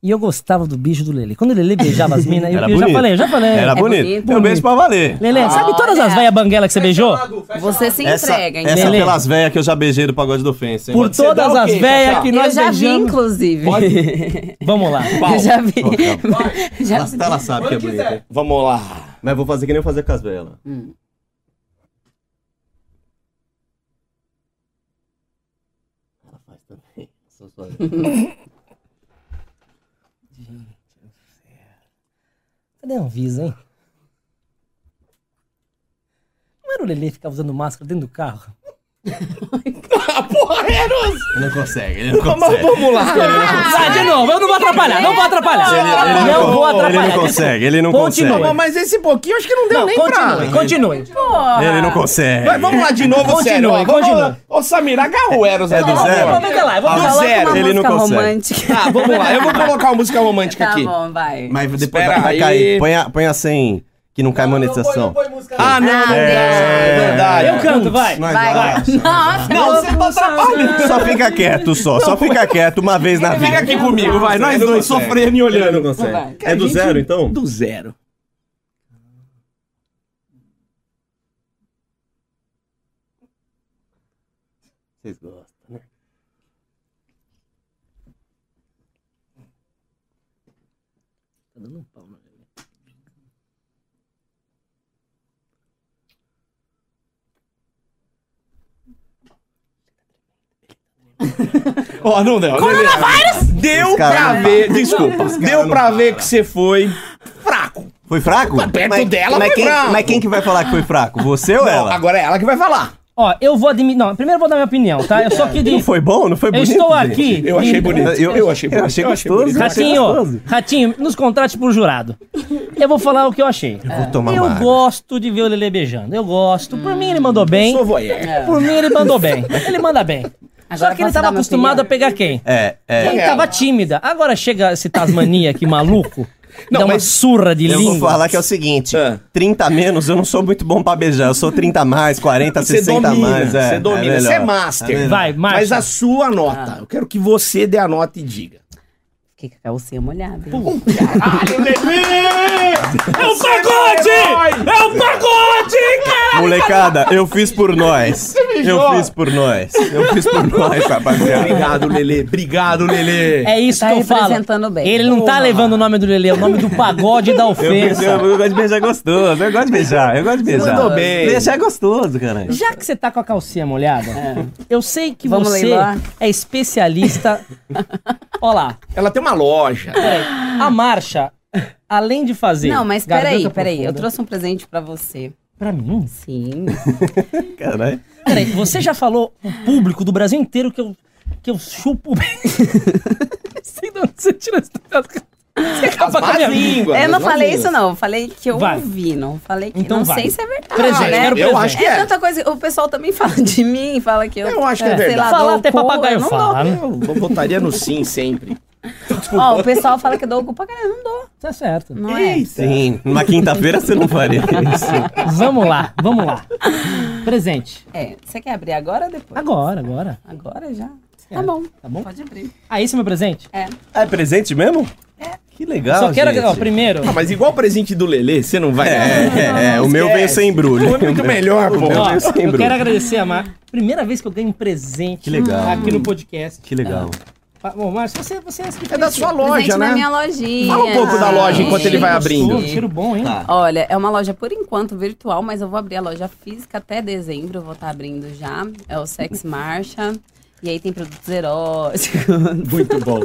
[SPEAKER 1] E eu gostava do beijo do Lele. Quando o Lele beijava as minas, eu,
[SPEAKER 2] Era
[SPEAKER 1] eu já
[SPEAKER 2] bonito.
[SPEAKER 1] falei, eu já falei.
[SPEAKER 2] Era bonito.
[SPEAKER 3] bonito.
[SPEAKER 2] Meu beijo pra valer.
[SPEAKER 1] Lele, sabe todas as
[SPEAKER 3] Ah, Olha.
[SPEAKER 1] velhas banguela que você beijou?
[SPEAKER 3] Você se entrega,
[SPEAKER 2] essa
[SPEAKER 1] Lele.
[SPEAKER 2] pelas velhas que eu já beijei do pagode do Fence. hein?
[SPEAKER 1] Por
[SPEAKER 4] Você dá
[SPEAKER 1] todas
[SPEAKER 4] o
[SPEAKER 1] as
[SPEAKER 4] quê,
[SPEAKER 1] velhas
[SPEAKER 4] Cacá?
[SPEAKER 1] que
[SPEAKER 3] Eu
[SPEAKER 1] nós
[SPEAKER 3] já vi,
[SPEAKER 1] beijamos.
[SPEAKER 3] inclusive. [laughs]
[SPEAKER 1] Vamos lá.
[SPEAKER 3] Eu já vi.
[SPEAKER 2] Pô, calma.
[SPEAKER 3] [laughs] já
[SPEAKER 1] tá
[SPEAKER 2] Ela, ela sabe que é bonita. hein? [laughs]
[SPEAKER 4] Vamos lá.
[SPEAKER 2] Mas vou fazer que nem eu fazia com as velhas lá. Ela faz também. Sou só eu.
[SPEAKER 1] Cadê a Anvisa, hein? Não era o Lele ficar usando máscara dentro do carro?
[SPEAKER 4] Ah, porra,
[SPEAKER 2] é
[SPEAKER 4] Eros!
[SPEAKER 2] Ele não consegue, ele não
[SPEAKER 4] Mas
[SPEAKER 2] consegue.
[SPEAKER 4] vamos lá.
[SPEAKER 1] Ah, de novo, eu não vou atrapalhar, não vou atrapalhar.
[SPEAKER 2] Ele
[SPEAKER 1] não vou
[SPEAKER 2] con-
[SPEAKER 1] atrapalhar.
[SPEAKER 2] Ele não consegue, ele não
[SPEAKER 1] Continua,
[SPEAKER 2] consegue.
[SPEAKER 4] Bom, mas esse pouquinho acho que não deu
[SPEAKER 1] Não,
[SPEAKER 4] nem
[SPEAKER 1] continue,
[SPEAKER 4] pra...
[SPEAKER 1] continue.
[SPEAKER 2] Ele não consegue.
[SPEAKER 4] Vai, vamos lá de novo,
[SPEAKER 1] Continue,
[SPEAKER 4] sério. ó, vamos
[SPEAKER 1] continue.
[SPEAKER 4] lá. Ô, Samir, agarra o Eros.
[SPEAKER 2] É do
[SPEAKER 4] agora.
[SPEAKER 2] zero?
[SPEAKER 1] Vamos ver lá, vamos
[SPEAKER 2] Ah,
[SPEAKER 1] lá.
[SPEAKER 3] Coloca
[SPEAKER 4] zero,
[SPEAKER 3] uma
[SPEAKER 2] ele não
[SPEAKER 3] música
[SPEAKER 2] consegue.
[SPEAKER 3] romântica.
[SPEAKER 4] Tá, vamos lá. Eu vou colocar uma música romântica
[SPEAKER 3] Tá
[SPEAKER 4] aqui.
[SPEAKER 3] bom, vai.
[SPEAKER 2] Mas depois
[SPEAKER 4] Espera
[SPEAKER 2] vai, vai
[SPEAKER 4] aí.
[SPEAKER 2] cair. Põe a, põe a 100 que não cai monetização.
[SPEAKER 4] Ah, não, não,
[SPEAKER 2] É.
[SPEAKER 4] é verdade.
[SPEAKER 1] Eu canto, vai.
[SPEAKER 2] Mas
[SPEAKER 3] Vai.
[SPEAKER 2] vai.
[SPEAKER 3] Nossa,
[SPEAKER 4] Não, você tá atrapalhando.
[SPEAKER 2] Só fica quieto, só. Só fica quieto uma vez na vida.
[SPEAKER 4] Fica aqui comigo, vai. Nós
[SPEAKER 2] Ele não
[SPEAKER 4] dois
[SPEAKER 2] consegue.
[SPEAKER 4] sofrendo e
[SPEAKER 2] Ele
[SPEAKER 4] olhando.
[SPEAKER 2] não consegue.
[SPEAKER 3] Vai.
[SPEAKER 2] É do
[SPEAKER 4] Gente,
[SPEAKER 2] zero, então?
[SPEAKER 4] Do zero.
[SPEAKER 2] Vocês gostam, né?
[SPEAKER 1] Tá dando um pau na minha mente.
[SPEAKER 4] Ó, não
[SPEAKER 2] né?
[SPEAKER 4] deu. Coronavírus! Deu pra ver, desculpa, deu pra ver que você foi fraco.
[SPEAKER 2] Foi fraco?
[SPEAKER 4] perto dela
[SPEAKER 2] mas
[SPEAKER 4] foi
[SPEAKER 2] quem,
[SPEAKER 4] fraco.
[SPEAKER 2] Mas quem que vai falar que foi fraco? Você ou ela?
[SPEAKER 4] Agora é ela que vai falar.
[SPEAKER 1] Ó, eu vou admitir. Não, primeiro eu vou dar minha opinião, tá? Eu sou aqui de.
[SPEAKER 2] Não foi bom? Não foi
[SPEAKER 1] Eu
[SPEAKER 2] bonito?
[SPEAKER 1] estou
[SPEAKER 2] gente?
[SPEAKER 1] aqui.
[SPEAKER 4] Eu achei
[SPEAKER 1] de-
[SPEAKER 4] bonito.
[SPEAKER 2] Eu, eu achei bonito. Eu achei gostoso.
[SPEAKER 1] Ratinho, Ratinho, nos contrate pro jurado. Eu vou falar o que eu achei. Eu,
[SPEAKER 2] Vou tomar uma água.
[SPEAKER 1] gosto de ver o Lele beijando. Eu gosto. Por mim ele mandou bem.
[SPEAKER 4] Sou voyeur.
[SPEAKER 1] Por mim ele mandou
[SPEAKER 3] [laughs]
[SPEAKER 1] bem. Ele manda bem. Só
[SPEAKER 3] Agora
[SPEAKER 1] que ele tava
[SPEAKER 3] posso dar minha
[SPEAKER 1] acostumado a
[SPEAKER 3] opinião?
[SPEAKER 1] pegar quem?
[SPEAKER 2] É, é.
[SPEAKER 1] Quem tava tímida. Agora chega esse Tasmania aqui maluco.
[SPEAKER 4] Não,
[SPEAKER 1] dá uma
[SPEAKER 4] mas-
[SPEAKER 1] surra de
[SPEAKER 2] Eu vou
[SPEAKER 1] língua.
[SPEAKER 2] falar que é o seguinte,
[SPEAKER 4] Ah.
[SPEAKER 2] 30 a menos, eu não sou muito bom pra beijar. Eu sou 30 a mais, 40,
[SPEAKER 4] Você
[SPEAKER 2] 60 a
[SPEAKER 4] domina,
[SPEAKER 2] mais.
[SPEAKER 4] você
[SPEAKER 2] é,
[SPEAKER 4] domina,
[SPEAKER 2] melhor.
[SPEAKER 4] você é master.
[SPEAKER 2] É
[SPEAKER 1] Vai, marcha.
[SPEAKER 4] Mas a sua nota, eu quero que você dê a nota e diga.
[SPEAKER 3] Fiquei com a calcinha molhada. hein?
[SPEAKER 4] [laughs]
[SPEAKER 8] É
[SPEAKER 4] um
[SPEAKER 8] o pagode! É o pagode, cara!
[SPEAKER 2] Molecada, eu fiz por nós. Eu fiz por nós. Eu fiz por nós, rapaziada.
[SPEAKER 4] Obrigado, Lelê. Obrigado, Lelê.
[SPEAKER 1] É isso
[SPEAKER 3] Tá
[SPEAKER 1] que eu falo.
[SPEAKER 3] representando bem.
[SPEAKER 1] Ele não tá levando o nome do Lele, é o nome do pagode da
[SPEAKER 2] Eu, eu,
[SPEAKER 1] ofensa.
[SPEAKER 2] eu gosto de beijar gostoso. Eu gosto de beijar. Eu gosto de beijar.
[SPEAKER 4] Mandou bem.
[SPEAKER 2] Beijar é gostoso, caralho.
[SPEAKER 1] Já que você tá com a calcinha molhada, eu sei que
[SPEAKER 3] É. Vamos
[SPEAKER 1] você
[SPEAKER 3] leiloar?
[SPEAKER 1] é especialista. Olha lá,
[SPEAKER 4] Ela tem uma loja. né?
[SPEAKER 1] peraí. A marcha, além de fazer.
[SPEAKER 3] Não, mas
[SPEAKER 1] garganta
[SPEAKER 3] peraí, peraí.
[SPEAKER 1] profunda-
[SPEAKER 3] Eu trouxe um presente pra você.
[SPEAKER 1] Pra mim?
[SPEAKER 3] Sim.
[SPEAKER 1] [laughs]
[SPEAKER 2] Caralho.
[SPEAKER 1] Peraí, você já falou o público do Brasil inteiro que eu, que eu chupo bem. Não sei de onde você tira isso. Você acaba com a minha vida.
[SPEAKER 4] língua.
[SPEAKER 3] eu não falei isso, não. Eu falei que eu
[SPEAKER 1] Vai.
[SPEAKER 3] ouvi, não. Falei que
[SPEAKER 1] Então
[SPEAKER 3] não
[SPEAKER 1] vai.
[SPEAKER 3] sei se é verdade.
[SPEAKER 1] Presente,
[SPEAKER 3] né?
[SPEAKER 1] quero
[SPEAKER 4] eu
[SPEAKER 1] presente.
[SPEAKER 4] acho que
[SPEAKER 3] É
[SPEAKER 4] é.
[SPEAKER 3] tanta coisa. O pessoal também [laughs] fala de mim, fala que eu.
[SPEAKER 4] Eu acho que é
[SPEAKER 3] sei
[SPEAKER 4] verdade.
[SPEAKER 3] lá,
[SPEAKER 1] Falar
[SPEAKER 3] dou
[SPEAKER 1] até
[SPEAKER 3] o cu,
[SPEAKER 1] papagaio
[SPEAKER 3] eu não dou.
[SPEAKER 1] fala, né?
[SPEAKER 4] Eu votaria no sim sempre.
[SPEAKER 3] Ó, o pessoal fala que eu dou o cu pra caralho. Eu não dou.
[SPEAKER 1] Tá certo.
[SPEAKER 3] Não é.
[SPEAKER 2] Sim, numa quinta-feira você não faria isso.
[SPEAKER 1] Vamos lá, vamos lá. Presente.
[SPEAKER 3] É. Você quer abrir agora ou depois?
[SPEAKER 1] Agora, agora.
[SPEAKER 3] Agora já? Tá bom.
[SPEAKER 1] Tá bom?
[SPEAKER 3] Pode abrir.
[SPEAKER 1] Ah, esse é meu presente?
[SPEAKER 3] É.
[SPEAKER 2] Ah, é presente mesmo?
[SPEAKER 3] É.
[SPEAKER 2] Que legal,
[SPEAKER 1] Só quero.
[SPEAKER 2] Tá, gente.
[SPEAKER 1] Ó, primeiro.
[SPEAKER 4] Ah, mas igual o presente do Lelê, você não vai.
[SPEAKER 2] É, é, é, o meu veio sem embrulho.
[SPEAKER 4] Foi muito melhor, pô.
[SPEAKER 1] Ó,
[SPEAKER 2] Eu sempre.
[SPEAKER 1] eu quero agradecer a Mar. Primeira vez que eu ganho um presente
[SPEAKER 2] Que legal.
[SPEAKER 1] aqui no podcast.
[SPEAKER 2] Que legal.
[SPEAKER 1] Pa- Bom, Márcio, você, você é
[SPEAKER 4] É da sua
[SPEAKER 3] Presente
[SPEAKER 4] loja,
[SPEAKER 3] na
[SPEAKER 4] né?
[SPEAKER 3] minha lojinha.
[SPEAKER 4] Fala um pouco da loja enquanto ele vai abrindo.
[SPEAKER 1] Tiro um bom, hein?
[SPEAKER 3] Olha, é uma loja por enquanto virtual, mas eu vou abrir a loja física até dezembro, eu vou estar abrindo já. É o Sex Marcha. E aí tem produtos eróticos.
[SPEAKER 4] Muito bom.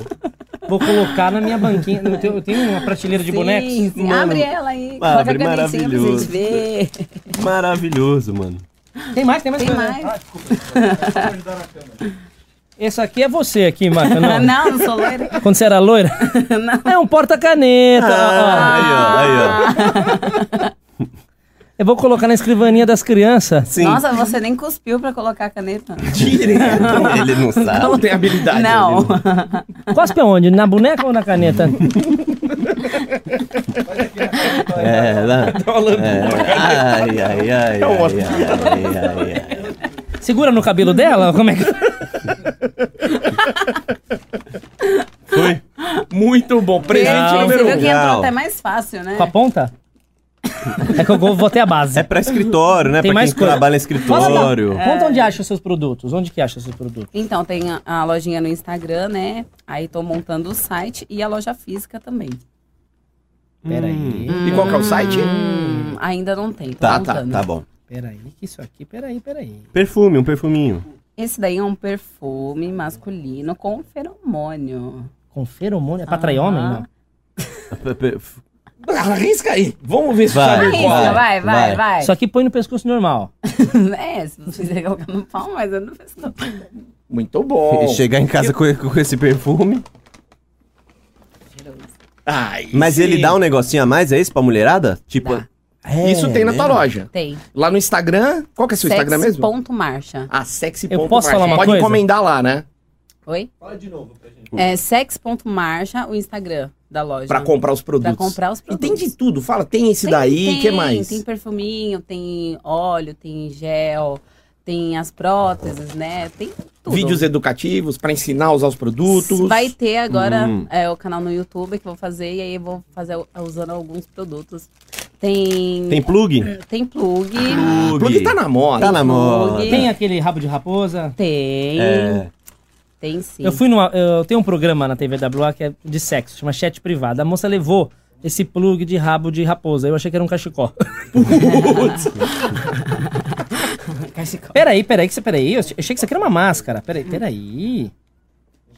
[SPEAKER 1] Vou colocar na minha banquinha. no teu- Eu tenho uma prateleira de
[SPEAKER 3] Sim,
[SPEAKER 1] bonecos.
[SPEAKER 3] sim. Abre ela aí, coloca
[SPEAKER 2] abre,
[SPEAKER 3] a canetinha pra gente
[SPEAKER 2] maravilhoso.
[SPEAKER 3] ver.
[SPEAKER 2] Ah. Maravilhoso, mano.
[SPEAKER 1] Tem mais, tem mais.
[SPEAKER 3] Tem
[SPEAKER 1] coisa, né?
[SPEAKER 3] mais.
[SPEAKER 1] Esse aqui é você aqui, Marca.
[SPEAKER 3] Não, [laughs]
[SPEAKER 1] Não.
[SPEAKER 3] não sou loira.
[SPEAKER 1] Quando você era loira? É um porta-caneta. ó.
[SPEAKER 2] Ah, aí, ó, aí, ó.
[SPEAKER 1] Eu vou colocar na escrivaninha das crianças.
[SPEAKER 2] Sim.
[SPEAKER 3] Nossa, você nem cuspiu pra colocar a caneta.
[SPEAKER 2] Ele não sabe.
[SPEAKER 4] Não tem habilidade.
[SPEAKER 3] Não.
[SPEAKER 1] Cospe aonde? Na boneca ou na caneta?
[SPEAKER 2] É, lá. É. Ai, ai, ai, ai,
[SPEAKER 4] um
[SPEAKER 2] ai, ai, ai, ai.
[SPEAKER 1] Segura no cabelo dela? Como é que.
[SPEAKER 2] Foi?
[SPEAKER 4] Muito bom. Presente
[SPEAKER 1] Não.
[SPEAKER 4] número
[SPEAKER 3] Você
[SPEAKER 4] um.
[SPEAKER 3] viu que entrou
[SPEAKER 2] Legal.
[SPEAKER 3] até mais fácil, né?
[SPEAKER 1] Com a ponta? É que eu vou vou ter a base.
[SPEAKER 2] É pra escritório, né?
[SPEAKER 1] Tem
[SPEAKER 2] pra
[SPEAKER 1] mais
[SPEAKER 2] quem
[SPEAKER 1] coisa.
[SPEAKER 2] trabalha em
[SPEAKER 1] Fala,
[SPEAKER 2] escritório.
[SPEAKER 1] da- Conta onde acha os seus produtos. Onde que acha os seus produtos?
[SPEAKER 3] Então, tem a, a lojinha no Instagram, né? Aí tô montando o site e a loja física também.
[SPEAKER 1] Peraí.
[SPEAKER 4] Hum. E qual que é o site?
[SPEAKER 3] Hum, ainda não tem, tô
[SPEAKER 2] Tá, tá,
[SPEAKER 3] montando.
[SPEAKER 2] tá bom.
[SPEAKER 1] Peraí, que isso aqui. Peraí, peraí.
[SPEAKER 2] Perfume, um perfuminho.
[SPEAKER 3] Esse daí é um perfume masculino com feromônio.
[SPEAKER 1] Com
[SPEAKER 4] Ah.
[SPEAKER 1] feromônio. É pra atrair homem? Não.
[SPEAKER 2] Pe- pe-
[SPEAKER 4] Ah, Arrisca aí. Vamos ver se
[SPEAKER 2] Vai.
[SPEAKER 4] sabe
[SPEAKER 3] Isso,
[SPEAKER 4] qual.
[SPEAKER 3] vai,
[SPEAKER 4] é.
[SPEAKER 3] vai,
[SPEAKER 2] vai.
[SPEAKER 3] vai.
[SPEAKER 1] Isso aqui põe no pescoço normal.
[SPEAKER 3] [laughs] É, se você quiser colocar no pau, mas eu não fiz não.
[SPEAKER 4] Muito bom.
[SPEAKER 2] E Chegar em casa com, com esse perfume.
[SPEAKER 4] Ai,
[SPEAKER 2] Mas ele
[SPEAKER 4] sim.
[SPEAKER 2] dá um negocinho a mais, é isso? Pra mulherada? Tipo.
[SPEAKER 3] Dá.
[SPEAKER 2] É,
[SPEAKER 4] Isso tem na tua
[SPEAKER 2] mesmo?
[SPEAKER 4] loja.
[SPEAKER 3] Tem.
[SPEAKER 4] Lá no Instagram. Qual que é o seu Instagram
[SPEAKER 3] Sex
[SPEAKER 4] mesmo?
[SPEAKER 3] Ponto marcha.
[SPEAKER 4] Ah, sexy.
[SPEAKER 1] Eu
[SPEAKER 4] ponto
[SPEAKER 1] posso
[SPEAKER 4] marcha.
[SPEAKER 1] falar uma
[SPEAKER 4] Pode
[SPEAKER 1] coisa?
[SPEAKER 4] encomendar lá, né?
[SPEAKER 3] Oi?
[SPEAKER 6] Fala de novo pra gente.
[SPEAKER 3] É sex.marcha, o Instagram da loja.
[SPEAKER 4] Pra comprar os produtos.
[SPEAKER 3] Pra comprar os
[SPEAKER 4] E
[SPEAKER 3] produtos.
[SPEAKER 4] tem de tudo. Fala, tem esse daí. O que mais?
[SPEAKER 3] Tem perfuminho, tem óleo, tem gel, tem as próteses, né? Tem tudo.
[SPEAKER 4] Vídeos educativos pra ensinar a usar os produtos.
[SPEAKER 3] Vai ter agora
[SPEAKER 2] Hum.
[SPEAKER 3] é, o canal no YouTube que eu vou fazer e aí eu vou fazer o- usando alguns produtos. Tem
[SPEAKER 2] Tem
[SPEAKER 3] tem,
[SPEAKER 2] plug?
[SPEAKER 3] plug,
[SPEAKER 2] Plug.
[SPEAKER 4] Porque tá na moda.
[SPEAKER 2] Tá na moda.
[SPEAKER 3] Plug.
[SPEAKER 1] Tem aquele rabo de raposa.
[SPEAKER 3] tem,
[SPEAKER 2] É.
[SPEAKER 3] tem sim.
[SPEAKER 1] Eu fui numa. Eu tenho um programa na TVWA que é de sexo, chama chat privado. A moça levou esse plug de rabo de raposa. Eu achei que era um cachecol. [laughs]
[SPEAKER 3] Cachecol.
[SPEAKER 1] Peraí, peraí, que você, peraí. Eu achei que isso aqui era uma máscara. Peraí, peraí.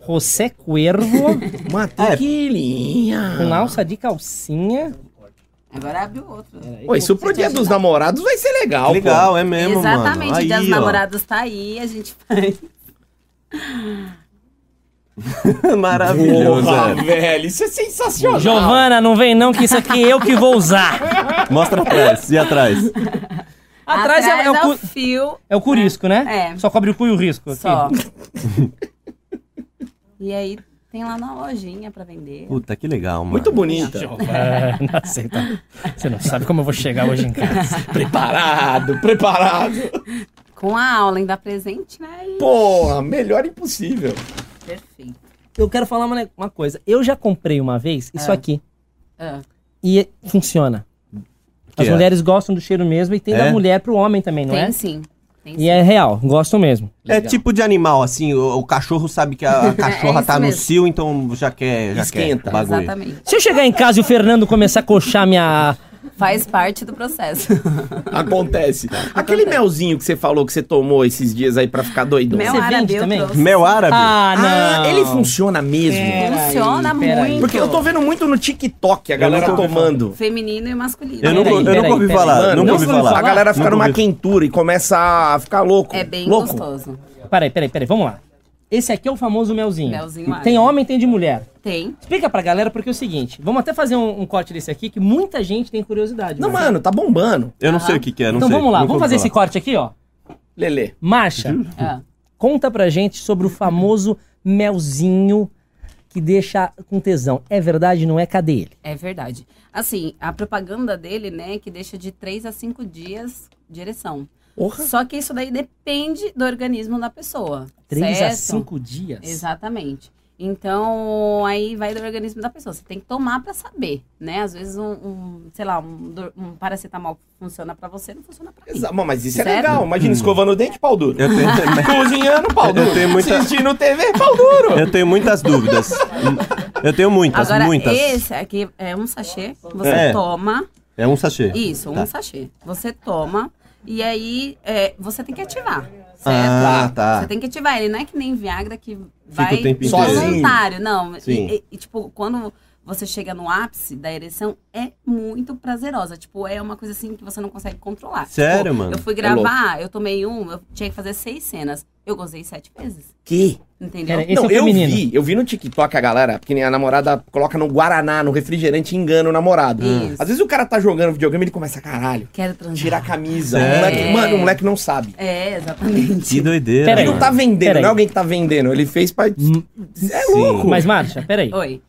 [SPEAKER 1] José Cuervo
[SPEAKER 2] É,
[SPEAKER 4] Matriquilinha.
[SPEAKER 2] Tá
[SPEAKER 4] [laughs]
[SPEAKER 1] com alça de calcinha.
[SPEAKER 3] Agora abre o outro.
[SPEAKER 4] Pô, isso pro dia
[SPEAKER 3] tá-
[SPEAKER 4] dos namorados vai ser legal, pô.
[SPEAKER 2] Legal, é mesmo,
[SPEAKER 3] Exatamente,
[SPEAKER 2] mano.
[SPEAKER 3] o Dia dos
[SPEAKER 2] Aí, ó.
[SPEAKER 3] Namorados tá aí, a gente faz.
[SPEAKER 2] [laughs] Maravilhoso,
[SPEAKER 4] Porra,
[SPEAKER 2] é.
[SPEAKER 4] [laughs] velho, isso é sensacional.
[SPEAKER 1] Giovana, não vem não, que isso aqui é eu que vou usar.
[SPEAKER 2] Mostra atrás, e atrás.
[SPEAKER 1] Atrás é- é o
[SPEAKER 3] ao
[SPEAKER 1] cu-
[SPEAKER 3] fio.
[SPEAKER 1] É o curisco, né?
[SPEAKER 3] É.
[SPEAKER 1] Só cobre o cu e o risco. Aqui.
[SPEAKER 3] Só. e aí tem lá na lojinha pra vender.
[SPEAKER 2] Puta, que legal, mano.
[SPEAKER 4] Muito bonita.
[SPEAKER 1] [laughs] É, não aceita. Você não sabe como eu vou chegar hoje em casa.
[SPEAKER 4] [laughs] Preparado, preparado.
[SPEAKER 3] Com a aula ainda presente, né? E-
[SPEAKER 4] Porra, melhor impossível.
[SPEAKER 3] Perfeito.
[SPEAKER 1] Eu quero falar uma, uma coisa. Eu já comprei uma vez isso aqui.
[SPEAKER 3] Ah.
[SPEAKER 1] E funciona.
[SPEAKER 2] Que
[SPEAKER 1] As
[SPEAKER 2] é?
[SPEAKER 1] mulheres gostam do cheiro mesmo e tem da
[SPEAKER 2] É?
[SPEAKER 1] mulher pro homem também, não
[SPEAKER 3] tem
[SPEAKER 1] é?
[SPEAKER 3] sim. Tem sim.
[SPEAKER 1] E é real, gostam mesmo.
[SPEAKER 2] É tipo de animal, assim, o, o cachorro sabe que a, a cachorra
[SPEAKER 3] É isso
[SPEAKER 2] tá no
[SPEAKER 3] mesmo.
[SPEAKER 2] cio, então já quer, já
[SPEAKER 4] Esquenta.
[SPEAKER 2] quer o bagulho.
[SPEAKER 3] Exatamente.
[SPEAKER 1] Se eu chegar em casa e o Fernando começar a coxar minha.
[SPEAKER 3] Faz parte do processo.
[SPEAKER 4] Acontece. Aquele melzinho que você falou que você tomou esses dias aí pra ficar doidão.
[SPEAKER 3] Mel
[SPEAKER 1] Você
[SPEAKER 3] árabe
[SPEAKER 1] vende
[SPEAKER 3] eu
[SPEAKER 1] também?
[SPEAKER 3] trouxe.
[SPEAKER 2] Mel árabe?
[SPEAKER 1] Ah,
[SPEAKER 4] Ah,
[SPEAKER 1] não.
[SPEAKER 4] ele funciona mesmo.
[SPEAKER 3] É. Funciona
[SPEAKER 1] peraí.
[SPEAKER 3] muito.
[SPEAKER 4] Porque eu tô vendo muito no TikTok a galera
[SPEAKER 2] nunca ouvi
[SPEAKER 4] tomando.
[SPEAKER 3] Feminino e masculino.
[SPEAKER 2] eu nunca,
[SPEAKER 1] Peraí,
[SPEAKER 2] eu
[SPEAKER 1] peraí,
[SPEAKER 2] nunca ouvi
[SPEAKER 1] peraí.
[SPEAKER 2] falar,
[SPEAKER 4] Mano,
[SPEAKER 2] nunca
[SPEAKER 4] não
[SPEAKER 2] ouvi
[SPEAKER 4] ouvi
[SPEAKER 2] falar.
[SPEAKER 4] A galera fica
[SPEAKER 2] Nunca
[SPEAKER 4] numa
[SPEAKER 2] ouvi.
[SPEAKER 4] quentura e começa a ficar louco.
[SPEAKER 3] É bem
[SPEAKER 4] louco.
[SPEAKER 3] gostoso.
[SPEAKER 1] Peraí, peraí, peraí, vamos lá. Esse aqui é o famoso melzinho.
[SPEAKER 3] Melzinho árabe.
[SPEAKER 1] Tem homem, tem de mulher.
[SPEAKER 3] Tem.
[SPEAKER 1] Explica pra galera, porque é o seguinte: vamos até fazer um, um corte desse aqui que muita gente tem curiosidade.
[SPEAKER 3] né?
[SPEAKER 4] Não,
[SPEAKER 1] mas-
[SPEAKER 4] mano, tá bombando.
[SPEAKER 2] Eu não sei o que que é, não
[SPEAKER 1] Então
[SPEAKER 2] sei.
[SPEAKER 1] vamos lá,
[SPEAKER 2] nunca
[SPEAKER 1] vamos
[SPEAKER 2] ouvi
[SPEAKER 1] fazer
[SPEAKER 2] falar.
[SPEAKER 1] esse corte aqui, ó.
[SPEAKER 4] Lelê.
[SPEAKER 1] Marcha,
[SPEAKER 3] Ah.
[SPEAKER 1] conta pra gente sobre o famoso melzinho que deixa com tesão. É verdade, não é? Cadê ele?
[SPEAKER 3] É verdade. Assim, a propaganda dele, né, que deixa de 3 a 5 dias de ereção.
[SPEAKER 4] Porra.
[SPEAKER 3] Só que isso daí depende do organismo da pessoa.
[SPEAKER 1] 3 a
[SPEAKER 3] certo?
[SPEAKER 1] 5 dias?
[SPEAKER 3] Exatamente. Então, aí vai do organismo da pessoa. Você tem que tomar pra saber, né? Às vezes um, um, sei lá, um, dor- um paracetamol funciona pra você, não funciona pra mim.
[SPEAKER 4] Exa- Bom, Mas isso é
[SPEAKER 3] Certo?
[SPEAKER 4] legal. Imagina escovando o dente, pau duro.
[SPEAKER 2] Hum. Eu tenho,
[SPEAKER 4] Cozinhando, pau duro.
[SPEAKER 2] [laughs] Eu tenho muita-
[SPEAKER 4] Assistindo TV, pau duro.
[SPEAKER 2] eu tenho muitas dúvidas. Eu tenho muitas,
[SPEAKER 3] Agora,
[SPEAKER 2] muitas.
[SPEAKER 3] esse aqui é um sachê, você
[SPEAKER 2] É.
[SPEAKER 3] toma.
[SPEAKER 2] É um sachê.
[SPEAKER 3] Isso, um
[SPEAKER 2] Tá.
[SPEAKER 3] sachê. Você toma e aí é, você tem que ativar. Certo?
[SPEAKER 2] Ah, tá.
[SPEAKER 3] é, Você tem que ativar ele, não é que nem Viagra que vai
[SPEAKER 2] o tempo
[SPEAKER 4] inteiro.
[SPEAKER 3] voluntário, não. E-
[SPEAKER 2] Sim.
[SPEAKER 3] E, e, tipo, quando você chega no ápice da ereção, é muito prazerosa. Tipo, é uma coisa assim que você não consegue controlar.
[SPEAKER 2] Sério,
[SPEAKER 3] Tipo,
[SPEAKER 2] mano? É
[SPEAKER 3] Eu fui gravar, eu tomei um, eu tinha que fazer seis cenas. Eu gozei sete vezes.
[SPEAKER 4] Que?
[SPEAKER 3] Entendeu?
[SPEAKER 1] Peraí, Esse
[SPEAKER 4] não,
[SPEAKER 1] é o
[SPEAKER 4] eu
[SPEAKER 1] feminino.
[SPEAKER 4] vi, eu vi no TikTok a galera, porque nem a namorada coloca no Guaraná, no refrigerante, e engana o namorado.
[SPEAKER 3] Isso.
[SPEAKER 4] Às vezes o cara tá jogando videogame e ele começa, caralho,
[SPEAKER 3] Quero transar.
[SPEAKER 4] tirar a camisa.
[SPEAKER 2] É.
[SPEAKER 4] O moleque- mano, o moleque não sabe.
[SPEAKER 3] É, exatamente.
[SPEAKER 2] Que doideira.
[SPEAKER 1] Peraí.
[SPEAKER 4] Ele não
[SPEAKER 2] mano.
[SPEAKER 4] tá vendendo,
[SPEAKER 1] Peraí.
[SPEAKER 4] não é alguém que tá vendendo. Ele fez pra.
[SPEAKER 2] Hum.
[SPEAKER 4] É
[SPEAKER 2] Sim.
[SPEAKER 4] louco.
[SPEAKER 1] Mas, Marcha, peraí.
[SPEAKER 3] Oi.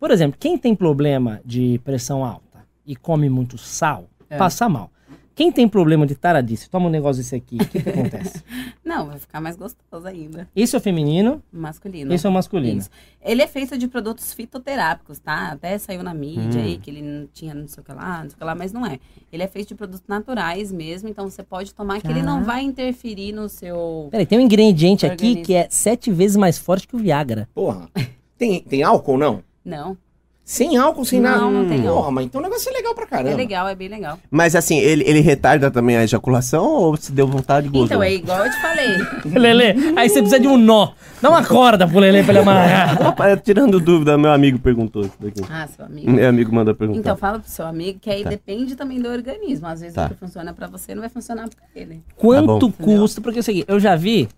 [SPEAKER 1] Por exemplo, quem tem problema de pressão alta e come muito sal,
[SPEAKER 3] É.
[SPEAKER 1] passa mal. Quem tem problema de taradice, toma um negócio desse aqui, o que, que
[SPEAKER 3] [laughs]
[SPEAKER 1] acontece?
[SPEAKER 3] Não, vai ficar mais gostoso ainda.
[SPEAKER 1] Isso é feminino,
[SPEAKER 3] Masculino.
[SPEAKER 1] isso é masculino.
[SPEAKER 3] Isso. Ele é feito de produtos fitoterápicos, tá? Até saiu na mídia aí que ele não tinha não sei o que lá, não sei o que lá, mas não é. Ele é feito de produtos naturais mesmo, então você pode tomar que ele não vai interferir no seu.
[SPEAKER 1] Peraí, tem um ingrediente aqui
[SPEAKER 3] Organismo.
[SPEAKER 1] que é sete vezes mais forte que o Viagra.
[SPEAKER 4] Porra. Tem, tem álcool, não?
[SPEAKER 3] Não.
[SPEAKER 4] Sem álcool, sem
[SPEAKER 3] Não,
[SPEAKER 4] nada.
[SPEAKER 3] não tem
[SPEAKER 4] Porra, mas então o negócio é legal pra caramba.
[SPEAKER 3] É legal, é bem legal.
[SPEAKER 2] Mas assim, ele, ele retarda também a ejaculação ou se deu vontade de
[SPEAKER 3] Então, é igual eu te falei.
[SPEAKER 1] Lele, aí você precisa de um nó. Dá uma corda pro Lele pra ele
[SPEAKER 2] [laughs]
[SPEAKER 1] amarrar.
[SPEAKER 2] Opa, é, tirando dúvida, meu amigo perguntou isso daqui.
[SPEAKER 3] [laughs] Ah, seu amigo.
[SPEAKER 2] Meu amigo manda perguntar.
[SPEAKER 3] Então, fala pro seu amigo que aí
[SPEAKER 2] Tá.
[SPEAKER 3] depende também do organismo. Às vezes
[SPEAKER 2] Tá.
[SPEAKER 3] o que funciona pra você não vai funcionar pra ele.
[SPEAKER 1] Quanto
[SPEAKER 2] bom.
[SPEAKER 1] custa? Porque é o seguinte, eu já vi.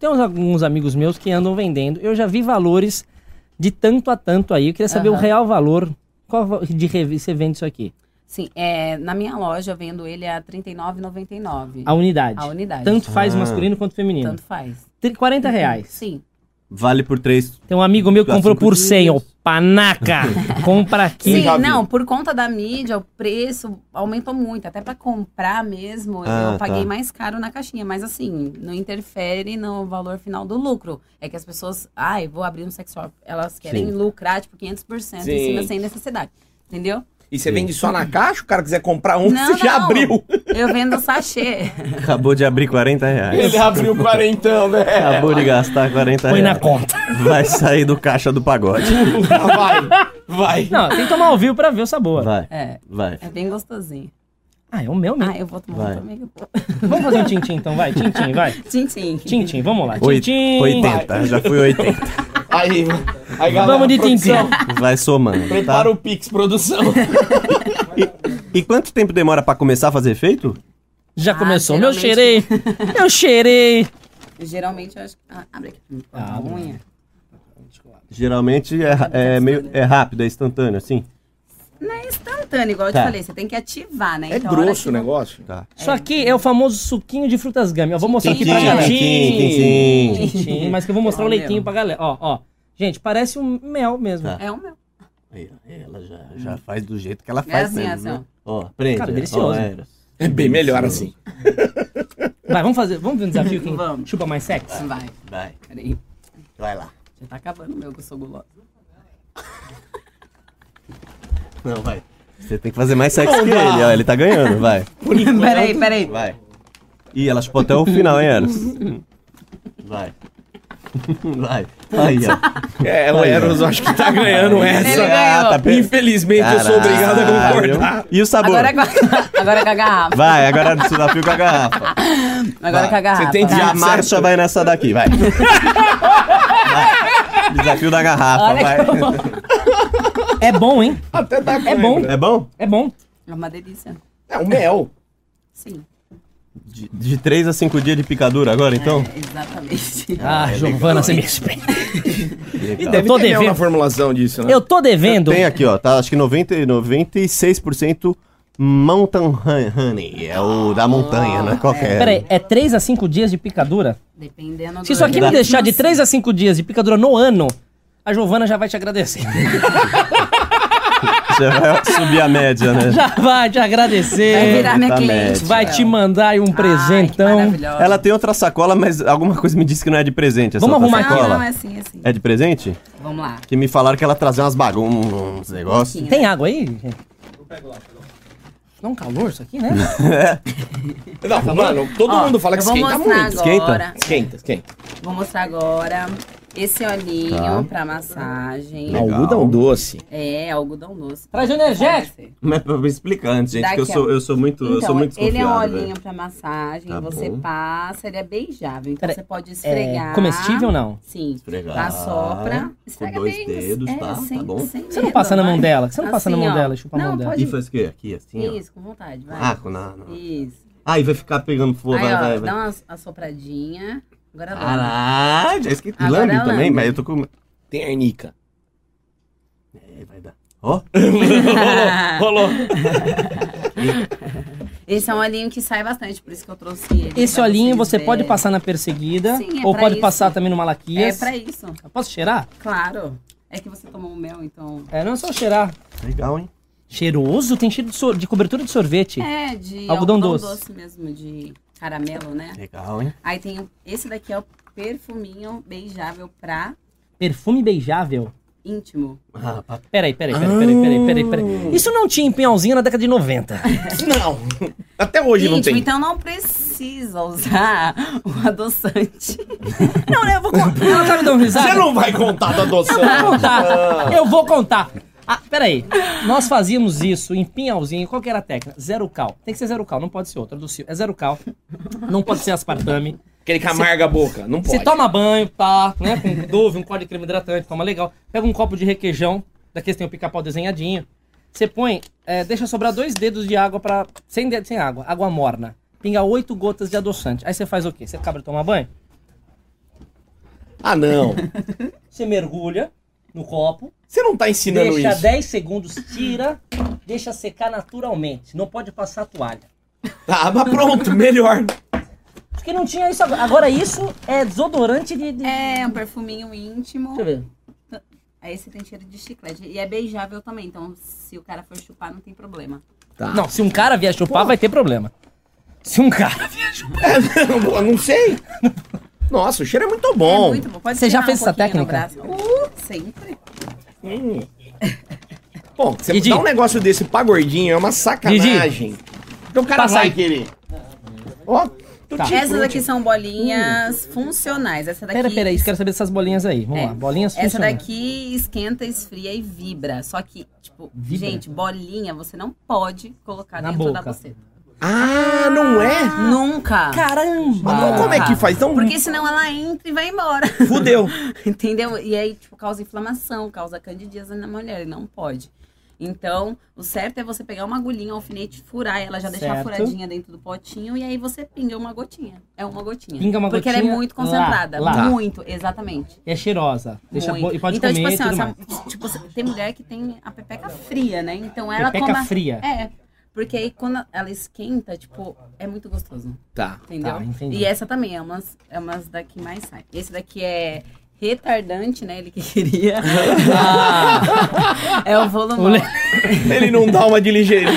[SPEAKER 1] Tem uns- alguns amigos meus que andam vendendo. Eu já vi valores de tanto a tanto aí. Eu queria saber o
[SPEAKER 3] Aham.
[SPEAKER 1] real valor. Qual va- de revista você vende isso aqui?
[SPEAKER 3] Sim, é, na minha loja eu vendo ele a R$ 39,99.
[SPEAKER 1] A unidade.
[SPEAKER 3] A unidade.
[SPEAKER 1] Tanto faz
[SPEAKER 2] Ah.
[SPEAKER 1] masculino quanto feminino.
[SPEAKER 3] Tanto faz.
[SPEAKER 1] Tri- 40 reais.
[SPEAKER 3] Sim.
[SPEAKER 2] Vale por três.
[SPEAKER 1] Tem um amigo meu que
[SPEAKER 2] Dá
[SPEAKER 1] comprou
[SPEAKER 2] cinco
[SPEAKER 1] por
[SPEAKER 2] dias.
[SPEAKER 1] 100, ó.
[SPEAKER 2] [laughs]
[SPEAKER 1] Panaca! Compra
[SPEAKER 3] Sim,
[SPEAKER 1] aqui.
[SPEAKER 4] já vi.
[SPEAKER 3] não, por conta da mídia, o preço aumentou muito. Até pra comprar mesmo,
[SPEAKER 2] Ah,
[SPEAKER 3] eu paguei
[SPEAKER 2] tá.
[SPEAKER 3] mais caro na caixinha. Mas assim, não interfere no valor final do lucro. É que as pessoas, ai, vou abrir um sex shop. Elas querem
[SPEAKER 2] Sim.
[SPEAKER 3] lucrar, tipo, 500%
[SPEAKER 4] Sim.
[SPEAKER 3] em cima sem necessidade. Entendeu?
[SPEAKER 4] E você vende só na caixa? O cara quiser comprar um,
[SPEAKER 3] Não,
[SPEAKER 4] você já
[SPEAKER 3] não.
[SPEAKER 4] abriu.
[SPEAKER 3] Eu vendo sachê. [laughs]
[SPEAKER 2] Acabou de abrir 40 reais.
[SPEAKER 4] [laughs] Ele abriu o quarentão, né?
[SPEAKER 2] Acabou de gastar 40
[SPEAKER 1] Põe
[SPEAKER 2] reais.
[SPEAKER 1] na conta.
[SPEAKER 2] Vai sair do caixa do pagode.
[SPEAKER 4] Vai, vai.
[SPEAKER 1] Não, tem que tomar ao vivo pra ver o sabor.
[SPEAKER 2] Vai,
[SPEAKER 3] É,
[SPEAKER 2] vai.
[SPEAKER 3] é bem gostosozinho.
[SPEAKER 1] Ah, é o meu mesmo.
[SPEAKER 3] Ah, eu vou tomar
[SPEAKER 2] Vai.
[SPEAKER 3] um comigo. [laughs]
[SPEAKER 1] Vamos fazer um tintim então, vai. Tintim, vai.
[SPEAKER 3] Tchim, tchim.
[SPEAKER 1] Tintim, vamos lá.
[SPEAKER 2] Oi-
[SPEAKER 1] Tintim.
[SPEAKER 2] 80, já fui 80.
[SPEAKER 4] Aí, aí galera,
[SPEAKER 1] Vamos de tintim.
[SPEAKER 4] produção,
[SPEAKER 2] Vai somando. Tá?
[SPEAKER 4] Prepara o Pix, produção.
[SPEAKER 2] E, e quanto tempo demora pra começar a fazer efeito?
[SPEAKER 1] Já
[SPEAKER 3] Ah,
[SPEAKER 1] começou. Meu cheirei.
[SPEAKER 3] geralmente-
[SPEAKER 1] Eu cheirei.
[SPEAKER 3] Geralmente eu acho que. Ah, abre aqui.
[SPEAKER 1] Ah,
[SPEAKER 3] Ah,
[SPEAKER 1] abre.
[SPEAKER 3] unha.
[SPEAKER 2] Geralmente é, é meio é rápido, é instantâneo, assim.
[SPEAKER 3] Não é instantâneo, igual eu
[SPEAKER 2] Tá.
[SPEAKER 3] te falei. Você tem que ativar, né?
[SPEAKER 4] É
[SPEAKER 3] a hora
[SPEAKER 4] grosso
[SPEAKER 3] que-
[SPEAKER 4] o negócio.
[SPEAKER 1] Isso aqui é o famoso suquinho de frutas gummy. Eu vou mostrar aqui
[SPEAKER 2] Tintim,
[SPEAKER 1] pra galera.
[SPEAKER 2] tintim, tintim.
[SPEAKER 1] Tintim, Mas que eu vou mostrar o
[SPEAKER 3] Olha.
[SPEAKER 1] leitinho pra galera. Ó, ó. Gente, parece um mel mesmo.
[SPEAKER 2] Tá.
[SPEAKER 3] É o meu.
[SPEAKER 2] Aí, ó, Ela já, já faz do jeito que ela
[SPEAKER 3] É
[SPEAKER 2] faz
[SPEAKER 3] assim,
[SPEAKER 2] mesmo,
[SPEAKER 3] assim,
[SPEAKER 2] né? Ó, prende.
[SPEAKER 1] Cara, delicioso.
[SPEAKER 2] Ó, era.
[SPEAKER 4] É bem melhor assim.
[SPEAKER 1] Vai, vamos fazer. Vamos ver um desafio quem
[SPEAKER 3] Vamos.
[SPEAKER 1] chupa mais sexo?
[SPEAKER 3] Vai,
[SPEAKER 2] Vai,
[SPEAKER 3] peraí.
[SPEAKER 2] vai lá.
[SPEAKER 3] Já tá acabando o meu, que eu sou gulosa.
[SPEAKER 2] Não, vai. Você tem que fazer mais sexo que ele, ó. Ele tá ganhando, vai.
[SPEAKER 3] [laughs] peraí, peraí.
[SPEAKER 2] Vai. Ih, ela chupou até o final, hein, Eros? Vai. [laughs] Vai. Aí, ó.
[SPEAKER 4] É, o Eros acho que tá ganhando essa.
[SPEAKER 2] Ah, tá per-
[SPEAKER 4] Infelizmente, eu sou obrigado a
[SPEAKER 2] Caralho.
[SPEAKER 4] concordar.
[SPEAKER 2] E o sabor?
[SPEAKER 3] Agora, é com a- [laughs] agora com a garrafa.
[SPEAKER 2] Vai, agora o desafio com a garrafa.
[SPEAKER 3] Agora
[SPEAKER 2] Vai.
[SPEAKER 1] é
[SPEAKER 3] com a garrafa.
[SPEAKER 4] Você tem que
[SPEAKER 2] E a
[SPEAKER 4] Certo.
[SPEAKER 2] marcha vai nessa daqui, vai. Vai. Desafio da garrafa, vai.
[SPEAKER 1] É bom, hein?
[SPEAKER 4] Até tá
[SPEAKER 1] É bom.
[SPEAKER 2] É bom?
[SPEAKER 1] É bom.
[SPEAKER 3] É uma delícia.
[SPEAKER 4] É o mel.
[SPEAKER 3] Sim.
[SPEAKER 2] De, de três a cinco dias de picadura agora, então?
[SPEAKER 3] É, exatamente.
[SPEAKER 1] Ah, Giovana, você me respeita.
[SPEAKER 2] Legal.
[SPEAKER 1] deve- Eu tô
[SPEAKER 4] Tem mel
[SPEAKER 1] devendo.
[SPEAKER 4] na formulação disso, né?
[SPEAKER 1] Eu tô devendo.
[SPEAKER 2] Tem aqui, ó, tá acho que 90, 96% Mountain Hon- Honey. É o da montanha, não é qualquer.
[SPEAKER 1] Pera aí, é 3 a 5 dias de picadura?
[SPEAKER 3] Dependendo
[SPEAKER 1] Se isso aqui me
[SPEAKER 3] Nossa.
[SPEAKER 1] deixar de 3 a 5 dias de picadura no ano, a Giovana já vai te agradecer.
[SPEAKER 2] Já vai subir a média, né?
[SPEAKER 1] Já vai te
[SPEAKER 3] Vai
[SPEAKER 1] agradecer.
[SPEAKER 3] virar minha
[SPEAKER 2] Exatamente.
[SPEAKER 3] cliente.
[SPEAKER 1] Vai te mandar aí um presentão.
[SPEAKER 2] Ela tem outra sacola, mas alguma coisa me disse que não é de presente. Essa
[SPEAKER 1] Vamos
[SPEAKER 2] outra
[SPEAKER 1] arrumar aqui.
[SPEAKER 2] sacola.
[SPEAKER 3] Não, não, é assim, é assim.
[SPEAKER 2] é... de presente?
[SPEAKER 3] Vamos lá.
[SPEAKER 2] Que me falaram que ela trazia umas bagunças, um uns negócios.
[SPEAKER 1] Tem água aí? gente?
[SPEAKER 3] tá
[SPEAKER 1] Dá um calor isso aqui, né?
[SPEAKER 4] Não, mano, todo
[SPEAKER 3] Ó,
[SPEAKER 4] mundo fala que
[SPEAKER 3] eu vou
[SPEAKER 4] esquenta
[SPEAKER 3] mostrar
[SPEAKER 4] muito.
[SPEAKER 3] Agora,
[SPEAKER 4] Esquenta, esquenta.
[SPEAKER 3] Vou mostrar agora esse olhinho
[SPEAKER 2] Tá.
[SPEAKER 3] pra massagem.
[SPEAKER 2] Legal.
[SPEAKER 4] Algodão um doce.
[SPEAKER 3] É, algodão doce.
[SPEAKER 1] Traz o energético.
[SPEAKER 2] Mas é pra me explicar antes, gente, É
[SPEAKER 3] Daqui,
[SPEAKER 2] que eu sou,
[SPEAKER 3] ó.
[SPEAKER 2] eu sou muito, eu sou
[SPEAKER 3] Então,
[SPEAKER 2] muito
[SPEAKER 3] ele é um
[SPEAKER 2] desconfiado,
[SPEAKER 3] olhinho
[SPEAKER 2] velho.
[SPEAKER 3] pra massagem,
[SPEAKER 2] Tá
[SPEAKER 3] você
[SPEAKER 2] bom.
[SPEAKER 3] passa, ele é beijável, então
[SPEAKER 1] Pera-
[SPEAKER 3] você pode esfregar.
[SPEAKER 1] É, comestível ou não?
[SPEAKER 3] Sim.
[SPEAKER 2] Esfregar.
[SPEAKER 3] Assopra, esfrega
[SPEAKER 2] dois
[SPEAKER 3] bem,
[SPEAKER 2] dedos,
[SPEAKER 3] é,
[SPEAKER 2] tá? Tá
[SPEAKER 3] sem-
[SPEAKER 2] bom.
[SPEAKER 3] sem
[SPEAKER 1] Você não
[SPEAKER 3] medo,
[SPEAKER 1] passa na mão
[SPEAKER 3] vai.
[SPEAKER 1] dela? Você não passa na
[SPEAKER 3] Assim,
[SPEAKER 1] mão
[SPEAKER 3] ó.
[SPEAKER 1] dela e chupa a
[SPEAKER 3] Não,
[SPEAKER 1] mão dela?
[SPEAKER 3] pode-
[SPEAKER 2] E faz o quê? Aqui, assim, ó.
[SPEAKER 3] Isso, com vontade, vai.
[SPEAKER 2] Ah, com na... na-
[SPEAKER 3] Isso.
[SPEAKER 2] Ah, e vai ficar pegando fogo,
[SPEAKER 3] Aí,
[SPEAKER 2] vai,
[SPEAKER 3] ó,
[SPEAKER 2] vai, vai. Ah,
[SPEAKER 3] dá uma assopradinha. Agora vai.
[SPEAKER 2] Caralho, já esqueci.
[SPEAKER 3] Agora é
[SPEAKER 2] Lambe
[SPEAKER 3] lambe.
[SPEAKER 2] também, mas eu tô com...
[SPEAKER 4] Tem arnica.
[SPEAKER 2] É, vai dar. Ó,
[SPEAKER 3] Ah.
[SPEAKER 4] Rolou.
[SPEAKER 3] [laughs] Esse é um olhinho que sai bastante, por isso que eu trouxe ele.
[SPEAKER 1] Esse
[SPEAKER 3] pra
[SPEAKER 1] olhinho
[SPEAKER 3] vocês
[SPEAKER 1] você pode
[SPEAKER 3] verem.
[SPEAKER 1] passar na perseguida
[SPEAKER 3] Sim, é
[SPEAKER 1] ou
[SPEAKER 3] pra
[SPEAKER 1] pode
[SPEAKER 3] isso.
[SPEAKER 1] passar também no
[SPEAKER 3] É
[SPEAKER 1] malaquias.
[SPEAKER 3] pra isso,
[SPEAKER 1] Posso cheirar?
[SPEAKER 3] claro. É que você tomou o mel, então.
[SPEAKER 1] É, não é só cheirar.
[SPEAKER 2] legal, hein?
[SPEAKER 1] Cheiroso? Tem cheiro de, sor- de cobertura de sorvete.
[SPEAKER 3] É, de
[SPEAKER 1] Algodão doce.
[SPEAKER 3] mesmo, de caramelo, né?
[SPEAKER 2] Legal, hein?
[SPEAKER 3] Aí tem o- esse daqui é o perfuminho beijável pra
[SPEAKER 1] Perfume beijável.
[SPEAKER 3] íntimo.
[SPEAKER 2] Ah, pra
[SPEAKER 1] Peraí, peraí, peraí, peraí, peraí, peraí,
[SPEAKER 3] Ah.
[SPEAKER 1] peraí. Isso não tinha em Pinhalzinho na década de
[SPEAKER 3] [laughs]
[SPEAKER 1] 90.
[SPEAKER 4] Não. Até hoje não
[SPEAKER 3] íntimo,
[SPEAKER 4] tem.
[SPEAKER 3] então não precisa usar [laughs] o adoçante. [laughs]
[SPEAKER 1] Não, né, eu vou contar. Ela tá me dando risada?
[SPEAKER 4] Você
[SPEAKER 3] é
[SPEAKER 4] não vai contar da adoção.
[SPEAKER 1] Eu vou contar. Eu vou contar. Ah, peraí. Nós fazíamos isso em Pinhalzinho. Qual que era a técnica? Zero cal. Tem que ser zero cal, não pode ser outra. Do Sil. É zero cal. Não pode ser aspartame.
[SPEAKER 4] Aquele que amarga a boca. Não pode.
[SPEAKER 1] Você toma banho, pá, né? Com Dove, um código de creme hidratante, toma legal. Pega um copo de requeijão, daqueles que tem o pica-pau desenhadinho. Você põe, é, deixa sobrar dois dedos de água para Sem dedo, sem água. Água morna. Pinga oito gotas de adoçante. Aí você faz o quê? Você acaba de tomar banho?
[SPEAKER 4] Ah, não.
[SPEAKER 1] Você mergulha no copo.
[SPEAKER 4] Você não tá ensinando
[SPEAKER 1] Deixa
[SPEAKER 4] isso.
[SPEAKER 1] 10 segundos, tira, deixa secar naturalmente. Não pode passar a toalha.
[SPEAKER 4] Ah, mas pronto, melhor.
[SPEAKER 1] Porque não tinha isso agora. Agora isso é desodorante de. de-
[SPEAKER 3] É, um perfuminho íntimo.
[SPEAKER 1] Deixa eu ver.
[SPEAKER 3] Aí esse tem cheiro de chiclete. E é beijável também, então se o cara for chupar, não tem problema.
[SPEAKER 4] Tá.
[SPEAKER 1] Não, se um cara vier chupar, vai ter problema. Se um cara. vier-
[SPEAKER 4] não, [laughs] eu não sei. Nossa, o cheiro é muito bom.
[SPEAKER 3] é muito bom. Pode
[SPEAKER 1] você já
[SPEAKER 3] tirar
[SPEAKER 1] fez
[SPEAKER 3] um
[SPEAKER 1] essa
[SPEAKER 3] pouquinho no
[SPEAKER 1] técnica?
[SPEAKER 3] braço. Uh, sempre.
[SPEAKER 4] Bom, você
[SPEAKER 1] Didi.
[SPEAKER 4] dá um negócio desse pra gordinho é uma sacanagem. Então o cara
[SPEAKER 1] Passa
[SPEAKER 4] vai
[SPEAKER 1] aí.
[SPEAKER 4] querer. Ó, tá.
[SPEAKER 3] Essas aqui são bolinhas funcionais. Essa daqui.
[SPEAKER 1] Pera, pera aí, quero saber dessas bolinhas aí. Vamos
[SPEAKER 3] É.
[SPEAKER 1] lá, bolinhas
[SPEAKER 3] Essa
[SPEAKER 1] funcionais.
[SPEAKER 3] daqui esquenta, esfria e vibra. Só que, tipo,
[SPEAKER 1] Vibra?
[SPEAKER 3] gente, bolinha você não pode colocar
[SPEAKER 1] Na
[SPEAKER 3] dentro da
[SPEAKER 1] boca.
[SPEAKER 3] buceta.
[SPEAKER 4] Ah, não é?
[SPEAKER 3] Nunca.
[SPEAKER 1] Caramba!
[SPEAKER 4] Mas como- como é que faz? Então
[SPEAKER 3] Porque senão ela entra e vai embora.
[SPEAKER 4] fudeu.
[SPEAKER 3] [laughs] Entendeu? E aí, tipo, causa inflamação, causa candidíase na mulher, e não pode. Então, o certo é você pegar uma agulhinha, um alfinete, furar ela, já deixar
[SPEAKER 1] Certo.
[SPEAKER 3] furadinha dentro do potinho, e aí você pinga uma gotinha. É uma gotinha.
[SPEAKER 1] Pinga uma
[SPEAKER 3] Porque ela
[SPEAKER 1] gotinha
[SPEAKER 3] é muito
[SPEAKER 1] lá,
[SPEAKER 3] concentrada.
[SPEAKER 1] lá.
[SPEAKER 3] Muito, exatamente.
[SPEAKER 1] É cheirosa. Deixa
[SPEAKER 3] muito.
[SPEAKER 1] bo... E pode
[SPEAKER 3] então,
[SPEAKER 1] comer
[SPEAKER 3] tipo
[SPEAKER 1] e
[SPEAKER 3] assim,
[SPEAKER 1] tudo
[SPEAKER 3] ó,
[SPEAKER 1] mais.
[SPEAKER 3] essa- tipo, você- tem mulher que tem a pepeca fria, né? Então ela
[SPEAKER 1] Pepeca
[SPEAKER 3] toma.
[SPEAKER 1] fria.
[SPEAKER 3] É. Porque aí quando ela esquenta, tipo, é muito gostoso.
[SPEAKER 4] Tá.
[SPEAKER 3] Entendeu?
[SPEAKER 1] Tá, entendi.
[SPEAKER 3] E essa também é umas, é umas da que mais sai. Esse daqui é retardante, né? Ele que [laughs] queria.
[SPEAKER 1] Ah.
[SPEAKER 3] [laughs] é o
[SPEAKER 1] O
[SPEAKER 3] volume.
[SPEAKER 1] Le-
[SPEAKER 4] Ele não dá uma de ligeirinho.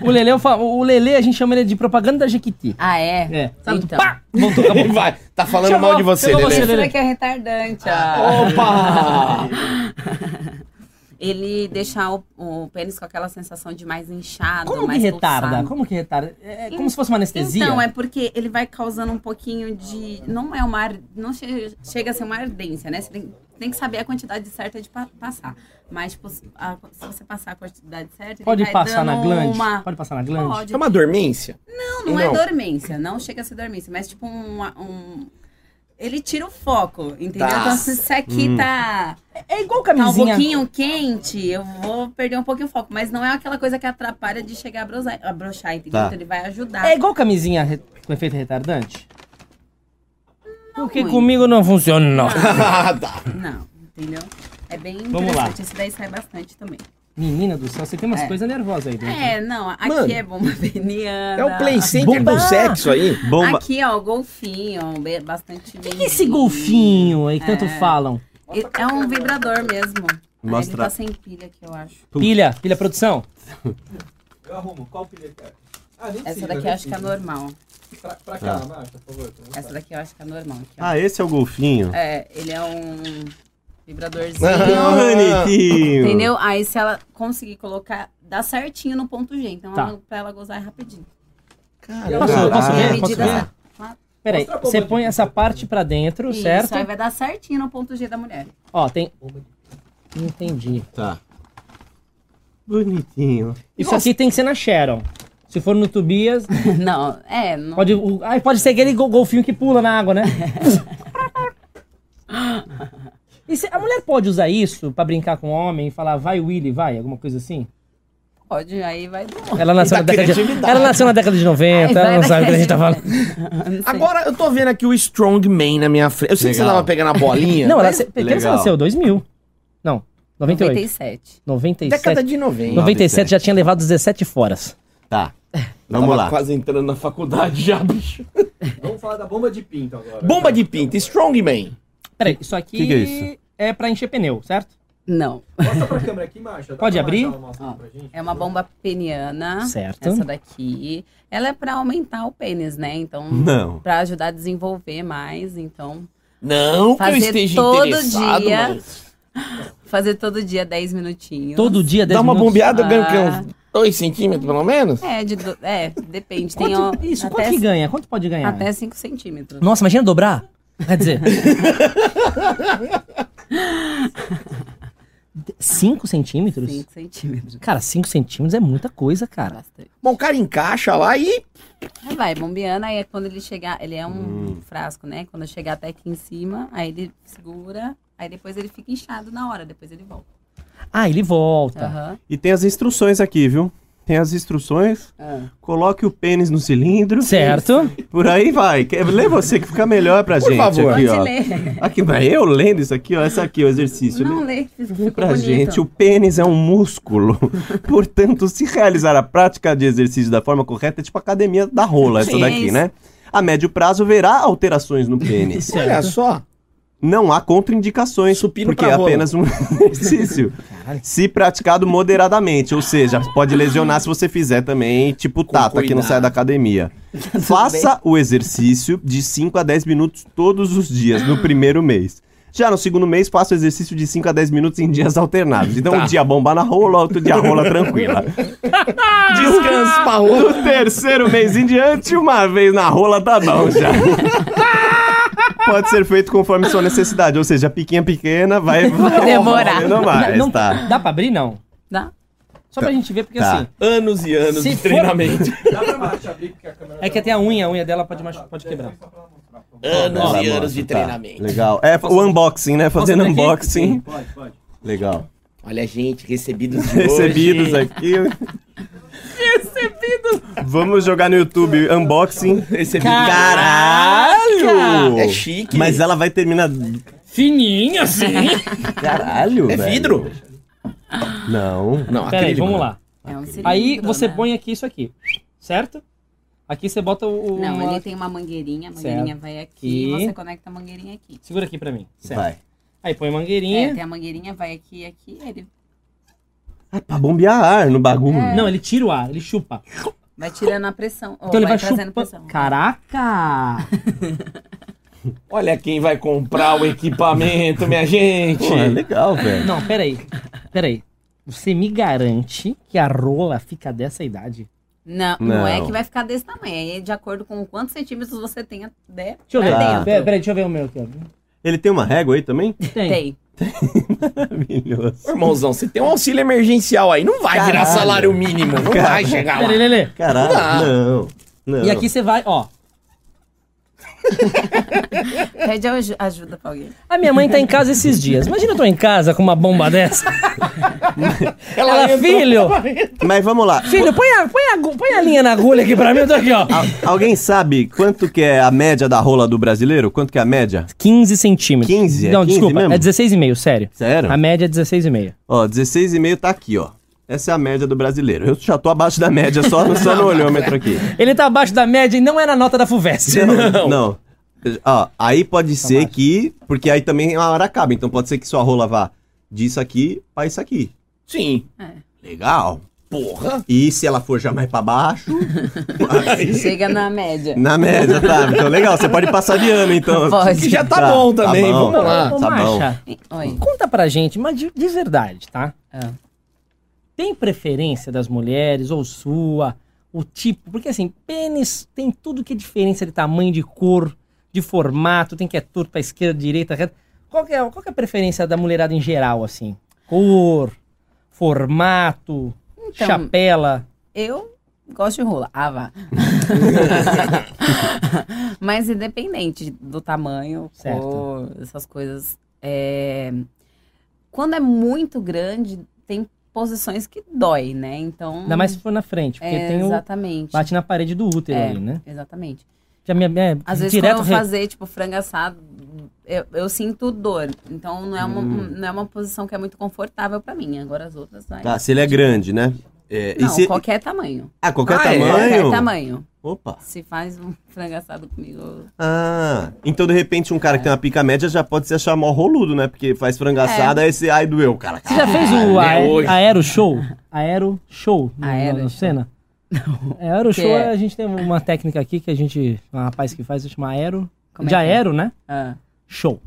[SPEAKER 1] O Lele, eu falo- o Lele, a gente chama ele de propaganda da Jequiti.
[SPEAKER 3] Ah, é?
[SPEAKER 1] É.
[SPEAKER 3] Sabe
[SPEAKER 1] Ele-
[SPEAKER 3] então.
[SPEAKER 1] Pá! Voltou, acabou.
[SPEAKER 4] Vai, tá falando
[SPEAKER 1] Chamou-
[SPEAKER 4] mal de você,
[SPEAKER 1] chamou
[SPEAKER 4] Lelê.
[SPEAKER 1] você.
[SPEAKER 3] Esse daqui é retardante.
[SPEAKER 1] Ah.
[SPEAKER 3] ó.
[SPEAKER 4] Opa!
[SPEAKER 3] Ele deixa o, o pênis com aquela sensação de mais inchado,
[SPEAKER 1] Como que
[SPEAKER 3] mais
[SPEAKER 1] retarda?
[SPEAKER 3] pulsado.
[SPEAKER 1] Como que retarda? É como se fosse uma anestesia?
[SPEAKER 3] Então, é porque ele vai causando um pouquinho de. Não é uma. ar- Não che- chega a ser uma ardência, né? Você tem, tem que saber a quantidade certa de pa- passar. Mas, tipo, se- a- se você passar a quantidade certa. ele
[SPEAKER 1] Pode
[SPEAKER 3] vai
[SPEAKER 1] passar na
[SPEAKER 3] dando
[SPEAKER 1] glande?
[SPEAKER 3] Uma...
[SPEAKER 1] Pode passar na glande?
[SPEAKER 3] Pode.
[SPEAKER 2] tipo,
[SPEAKER 4] É uma dormência?
[SPEAKER 3] Não, não, é dormência. Não chega a ser dormência, mas, tipo, um. um- Ele tira o foco, entendeu?
[SPEAKER 4] Tá.
[SPEAKER 3] Então, se isso aqui
[SPEAKER 2] Hum.
[SPEAKER 3] tá,
[SPEAKER 1] É igual
[SPEAKER 3] tá um
[SPEAKER 1] camisinha.
[SPEAKER 3] pouquinho quente, eu vou perder um pouquinho o foco. Mas não é aquela coisa que atrapalha de chegar a brosar- a brochar, entendeu?
[SPEAKER 2] Tá.
[SPEAKER 3] Então, ele vai ajudar.
[SPEAKER 1] é igual camisinha re- com efeito retardante? Porque
[SPEAKER 3] muito.
[SPEAKER 1] comigo não funciona, não.
[SPEAKER 4] Ah, tá.
[SPEAKER 3] Não, entendeu? É bem
[SPEAKER 1] Vamos lá.
[SPEAKER 3] interessante. Esse daí sai bastante também.
[SPEAKER 1] [laughs] Menina do céu, você tem umas
[SPEAKER 3] É.
[SPEAKER 1] coisas nervosas
[SPEAKER 2] Uhum.
[SPEAKER 1] aí né? dentro.
[SPEAKER 3] É, não, aqui
[SPEAKER 4] Mano.
[SPEAKER 3] é bomba [laughs] peniana.
[SPEAKER 1] um
[SPEAKER 4] É o play center
[SPEAKER 1] Bomba.
[SPEAKER 4] do sexo aí?
[SPEAKER 2] Bomba.
[SPEAKER 3] Aqui, ó, o golfinho, be- bastante
[SPEAKER 1] O que, que é esse golfinho aí que tanto falam?
[SPEAKER 3] É um vibrador mesmo. Ah,
[SPEAKER 2] Mostra.
[SPEAKER 3] Ele tá sem pilha aqui, eu acho.
[SPEAKER 1] Pilha, pilha produção?
[SPEAKER 9] Eu arrumo. Qual pilha que é? Ah, nem
[SPEAKER 3] Essa
[SPEAKER 9] precisa,
[SPEAKER 3] daqui
[SPEAKER 9] nem
[SPEAKER 3] eu acho que é normal.
[SPEAKER 9] precisa. Pra, pra
[SPEAKER 1] Ah.
[SPEAKER 9] cá, Marta, por favor. então, pra você.
[SPEAKER 3] Essa daqui eu acho que é normal. Aqui, ó.
[SPEAKER 2] Ah, esse é o golfinho.
[SPEAKER 3] É, ele é um
[SPEAKER 1] Ah.
[SPEAKER 2] Que
[SPEAKER 3] vibradorzinho.
[SPEAKER 2] Ah, bonitinho.
[SPEAKER 3] Entendeu? Aí se ela conseguir colocar, dá certinho no ponto G. Então
[SPEAKER 1] Tá.
[SPEAKER 3] ela, pra ela gozar é rapidinho.
[SPEAKER 1] Posso, posso
[SPEAKER 3] E a
[SPEAKER 1] ver? Posso
[SPEAKER 3] é medida
[SPEAKER 1] ver?
[SPEAKER 3] certa.
[SPEAKER 1] Peraí, você põe essa parte pra dentro, certo?
[SPEAKER 3] Isso aí vai dar certinho no ponto G
[SPEAKER 1] [laughs]
[SPEAKER 3] da mulher.
[SPEAKER 1] Ó, tem. Entendi.
[SPEAKER 2] Tá. Bonitinho.
[SPEAKER 1] Isso aqui tem que ser na Sharon. Se for no Tobias,
[SPEAKER 3] Não, é, não.
[SPEAKER 1] pode. o- ai, pode ser aquele gol- golfinho que pula na [laughs] água, né? E se- a mulher pode usar isso pra brincar com o homem e falar, vai Willy, vai, alguma coisa assim?
[SPEAKER 3] Pode, aí vai do.
[SPEAKER 1] Ela nasceu, na
[SPEAKER 4] Da
[SPEAKER 1] década, de,
[SPEAKER 4] criatividade.
[SPEAKER 1] ela nasceu na década de 90,
[SPEAKER 3] Ai,
[SPEAKER 1] ela
[SPEAKER 3] vai
[SPEAKER 1] não
[SPEAKER 3] na
[SPEAKER 1] sabe o que a gente tá
[SPEAKER 3] década
[SPEAKER 1] falando. [laughs]
[SPEAKER 3] de Não sei.
[SPEAKER 4] Agora eu tô vendo aqui o Strongman na minha frente. Eu sei que você
[SPEAKER 2] Legal.
[SPEAKER 4] tava pegando a
[SPEAKER 1] [laughs]
[SPEAKER 4] bolinha.
[SPEAKER 1] Não, ela, pequena você
[SPEAKER 2] Legal.
[SPEAKER 1] nasceu, 2000. Não, 98.
[SPEAKER 3] 97.
[SPEAKER 1] 97.
[SPEAKER 4] Década de 90.
[SPEAKER 1] 97 já tinha levado 17 foras.
[SPEAKER 2] Tá. Vamos
[SPEAKER 4] Tava
[SPEAKER 2] lá.
[SPEAKER 4] quase entrando na faculdade já, bicho.
[SPEAKER 9] Vamos falar da bomba de pinto agora.
[SPEAKER 4] Bomba de pinta, Strongman.
[SPEAKER 1] Peraí, isso aqui
[SPEAKER 2] Que que é isso?
[SPEAKER 1] é pra encher pneu, certo?
[SPEAKER 3] Não.
[SPEAKER 9] Mostra pra câmera aqui, Marta. Dá
[SPEAKER 1] Pode
[SPEAKER 9] pra
[SPEAKER 1] abrir?
[SPEAKER 9] Marta ela mostrar
[SPEAKER 3] Ó,
[SPEAKER 9] pra gente?
[SPEAKER 3] É uma bomba peniana.
[SPEAKER 1] Certo.
[SPEAKER 3] Essa daqui. Ela é pra aumentar o pênis, né? Então,
[SPEAKER 2] Não.
[SPEAKER 3] pra ajudar a desenvolver mais. Então,
[SPEAKER 4] Não que eu
[SPEAKER 3] Fazer
[SPEAKER 4] esteja
[SPEAKER 3] todo
[SPEAKER 4] interessado,
[SPEAKER 3] dia.
[SPEAKER 4] mas...
[SPEAKER 3] fazer todo dia 10 minutinhos.
[SPEAKER 1] Todo dia 10
[SPEAKER 4] Dá uma
[SPEAKER 1] minutos.
[SPEAKER 4] bombeada, ganha o quê?
[SPEAKER 3] Ah.
[SPEAKER 4] Uns 2 centímetros, pelo menos?
[SPEAKER 3] É, de do- é depende. Tem
[SPEAKER 1] Quanto,
[SPEAKER 3] ó,
[SPEAKER 1] isso,
[SPEAKER 3] até,
[SPEAKER 1] quanto que ganha? Quanto pode ganhar?
[SPEAKER 3] até 5 centímetros.
[SPEAKER 1] Nossa, imagina dobrar? Quer dizer. 5 centímetros?
[SPEAKER 3] 5 centímetros.
[SPEAKER 1] Cara, 5 centímetros é muita coisa, cara.
[SPEAKER 3] Bastante.
[SPEAKER 4] Bom, o cara encaixa lá e...
[SPEAKER 3] Aí vai, bombeando, aí é quando ele chegar, ele é um
[SPEAKER 2] Hum.
[SPEAKER 3] frasco, né? Quando chegar até aqui em cima, aí ele segura, aí depois ele fica inchado na hora, depois ele volta.
[SPEAKER 1] Ah, ele volta.
[SPEAKER 3] Aham.
[SPEAKER 2] E tem as instruções aqui, viu? Tem as instruções.
[SPEAKER 3] Ah.
[SPEAKER 2] Coloque o pênis no cilindro.
[SPEAKER 1] Certo?
[SPEAKER 2] Por aí vai. Quer- Lê você que fica melhor pra
[SPEAKER 4] Por
[SPEAKER 2] gente
[SPEAKER 4] favor.
[SPEAKER 2] aqui,
[SPEAKER 3] Pode
[SPEAKER 2] ó.
[SPEAKER 3] ler.
[SPEAKER 2] Aqui, mas eu lendo isso aqui, ó. Essa aqui, o exercício.
[SPEAKER 3] Não
[SPEAKER 2] Lê
[SPEAKER 3] lê, que ficou
[SPEAKER 2] pra
[SPEAKER 3] bonito.
[SPEAKER 2] gente, o pênis é um
[SPEAKER 3] [laughs]
[SPEAKER 2] músculo. Portanto, se realizar a prática de exercício da forma correta, é tipo a academia da rola, essa
[SPEAKER 3] Sim, é
[SPEAKER 2] daqui,
[SPEAKER 3] isso.
[SPEAKER 2] né? A médio prazo verá alterações no pênis.
[SPEAKER 4] Olha só.
[SPEAKER 2] Não há contraindicações,
[SPEAKER 4] Supino
[SPEAKER 2] porque
[SPEAKER 4] pra
[SPEAKER 2] é
[SPEAKER 4] rola.
[SPEAKER 2] apenas um [laughs] exercício. se praticado moderadamente, ou seja, pode lesionar se você fizer também, tipo Tata, que não
[SPEAKER 4] cuidado.
[SPEAKER 2] sai da academia.
[SPEAKER 4] [laughs]
[SPEAKER 2] Faça o exercício de 5 a 10 minutos todos os dias no primeiro mês. Já no segundo mês, faço exercício de 5 a 10 minutos em dias alternados. Então,
[SPEAKER 4] Tá.
[SPEAKER 2] um dia bomba na rola, outro dia rola
[SPEAKER 4] [laughs]
[SPEAKER 2] tranquila.
[SPEAKER 4] Descanso pra rola.
[SPEAKER 2] No terceiro mês em diante, uma vez na rola tá bom já. Pode ser feito conforme sua necessidade, ou seja, piquinha pequena vai, vai
[SPEAKER 3] Demorar.
[SPEAKER 2] rolando mais,
[SPEAKER 1] não,
[SPEAKER 2] tá.
[SPEAKER 1] Dá pra abrir, não?
[SPEAKER 3] Dá?
[SPEAKER 1] Só pra gente ver, porque
[SPEAKER 2] Tá.
[SPEAKER 1] assim.
[SPEAKER 4] Anos e anos
[SPEAKER 1] Se
[SPEAKER 4] de
[SPEAKER 1] for-
[SPEAKER 4] treinamento.
[SPEAKER 6] Dá pra baixo abrir, porque a câmera
[SPEAKER 1] É que até a unha, a unha dela pode, machu- pode quebrar.
[SPEAKER 4] Anos
[SPEAKER 2] Ela
[SPEAKER 4] e
[SPEAKER 2] mostra,
[SPEAKER 4] anos de
[SPEAKER 2] tá.
[SPEAKER 4] treinamento.
[SPEAKER 2] Legal. É o unboxing, né? Fazendo
[SPEAKER 1] abrir aqui?
[SPEAKER 2] unboxing.
[SPEAKER 6] Pode, pode.
[SPEAKER 2] Legal.
[SPEAKER 4] Olha, gente, recebidos de
[SPEAKER 2] Recebidos
[SPEAKER 4] hoje.
[SPEAKER 2] aqui. Recebidos. Vamos jogar no YouTube unboxing.
[SPEAKER 4] Recebidos.
[SPEAKER 2] Caralho!
[SPEAKER 4] É chique.
[SPEAKER 2] Mas ela vai terminar.
[SPEAKER 1] Fininha,
[SPEAKER 3] [laughs]
[SPEAKER 1] assim.
[SPEAKER 2] Caralho!
[SPEAKER 4] É
[SPEAKER 2] velho.
[SPEAKER 4] vidro?
[SPEAKER 2] Não.
[SPEAKER 4] Não,
[SPEAKER 1] Peraí, vamos lá.
[SPEAKER 3] É um cilindro,
[SPEAKER 1] Aí você
[SPEAKER 3] né?
[SPEAKER 1] põe aqui isso aqui, certo? Aqui você bota o. o-
[SPEAKER 3] Não,
[SPEAKER 1] uma-
[SPEAKER 3] ele tem uma mangueirinha, a mangueirinha
[SPEAKER 1] Certo.
[SPEAKER 3] vai aqui,
[SPEAKER 1] Aqui.
[SPEAKER 3] você conecta a mangueirinha aqui.
[SPEAKER 1] Segura aqui pra mim. Certo.
[SPEAKER 2] Vai.
[SPEAKER 1] Aí põe a
[SPEAKER 3] É,
[SPEAKER 1] mangueirinha.
[SPEAKER 3] tem a mangueirinha, vai aqui e aqui, ele
[SPEAKER 2] É pra bombear ar no bagulho.
[SPEAKER 1] Não, ele tira o ar, ele chupa.
[SPEAKER 3] vai tirando a pressão. ou
[SPEAKER 1] então ele vai
[SPEAKER 3] trazendo
[SPEAKER 1] chupando.
[SPEAKER 3] pressão.
[SPEAKER 1] Caraca!
[SPEAKER 4] Olha quem vai comprar o equipamento, minha gente.
[SPEAKER 2] Pô, é legal, velho.
[SPEAKER 1] Não, peraí. Peraí. Você me garante que a rola fica dessa idade?
[SPEAKER 3] Não, não, é
[SPEAKER 2] Não.
[SPEAKER 3] que vai ficar desse tamanho, aí é de acordo com quantos centímetros você tem até
[SPEAKER 1] Deixa eu ver. Ah,
[SPEAKER 3] pra
[SPEAKER 2] Tá.
[SPEAKER 3] dentro.
[SPEAKER 1] Pera- Peraí, deixa eu ver o meu aqui. ó.
[SPEAKER 2] Ele tem uma régua aí também? [laughs]
[SPEAKER 1] Tem.
[SPEAKER 3] Tem.
[SPEAKER 2] Maravilhoso.
[SPEAKER 4] Ô, Irmãozão, você tem um auxílio emergencial aí. Não vai virar
[SPEAKER 2] Caralho.
[SPEAKER 4] salário mínimo. Não vai chegar lá.
[SPEAKER 1] Peraí, Lelê.
[SPEAKER 2] Caralho.
[SPEAKER 4] Tá.
[SPEAKER 2] Não. não.
[SPEAKER 1] E aqui você vai, ó.
[SPEAKER 3] Pede aj- ajuda pra alguém.
[SPEAKER 1] A minha mãe tá em casa esses dias. Imagina eu tô em casa com uma bomba dessa. Ela,
[SPEAKER 4] entrou-
[SPEAKER 1] filho,
[SPEAKER 2] Mas vamos lá.
[SPEAKER 1] filho, põe a, põe, a, agu- põe a linha na agulha aqui pra mim, eu tô aqui, ó.
[SPEAKER 2] Al- alguém sabe quanto que é a média da rola do brasileiro? Quanto que é a média?
[SPEAKER 1] 15 centímetros.
[SPEAKER 2] 15? É
[SPEAKER 1] Não,
[SPEAKER 2] 15
[SPEAKER 1] desculpa,
[SPEAKER 2] mesmo?
[SPEAKER 1] é 16,5, sério.
[SPEAKER 2] Sério?
[SPEAKER 1] A média é 16,5.
[SPEAKER 2] Ó, 16,5 tá aqui, ó. Essa é a média do brasileiro. Eu já tô abaixo da média, só, no- só no olhômetro aqui.
[SPEAKER 1] Ele tá abaixo da média e não é na nota da FUVEST.
[SPEAKER 2] Não. não. Ó, aí pode ser que. Porque aí também a hora acaba. Então pode ser que sua rola vá disso aqui pra isso aqui.
[SPEAKER 4] Sim.
[SPEAKER 2] Legal.
[SPEAKER 4] Porra.
[SPEAKER 2] E se ela for já mais pra baixo. [laughs]
[SPEAKER 3] Chega na média.
[SPEAKER 2] na média, tá? Então legal. Você pode passar de ano, então.
[SPEAKER 3] Pode.
[SPEAKER 4] Que já tá bom também.
[SPEAKER 2] bom,
[SPEAKER 4] Vamos lá.
[SPEAKER 1] Ô,
[SPEAKER 2] Tá bom.
[SPEAKER 1] Marcha,
[SPEAKER 3] Oi.
[SPEAKER 1] conta pra gente, mas de, de verdade, tá?
[SPEAKER 3] Ah.
[SPEAKER 1] Tem preferência das mulheres ou sua? O tipo? Porque assim, pênis tem tudo que é diferença de tamanho, de cor, de formato, tem que é torto pra esquerda, direita, reta. Qual que é, qual que é a preferência da mulherada em geral, assim? Cor, formato,
[SPEAKER 3] Então-
[SPEAKER 1] chapela.
[SPEAKER 3] Eu gosto de rola. Ah, vá. [laughs] Mas independente do tamanho,
[SPEAKER 1] Certo.
[SPEAKER 3] cor, essas coisas. é, Quando é muito grande, tem posições que dói, né? Então.
[SPEAKER 1] Ainda mais se for na frente, porque
[SPEAKER 3] é,
[SPEAKER 1] tem o.
[SPEAKER 3] Exatamente.
[SPEAKER 1] Bate na parede do útero
[SPEAKER 3] É.
[SPEAKER 1] ali, né?
[SPEAKER 3] Exatamente.
[SPEAKER 1] Já me, é,
[SPEAKER 3] Às vezes,
[SPEAKER 1] direto
[SPEAKER 3] quando
[SPEAKER 1] re-
[SPEAKER 3] eu fazer, tipo, frango assado, eu, eu sinto dor. Então, não é, uma,
[SPEAKER 2] Hum.
[SPEAKER 3] não é uma posição que é muito confortável pra mim. Agora, as outras, vai.
[SPEAKER 2] Tá, se ele é grande, né? É,
[SPEAKER 3] Não,
[SPEAKER 2] e se...
[SPEAKER 3] qualquer tamanho.
[SPEAKER 2] Ah, qualquer
[SPEAKER 4] Ah, é?
[SPEAKER 2] tamanho?
[SPEAKER 3] Qualquer tamanho.
[SPEAKER 2] Opa.
[SPEAKER 3] Se faz um frango assado comigo, eu-
[SPEAKER 2] Ah, então de repente um cara que tem uma pica média já pode se achar mó roludo, né? Porque faz franga assada, aí você, ai doeu, cara.
[SPEAKER 1] Você já fez o
[SPEAKER 4] Ah, né,
[SPEAKER 1] ae-
[SPEAKER 4] hoje.
[SPEAKER 1] Aero Show? Aero Show no-
[SPEAKER 3] Aero
[SPEAKER 1] na,
[SPEAKER 3] Show.
[SPEAKER 1] cena? Não. Aero Show,
[SPEAKER 3] é?
[SPEAKER 1] a gente tem uma técnica aqui que a gente, um rapaz que faz, chama Aero.
[SPEAKER 3] Como é
[SPEAKER 1] de
[SPEAKER 3] que é?
[SPEAKER 1] Aero, né?
[SPEAKER 3] Ah,
[SPEAKER 1] Show.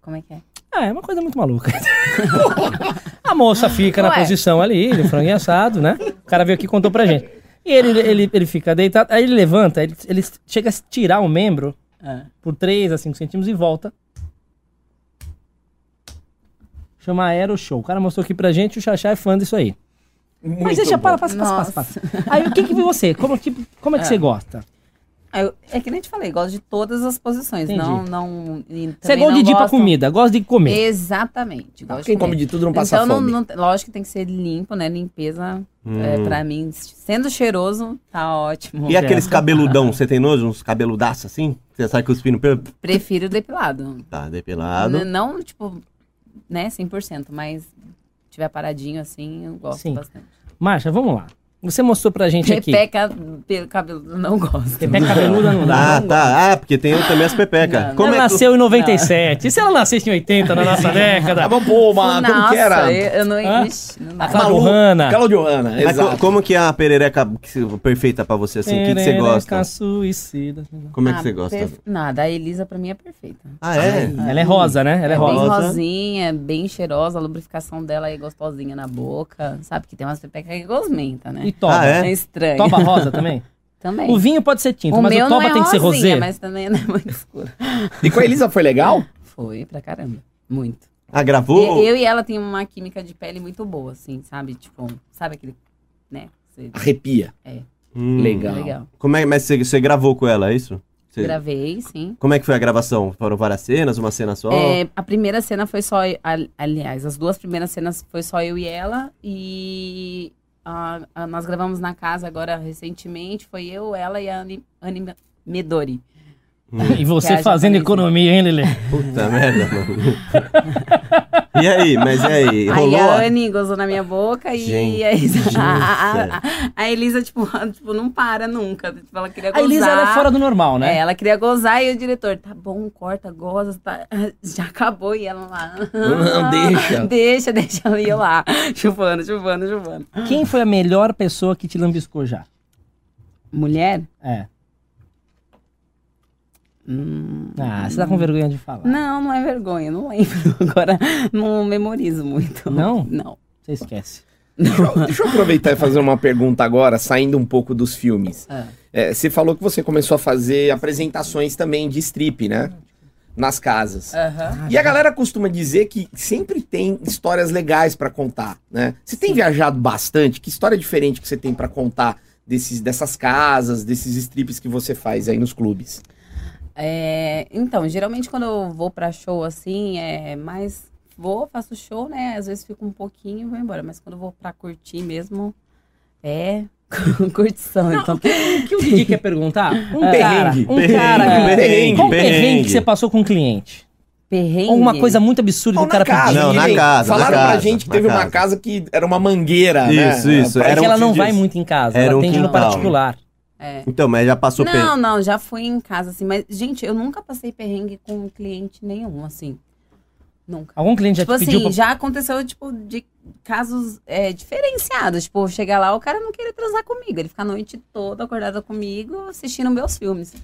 [SPEAKER 3] como é que é?
[SPEAKER 1] Ah, é uma coisa muito maluca. [laughs] a moça fica na
[SPEAKER 3] Ué.
[SPEAKER 1] posição ali, de frango assado, né? O cara veio aqui e contou pra gente. E ele, ele, ele fica deitado, aí ele levanta, ele, ele chega a tirar o membro
[SPEAKER 4] É.
[SPEAKER 3] Ah.
[SPEAKER 1] por 3 a 5 centímetros e volta. Chama Aero Show. O cara mostrou aqui pra gente, o Xaxá é fã disso aí. Mas
[SPEAKER 4] Muito
[SPEAKER 1] deixa,
[SPEAKER 4] bom.
[SPEAKER 1] para, passa, passa, passa, passa. Aí, o que que você, como, que, como é que você gosta?
[SPEAKER 3] Ah, eu- é que nem te falei, gosto de todas as posições.
[SPEAKER 1] Entendi.
[SPEAKER 3] Não, não. e
[SPEAKER 1] Você é
[SPEAKER 3] também
[SPEAKER 1] gol de
[SPEAKER 3] não
[SPEAKER 1] dir pra Tá,
[SPEAKER 3] gosto-
[SPEAKER 1] comida, gosta de comer.
[SPEAKER 3] Exatamente. Gosto
[SPEAKER 4] Quem
[SPEAKER 3] de comer.
[SPEAKER 4] come de tudo não passa
[SPEAKER 3] então, não-
[SPEAKER 4] fome.
[SPEAKER 3] não tem- lógico que tem que ser limpo, né? Limpeza,
[SPEAKER 2] Hum.
[SPEAKER 3] é, pra mim, sendo cheiroso, tá ótimo.
[SPEAKER 2] E aqueles cabeludão, você tem nojo? Uns cabeludaços assim? Você sai cuspindo pelo.
[SPEAKER 3] Prefiro depilado.
[SPEAKER 2] Tá, depilado.
[SPEAKER 3] N- Não, tipo, né, 100%, mas tiver paradinho assim, eu gosto
[SPEAKER 1] Sim.
[SPEAKER 3] bastante.
[SPEAKER 1] Marcha, vamos lá. Você mostrou pra gente aqui.
[SPEAKER 3] Pepeca pelo cabelo não Tipo, gosta.
[SPEAKER 1] Pepeca cabeluda não dá.
[SPEAKER 2] Ah, tá. Ah, porque tem também as pepecas. Como
[SPEAKER 1] ela
[SPEAKER 2] é que
[SPEAKER 1] nasceu em 97. E se ela nascesse em 80, na
[SPEAKER 2] [laughs]
[SPEAKER 1] nossa
[SPEAKER 2] Tá
[SPEAKER 4] Ah,
[SPEAKER 1] década?
[SPEAKER 4] vamos pôr uma. como que era?
[SPEAKER 3] Eu, eu não,
[SPEAKER 1] Hã?
[SPEAKER 3] ixi, não
[SPEAKER 1] A
[SPEAKER 3] dá.
[SPEAKER 1] Cláudio
[SPEAKER 4] Malu-
[SPEAKER 1] Hanna.
[SPEAKER 4] Cláudio Hanna,
[SPEAKER 2] Mas co-
[SPEAKER 4] exato.
[SPEAKER 2] como que é a perereca que se- perfeita pra você, assim? O que, que você gosta?
[SPEAKER 1] Perereca Suicida.
[SPEAKER 2] Como é que
[SPEAKER 3] Ah,
[SPEAKER 2] você gosta?
[SPEAKER 3] perfe- Nada, a Elisa pra mim é perfeita.
[SPEAKER 2] Ah, é?
[SPEAKER 1] Ela é rosa, né? Ela é
[SPEAKER 3] É
[SPEAKER 1] rosa.
[SPEAKER 3] bem
[SPEAKER 2] rosa.
[SPEAKER 3] rosinha, bem cheirosa, a lubrificação dela é gostosinha na boca. Sabe que tem umas pepecas que gosmenta, né?
[SPEAKER 1] E toba.
[SPEAKER 2] Ah, é?
[SPEAKER 3] É estranho.
[SPEAKER 1] Toba rosa
[SPEAKER 3] [laughs]
[SPEAKER 1] também?
[SPEAKER 3] Também.
[SPEAKER 1] O vinho pode ser tinto,
[SPEAKER 3] O
[SPEAKER 1] mas
[SPEAKER 3] meu
[SPEAKER 1] o
[SPEAKER 3] não
[SPEAKER 1] toba
[SPEAKER 3] é
[SPEAKER 1] tem que ser
[SPEAKER 3] rosinha,
[SPEAKER 1] rosé.
[SPEAKER 3] mas também não é muito escuro.
[SPEAKER 4] E com a Elisa foi legal?
[SPEAKER 3] Foi pra caramba. Muito.
[SPEAKER 2] Ah,
[SPEAKER 3] E-
[SPEAKER 2] gravou?
[SPEAKER 3] eu e ela tem uma química de pele muito boa, assim, sabe? Tipo, sabe aquele, né? Cê-
[SPEAKER 4] Arrepia.
[SPEAKER 2] Hum.
[SPEAKER 4] Legal.
[SPEAKER 3] Legal.
[SPEAKER 2] Como é, mas você, você gravou com ela, é isso? Você-
[SPEAKER 3] Gravei, sim.
[SPEAKER 2] Como é que foi a gravação? Foram várias cenas, uma cena só?
[SPEAKER 3] É, a primeira cena foi só. al- Aliás, as duas primeiras cenas foi só eu e ela. E a- a- nós gravamos na casa agora recentemente. Foi eu, ela e a Anne, Anne Medori.
[SPEAKER 1] Hum. E
[SPEAKER 3] Que é
[SPEAKER 1] você
[SPEAKER 3] a
[SPEAKER 1] fazendo
[SPEAKER 3] japonesa.
[SPEAKER 1] economia, hein, Lelê?
[SPEAKER 2] Puta merda, mano. [laughs] e aí, mas e aí?
[SPEAKER 3] Aí
[SPEAKER 2] Rolou?
[SPEAKER 3] a
[SPEAKER 2] a-
[SPEAKER 3] Anne gozou na minha boca
[SPEAKER 2] [laughs] Gente,
[SPEAKER 3] e a Elisa, a,
[SPEAKER 2] gente,
[SPEAKER 3] a- a- [laughs] a Elisa, tipo, tipo, não para nunca. Tipo, ela queria
[SPEAKER 1] A
[SPEAKER 3] gozar.
[SPEAKER 1] Elisa ela é fora do normal,
[SPEAKER 3] É,
[SPEAKER 1] né?
[SPEAKER 3] ela queria gozar e o diretor, tá bom, corta, goza, tá- [laughs] já acabou. E ela lá,
[SPEAKER 4] Não, deixa.
[SPEAKER 3] [laughs] deixa, deixa ela ir lá, [laughs] chupando, chupando, chupando.
[SPEAKER 1] Quem foi a melhor pessoa que te lambiscou já?
[SPEAKER 3] Mulher?
[SPEAKER 1] É.
[SPEAKER 3] Hum.
[SPEAKER 1] Ah, você tá com vergonha de falar.
[SPEAKER 3] Não, não é vergonha, não lembro. [laughs] Agora não memorizo muito.
[SPEAKER 1] Não?
[SPEAKER 3] Não.
[SPEAKER 1] Você esquece.
[SPEAKER 4] Deixa eu- Deixa eu aproveitar e fazer uma pergunta agora, saindo um pouco dos filmes.
[SPEAKER 3] Ah.
[SPEAKER 4] É, você falou que você começou a fazer apresentações também de strip, né? Nas casas.
[SPEAKER 1] É.
[SPEAKER 4] E a galera costuma dizer que sempre tem histórias legais pra contar, né? Você tem viajado bastante? Que história diferente que você tem pra contar desses, dessas casas, desses strips que você faz aí nos clubes?
[SPEAKER 3] É, então, geralmente quando eu vou pra show assim, é mais. Vou, faço show, né? Às vezes fico um pouquinho e vou embora. Mas quando eu vou pra curtir mesmo, é [laughs] curtição. então,
[SPEAKER 1] O que o Didi quer perguntar? [laughs] Um
[SPEAKER 4] É.
[SPEAKER 1] cara,
[SPEAKER 4] Perrengue.
[SPEAKER 1] um
[SPEAKER 2] Perrengue,
[SPEAKER 1] cara.
[SPEAKER 2] perrengue,
[SPEAKER 1] Qual perrengue
[SPEAKER 2] perrengue.
[SPEAKER 1] que você passou com um cliente?
[SPEAKER 3] perrengue.
[SPEAKER 1] Ou uma coisa muito absurda
[SPEAKER 4] Ou
[SPEAKER 1] que o cara pediu?
[SPEAKER 2] Não,
[SPEAKER 4] que
[SPEAKER 2] na
[SPEAKER 4] nem-
[SPEAKER 2] casa, na
[SPEAKER 4] Falaram pra
[SPEAKER 2] casa,
[SPEAKER 4] gente que
[SPEAKER 2] na
[SPEAKER 4] teve uma
[SPEAKER 2] casa.
[SPEAKER 4] casa que era uma mangueira, né?
[SPEAKER 2] Isso, isso,
[SPEAKER 1] É
[SPEAKER 2] era
[SPEAKER 1] que
[SPEAKER 2] um
[SPEAKER 1] ela não
[SPEAKER 2] que
[SPEAKER 1] vai
[SPEAKER 2] diz.
[SPEAKER 1] muito em casa,
[SPEAKER 2] Era
[SPEAKER 1] ela
[SPEAKER 2] um
[SPEAKER 1] atende no
[SPEAKER 2] quintal.
[SPEAKER 1] particular.
[SPEAKER 2] Então, mas já passou perrengue.
[SPEAKER 3] Não, não, já fui em casa assim. Mas, gente, eu nunca passei perrengue com cliente nenhum, assim. Nunca.
[SPEAKER 1] Algum cliente já
[SPEAKER 3] Tipo
[SPEAKER 1] te pediu
[SPEAKER 3] assim,
[SPEAKER 1] pra...
[SPEAKER 3] já aconteceu, tipo, de casos é, diferenciados. Tipo, chegar lá, o cara não queria transar comigo. Ele fica a noite toda acordada comigo, assistindo meus filmes.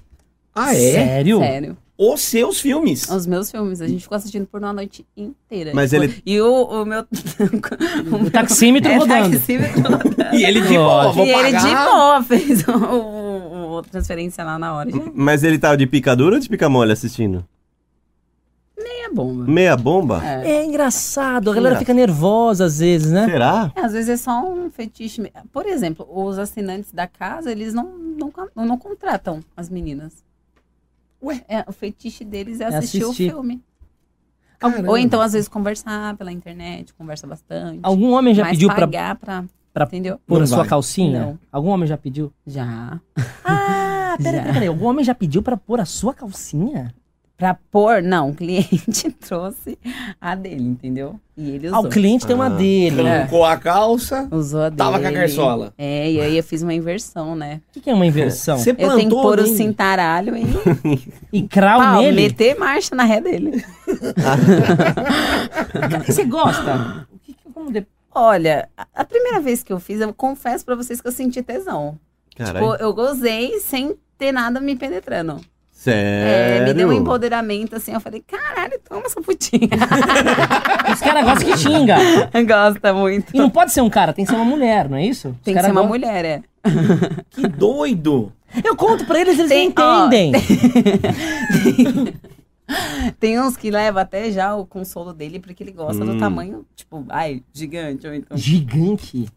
[SPEAKER 4] Ah, é?
[SPEAKER 1] Sério?
[SPEAKER 3] Sério.
[SPEAKER 4] Os seus filmes.
[SPEAKER 3] Os meus filmes. A gente ficou assistindo por uma noite inteira.
[SPEAKER 2] Mas
[SPEAKER 3] Tipo,
[SPEAKER 2] ele-
[SPEAKER 3] E o, o meu... [laughs] o
[SPEAKER 1] O taxímetro
[SPEAKER 3] [laughs] é,
[SPEAKER 1] Tá rodando.
[SPEAKER 3] taxímetro rodando.
[SPEAKER 4] E ele de boa, vou
[SPEAKER 3] E ele de
[SPEAKER 4] pagar.
[SPEAKER 3] boa fez [laughs] o, o- o- transferência lá na hora. Já
[SPEAKER 2] Mas ele tava de picadura ou de pica-mole assistindo?
[SPEAKER 3] é bomba.
[SPEAKER 2] Meia bomba?
[SPEAKER 3] É.
[SPEAKER 1] É engraçado, a galera fica nervosa às vezes, né?
[SPEAKER 2] Será?
[SPEAKER 3] É, Às vezes é só um fetiche. me- Por exemplo, os assinantes da casa, eles não, não, con- não contratam as meninas. Ué? É, o fetiche deles é
[SPEAKER 1] É
[SPEAKER 3] assistir,
[SPEAKER 1] assistir.
[SPEAKER 3] o filme.
[SPEAKER 4] Caramba.
[SPEAKER 3] Ou então, às vezes, conversar pela internet, conversa bastante.
[SPEAKER 1] então, Algum homem já
[SPEAKER 3] mas
[SPEAKER 1] pediu pra
[SPEAKER 3] pagar pra,
[SPEAKER 1] pra-
[SPEAKER 3] Entendeu?
[SPEAKER 1] pôr
[SPEAKER 4] Não
[SPEAKER 1] a sua
[SPEAKER 4] vai.
[SPEAKER 1] calcinha?
[SPEAKER 3] Não.
[SPEAKER 1] Algum homem já pediu?
[SPEAKER 3] Já.
[SPEAKER 1] Ah, peraí,
[SPEAKER 3] Já.
[SPEAKER 1] peraí, peraí. Algum homem já pediu pra pôr a sua calcinha?
[SPEAKER 3] Pra pôr, não, o cliente [laughs] trouxe a dele, entendeu? E ele
[SPEAKER 1] Ah,
[SPEAKER 3] usou.
[SPEAKER 1] o cliente tem uma
[SPEAKER 2] Ah,
[SPEAKER 1] dele.
[SPEAKER 4] Arrancou a calça.
[SPEAKER 3] Usou a dele.
[SPEAKER 4] Tava com a garçola.
[SPEAKER 3] É, e aí eu fiz uma inversão, né?
[SPEAKER 1] O que, que é uma
[SPEAKER 2] Então,
[SPEAKER 1] inversão?
[SPEAKER 4] Você
[SPEAKER 3] Eu tenho que pôr o
[SPEAKER 4] nele.
[SPEAKER 3] cintaralho e
[SPEAKER 1] E crau
[SPEAKER 3] pau,
[SPEAKER 1] nele?
[SPEAKER 3] meter marcha na ré dele.
[SPEAKER 1] Você gosta? O que, que- como de-
[SPEAKER 3] Olha, a- a primeira vez que eu fiz, eu confesso pra vocês que eu senti tesão.
[SPEAKER 2] Caralho.
[SPEAKER 3] Tipo, eu gozei sem ter nada me penetrando. É,
[SPEAKER 2] Sério?
[SPEAKER 3] me deu um empoderamento assim. Eu falei, caralho, toma essa putinha. [laughs]
[SPEAKER 1] Os caras gostam que xinga.
[SPEAKER 3] Gosta muito.
[SPEAKER 1] E não pode ser um cara, tem que ser uma mulher, não é isso? Os
[SPEAKER 3] Tem que
[SPEAKER 1] cara
[SPEAKER 3] ser uma
[SPEAKER 1] gostam-
[SPEAKER 3] mulher, é.
[SPEAKER 4] Que doido.
[SPEAKER 1] Eu conto pra eles, eles
[SPEAKER 3] Tem-
[SPEAKER 1] não
[SPEAKER 3] ó,
[SPEAKER 1] entendem.
[SPEAKER 3] Tem uns que leva até já o consolo dele, porque ele gosta
[SPEAKER 2] Hum.
[SPEAKER 3] do tamanho, tipo, ai, gigante, ou então.
[SPEAKER 1] Gigante.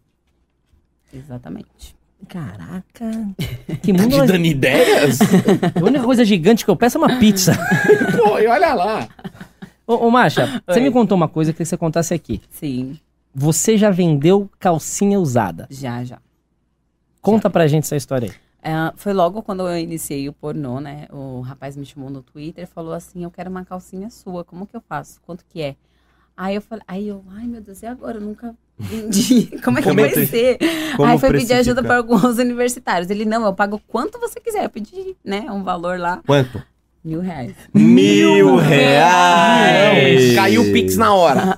[SPEAKER 3] Exatamente.
[SPEAKER 1] Caraca. Que
[SPEAKER 2] Tá
[SPEAKER 1] mundo. é
[SPEAKER 4] Te dando ideias?
[SPEAKER 1] A única coisa gigante que eu peço é uma
[SPEAKER 3] [laughs]
[SPEAKER 1] pizza.
[SPEAKER 4] [laughs] Pô, e olha lá.
[SPEAKER 1] Ô, ô Masha, você
[SPEAKER 3] Oi.
[SPEAKER 1] me contou uma coisa que você contasse aqui.
[SPEAKER 3] Sim,
[SPEAKER 1] Você já vendeu calcinha usada.
[SPEAKER 3] já, já.
[SPEAKER 1] Conta pra gente essa história aí.
[SPEAKER 3] É, foi logo quando eu iniciei o pornô, né? O rapaz me chamou no Twitter e falou assim: Eu quero uma calcinha sua, como que eu faço? Quanto que é? Aí eu falei, aí eu, ai meu Deus, e agora? Eu nunca vendi. [laughs] Como é que
[SPEAKER 2] Como
[SPEAKER 3] vai
[SPEAKER 2] te-
[SPEAKER 3] ser?
[SPEAKER 2] como
[SPEAKER 3] aí foi pedir
[SPEAKER 2] precificar?
[SPEAKER 3] ajuda para alguns [laughs] universitários. Ele, não, eu pago quanto você quiser. Eu pedi, né, um valor lá,
[SPEAKER 2] Quanto?
[SPEAKER 3] mil reais.
[SPEAKER 2] Mil reais!
[SPEAKER 4] Caiu o Pix na hora.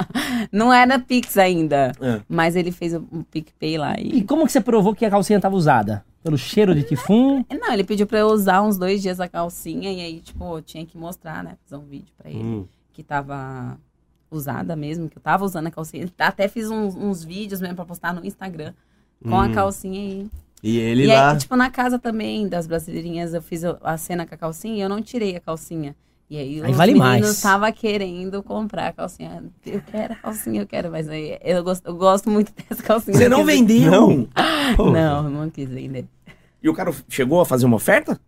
[SPEAKER 3] Não era Pix ainda,
[SPEAKER 4] Ah.
[SPEAKER 3] mas ele fez um PicPay lá.
[SPEAKER 1] E
[SPEAKER 3] E...
[SPEAKER 1] como que você provou que a calcinha tava usada? Pelo cheiro de tifum?
[SPEAKER 3] Não, ele pediu pra eu usar uns dois dias a calcinha e aí, tipo, eu tinha que mostrar, né, fazer um vídeo pra ele.
[SPEAKER 2] Hum.
[SPEAKER 3] que tava usada mesmo, que eu tava usando a calcinha. Tá, Até fiz uns, uns vídeos mesmo pra postar no Instagram com a
[SPEAKER 2] Hum.
[SPEAKER 3] calcinha aí.
[SPEAKER 2] E ele
[SPEAKER 3] e
[SPEAKER 2] lá.
[SPEAKER 3] aí, tipo, na casa também das brasileirinhas, eu fiz a cena com a calcinha e eu não tirei a calcinha. E aí,
[SPEAKER 1] Aí
[SPEAKER 3] os
[SPEAKER 1] vale
[SPEAKER 3] meninos
[SPEAKER 1] mais.
[SPEAKER 3] tava querendo comprar a calcinha. Eu quero a calcinha, eu quero, mas aí eu gosto, eu gosto muito [laughs] dessa calcinha.
[SPEAKER 4] Você
[SPEAKER 3] Eu
[SPEAKER 4] não
[SPEAKER 3] quis-
[SPEAKER 4] vendeu?
[SPEAKER 2] Não. Pô.
[SPEAKER 3] Não, não quis vender.
[SPEAKER 4] E o cara chegou a fazer uma oferta?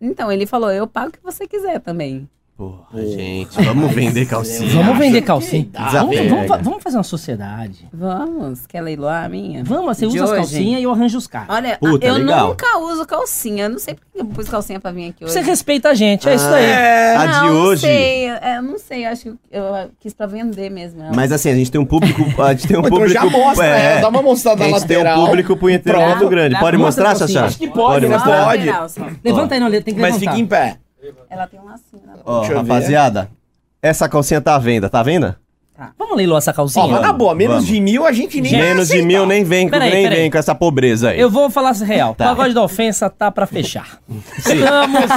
[SPEAKER 3] Então, ele falou, eu pago o que você quiser também.
[SPEAKER 2] Porra, gente, é vamos vender calcinha.
[SPEAKER 1] Vamos vender calcinha.
[SPEAKER 2] dá,
[SPEAKER 1] Vamos, vamos
[SPEAKER 2] pega.
[SPEAKER 1] fa- vamos fazer uma sociedade.
[SPEAKER 3] Vamos, quer leiloar a minha?
[SPEAKER 1] Vamos, você
[SPEAKER 3] De
[SPEAKER 1] usa as
[SPEAKER 3] hoje? Ah,
[SPEAKER 1] calcinhas e eu arranjo os caras.
[SPEAKER 3] Olha,
[SPEAKER 2] Puta,
[SPEAKER 3] eu
[SPEAKER 2] legal.
[SPEAKER 3] nunca uso calcinha. Eu não sei porque eu pus calcinha pra vir aqui hoje. Ah,
[SPEAKER 1] Você respeita a gente, é isso daí.
[SPEAKER 2] A Tá
[SPEAKER 3] não,
[SPEAKER 2] de
[SPEAKER 3] não
[SPEAKER 2] hoje.
[SPEAKER 3] Sei, é, eu não sei, eu acho que eu eu quis pra vender mesmo. ela.
[SPEAKER 2] Mas assim, a gente tem um público. A gente tem um
[SPEAKER 4] Pô,
[SPEAKER 2] público.
[SPEAKER 4] então já mostra,
[SPEAKER 2] é,
[SPEAKER 4] né? Dá uma mostrada
[SPEAKER 2] a gente tem um
[SPEAKER 4] lateral.
[SPEAKER 2] público punheteiro
[SPEAKER 3] Pronto.
[SPEAKER 2] muito grande.
[SPEAKER 3] Dá-
[SPEAKER 2] Pode
[SPEAKER 1] mostra
[SPEAKER 2] mostrar,
[SPEAKER 1] a calcinha.
[SPEAKER 2] Xaxá?
[SPEAKER 1] Acho
[SPEAKER 4] que pode, né?
[SPEAKER 3] Só a
[SPEAKER 4] pode.
[SPEAKER 3] lateral, só.
[SPEAKER 1] Levanta aí, não, tem que
[SPEAKER 4] Mas
[SPEAKER 1] levantar.
[SPEAKER 4] fica em pé.
[SPEAKER 3] Ela tem um lacinho na boca.
[SPEAKER 2] Ó,
[SPEAKER 4] Deixa eu ver.
[SPEAKER 2] rapaziada, essa calcinha tá à venda, tá à venda?
[SPEAKER 1] Vamos leiloar essa calcinha?
[SPEAKER 4] Ó, mas na boa, menos
[SPEAKER 2] Vamos.
[SPEAKER 4] de mil a gente nem vai
[SPEAKER 2] Menos de
[SPEAKER 4] aceitar.
[SPEAKER 2] mil nem vem, com-
[SPEAKER 1] Peraí,
[SPEAKER 2] nem
[SPEAKER 1] peraí.
[SPEAKER 2] vem com essa pobreza aí.
[SPEAKER 1] Eu vou falar essa real.
[SPEAKER 2] Tá.
[SPEAKER 1] Pagode da ofensa tá pra fechar.
[SPEAKER 2] [laughs] Sim.
[SPEAKER 1] Estamos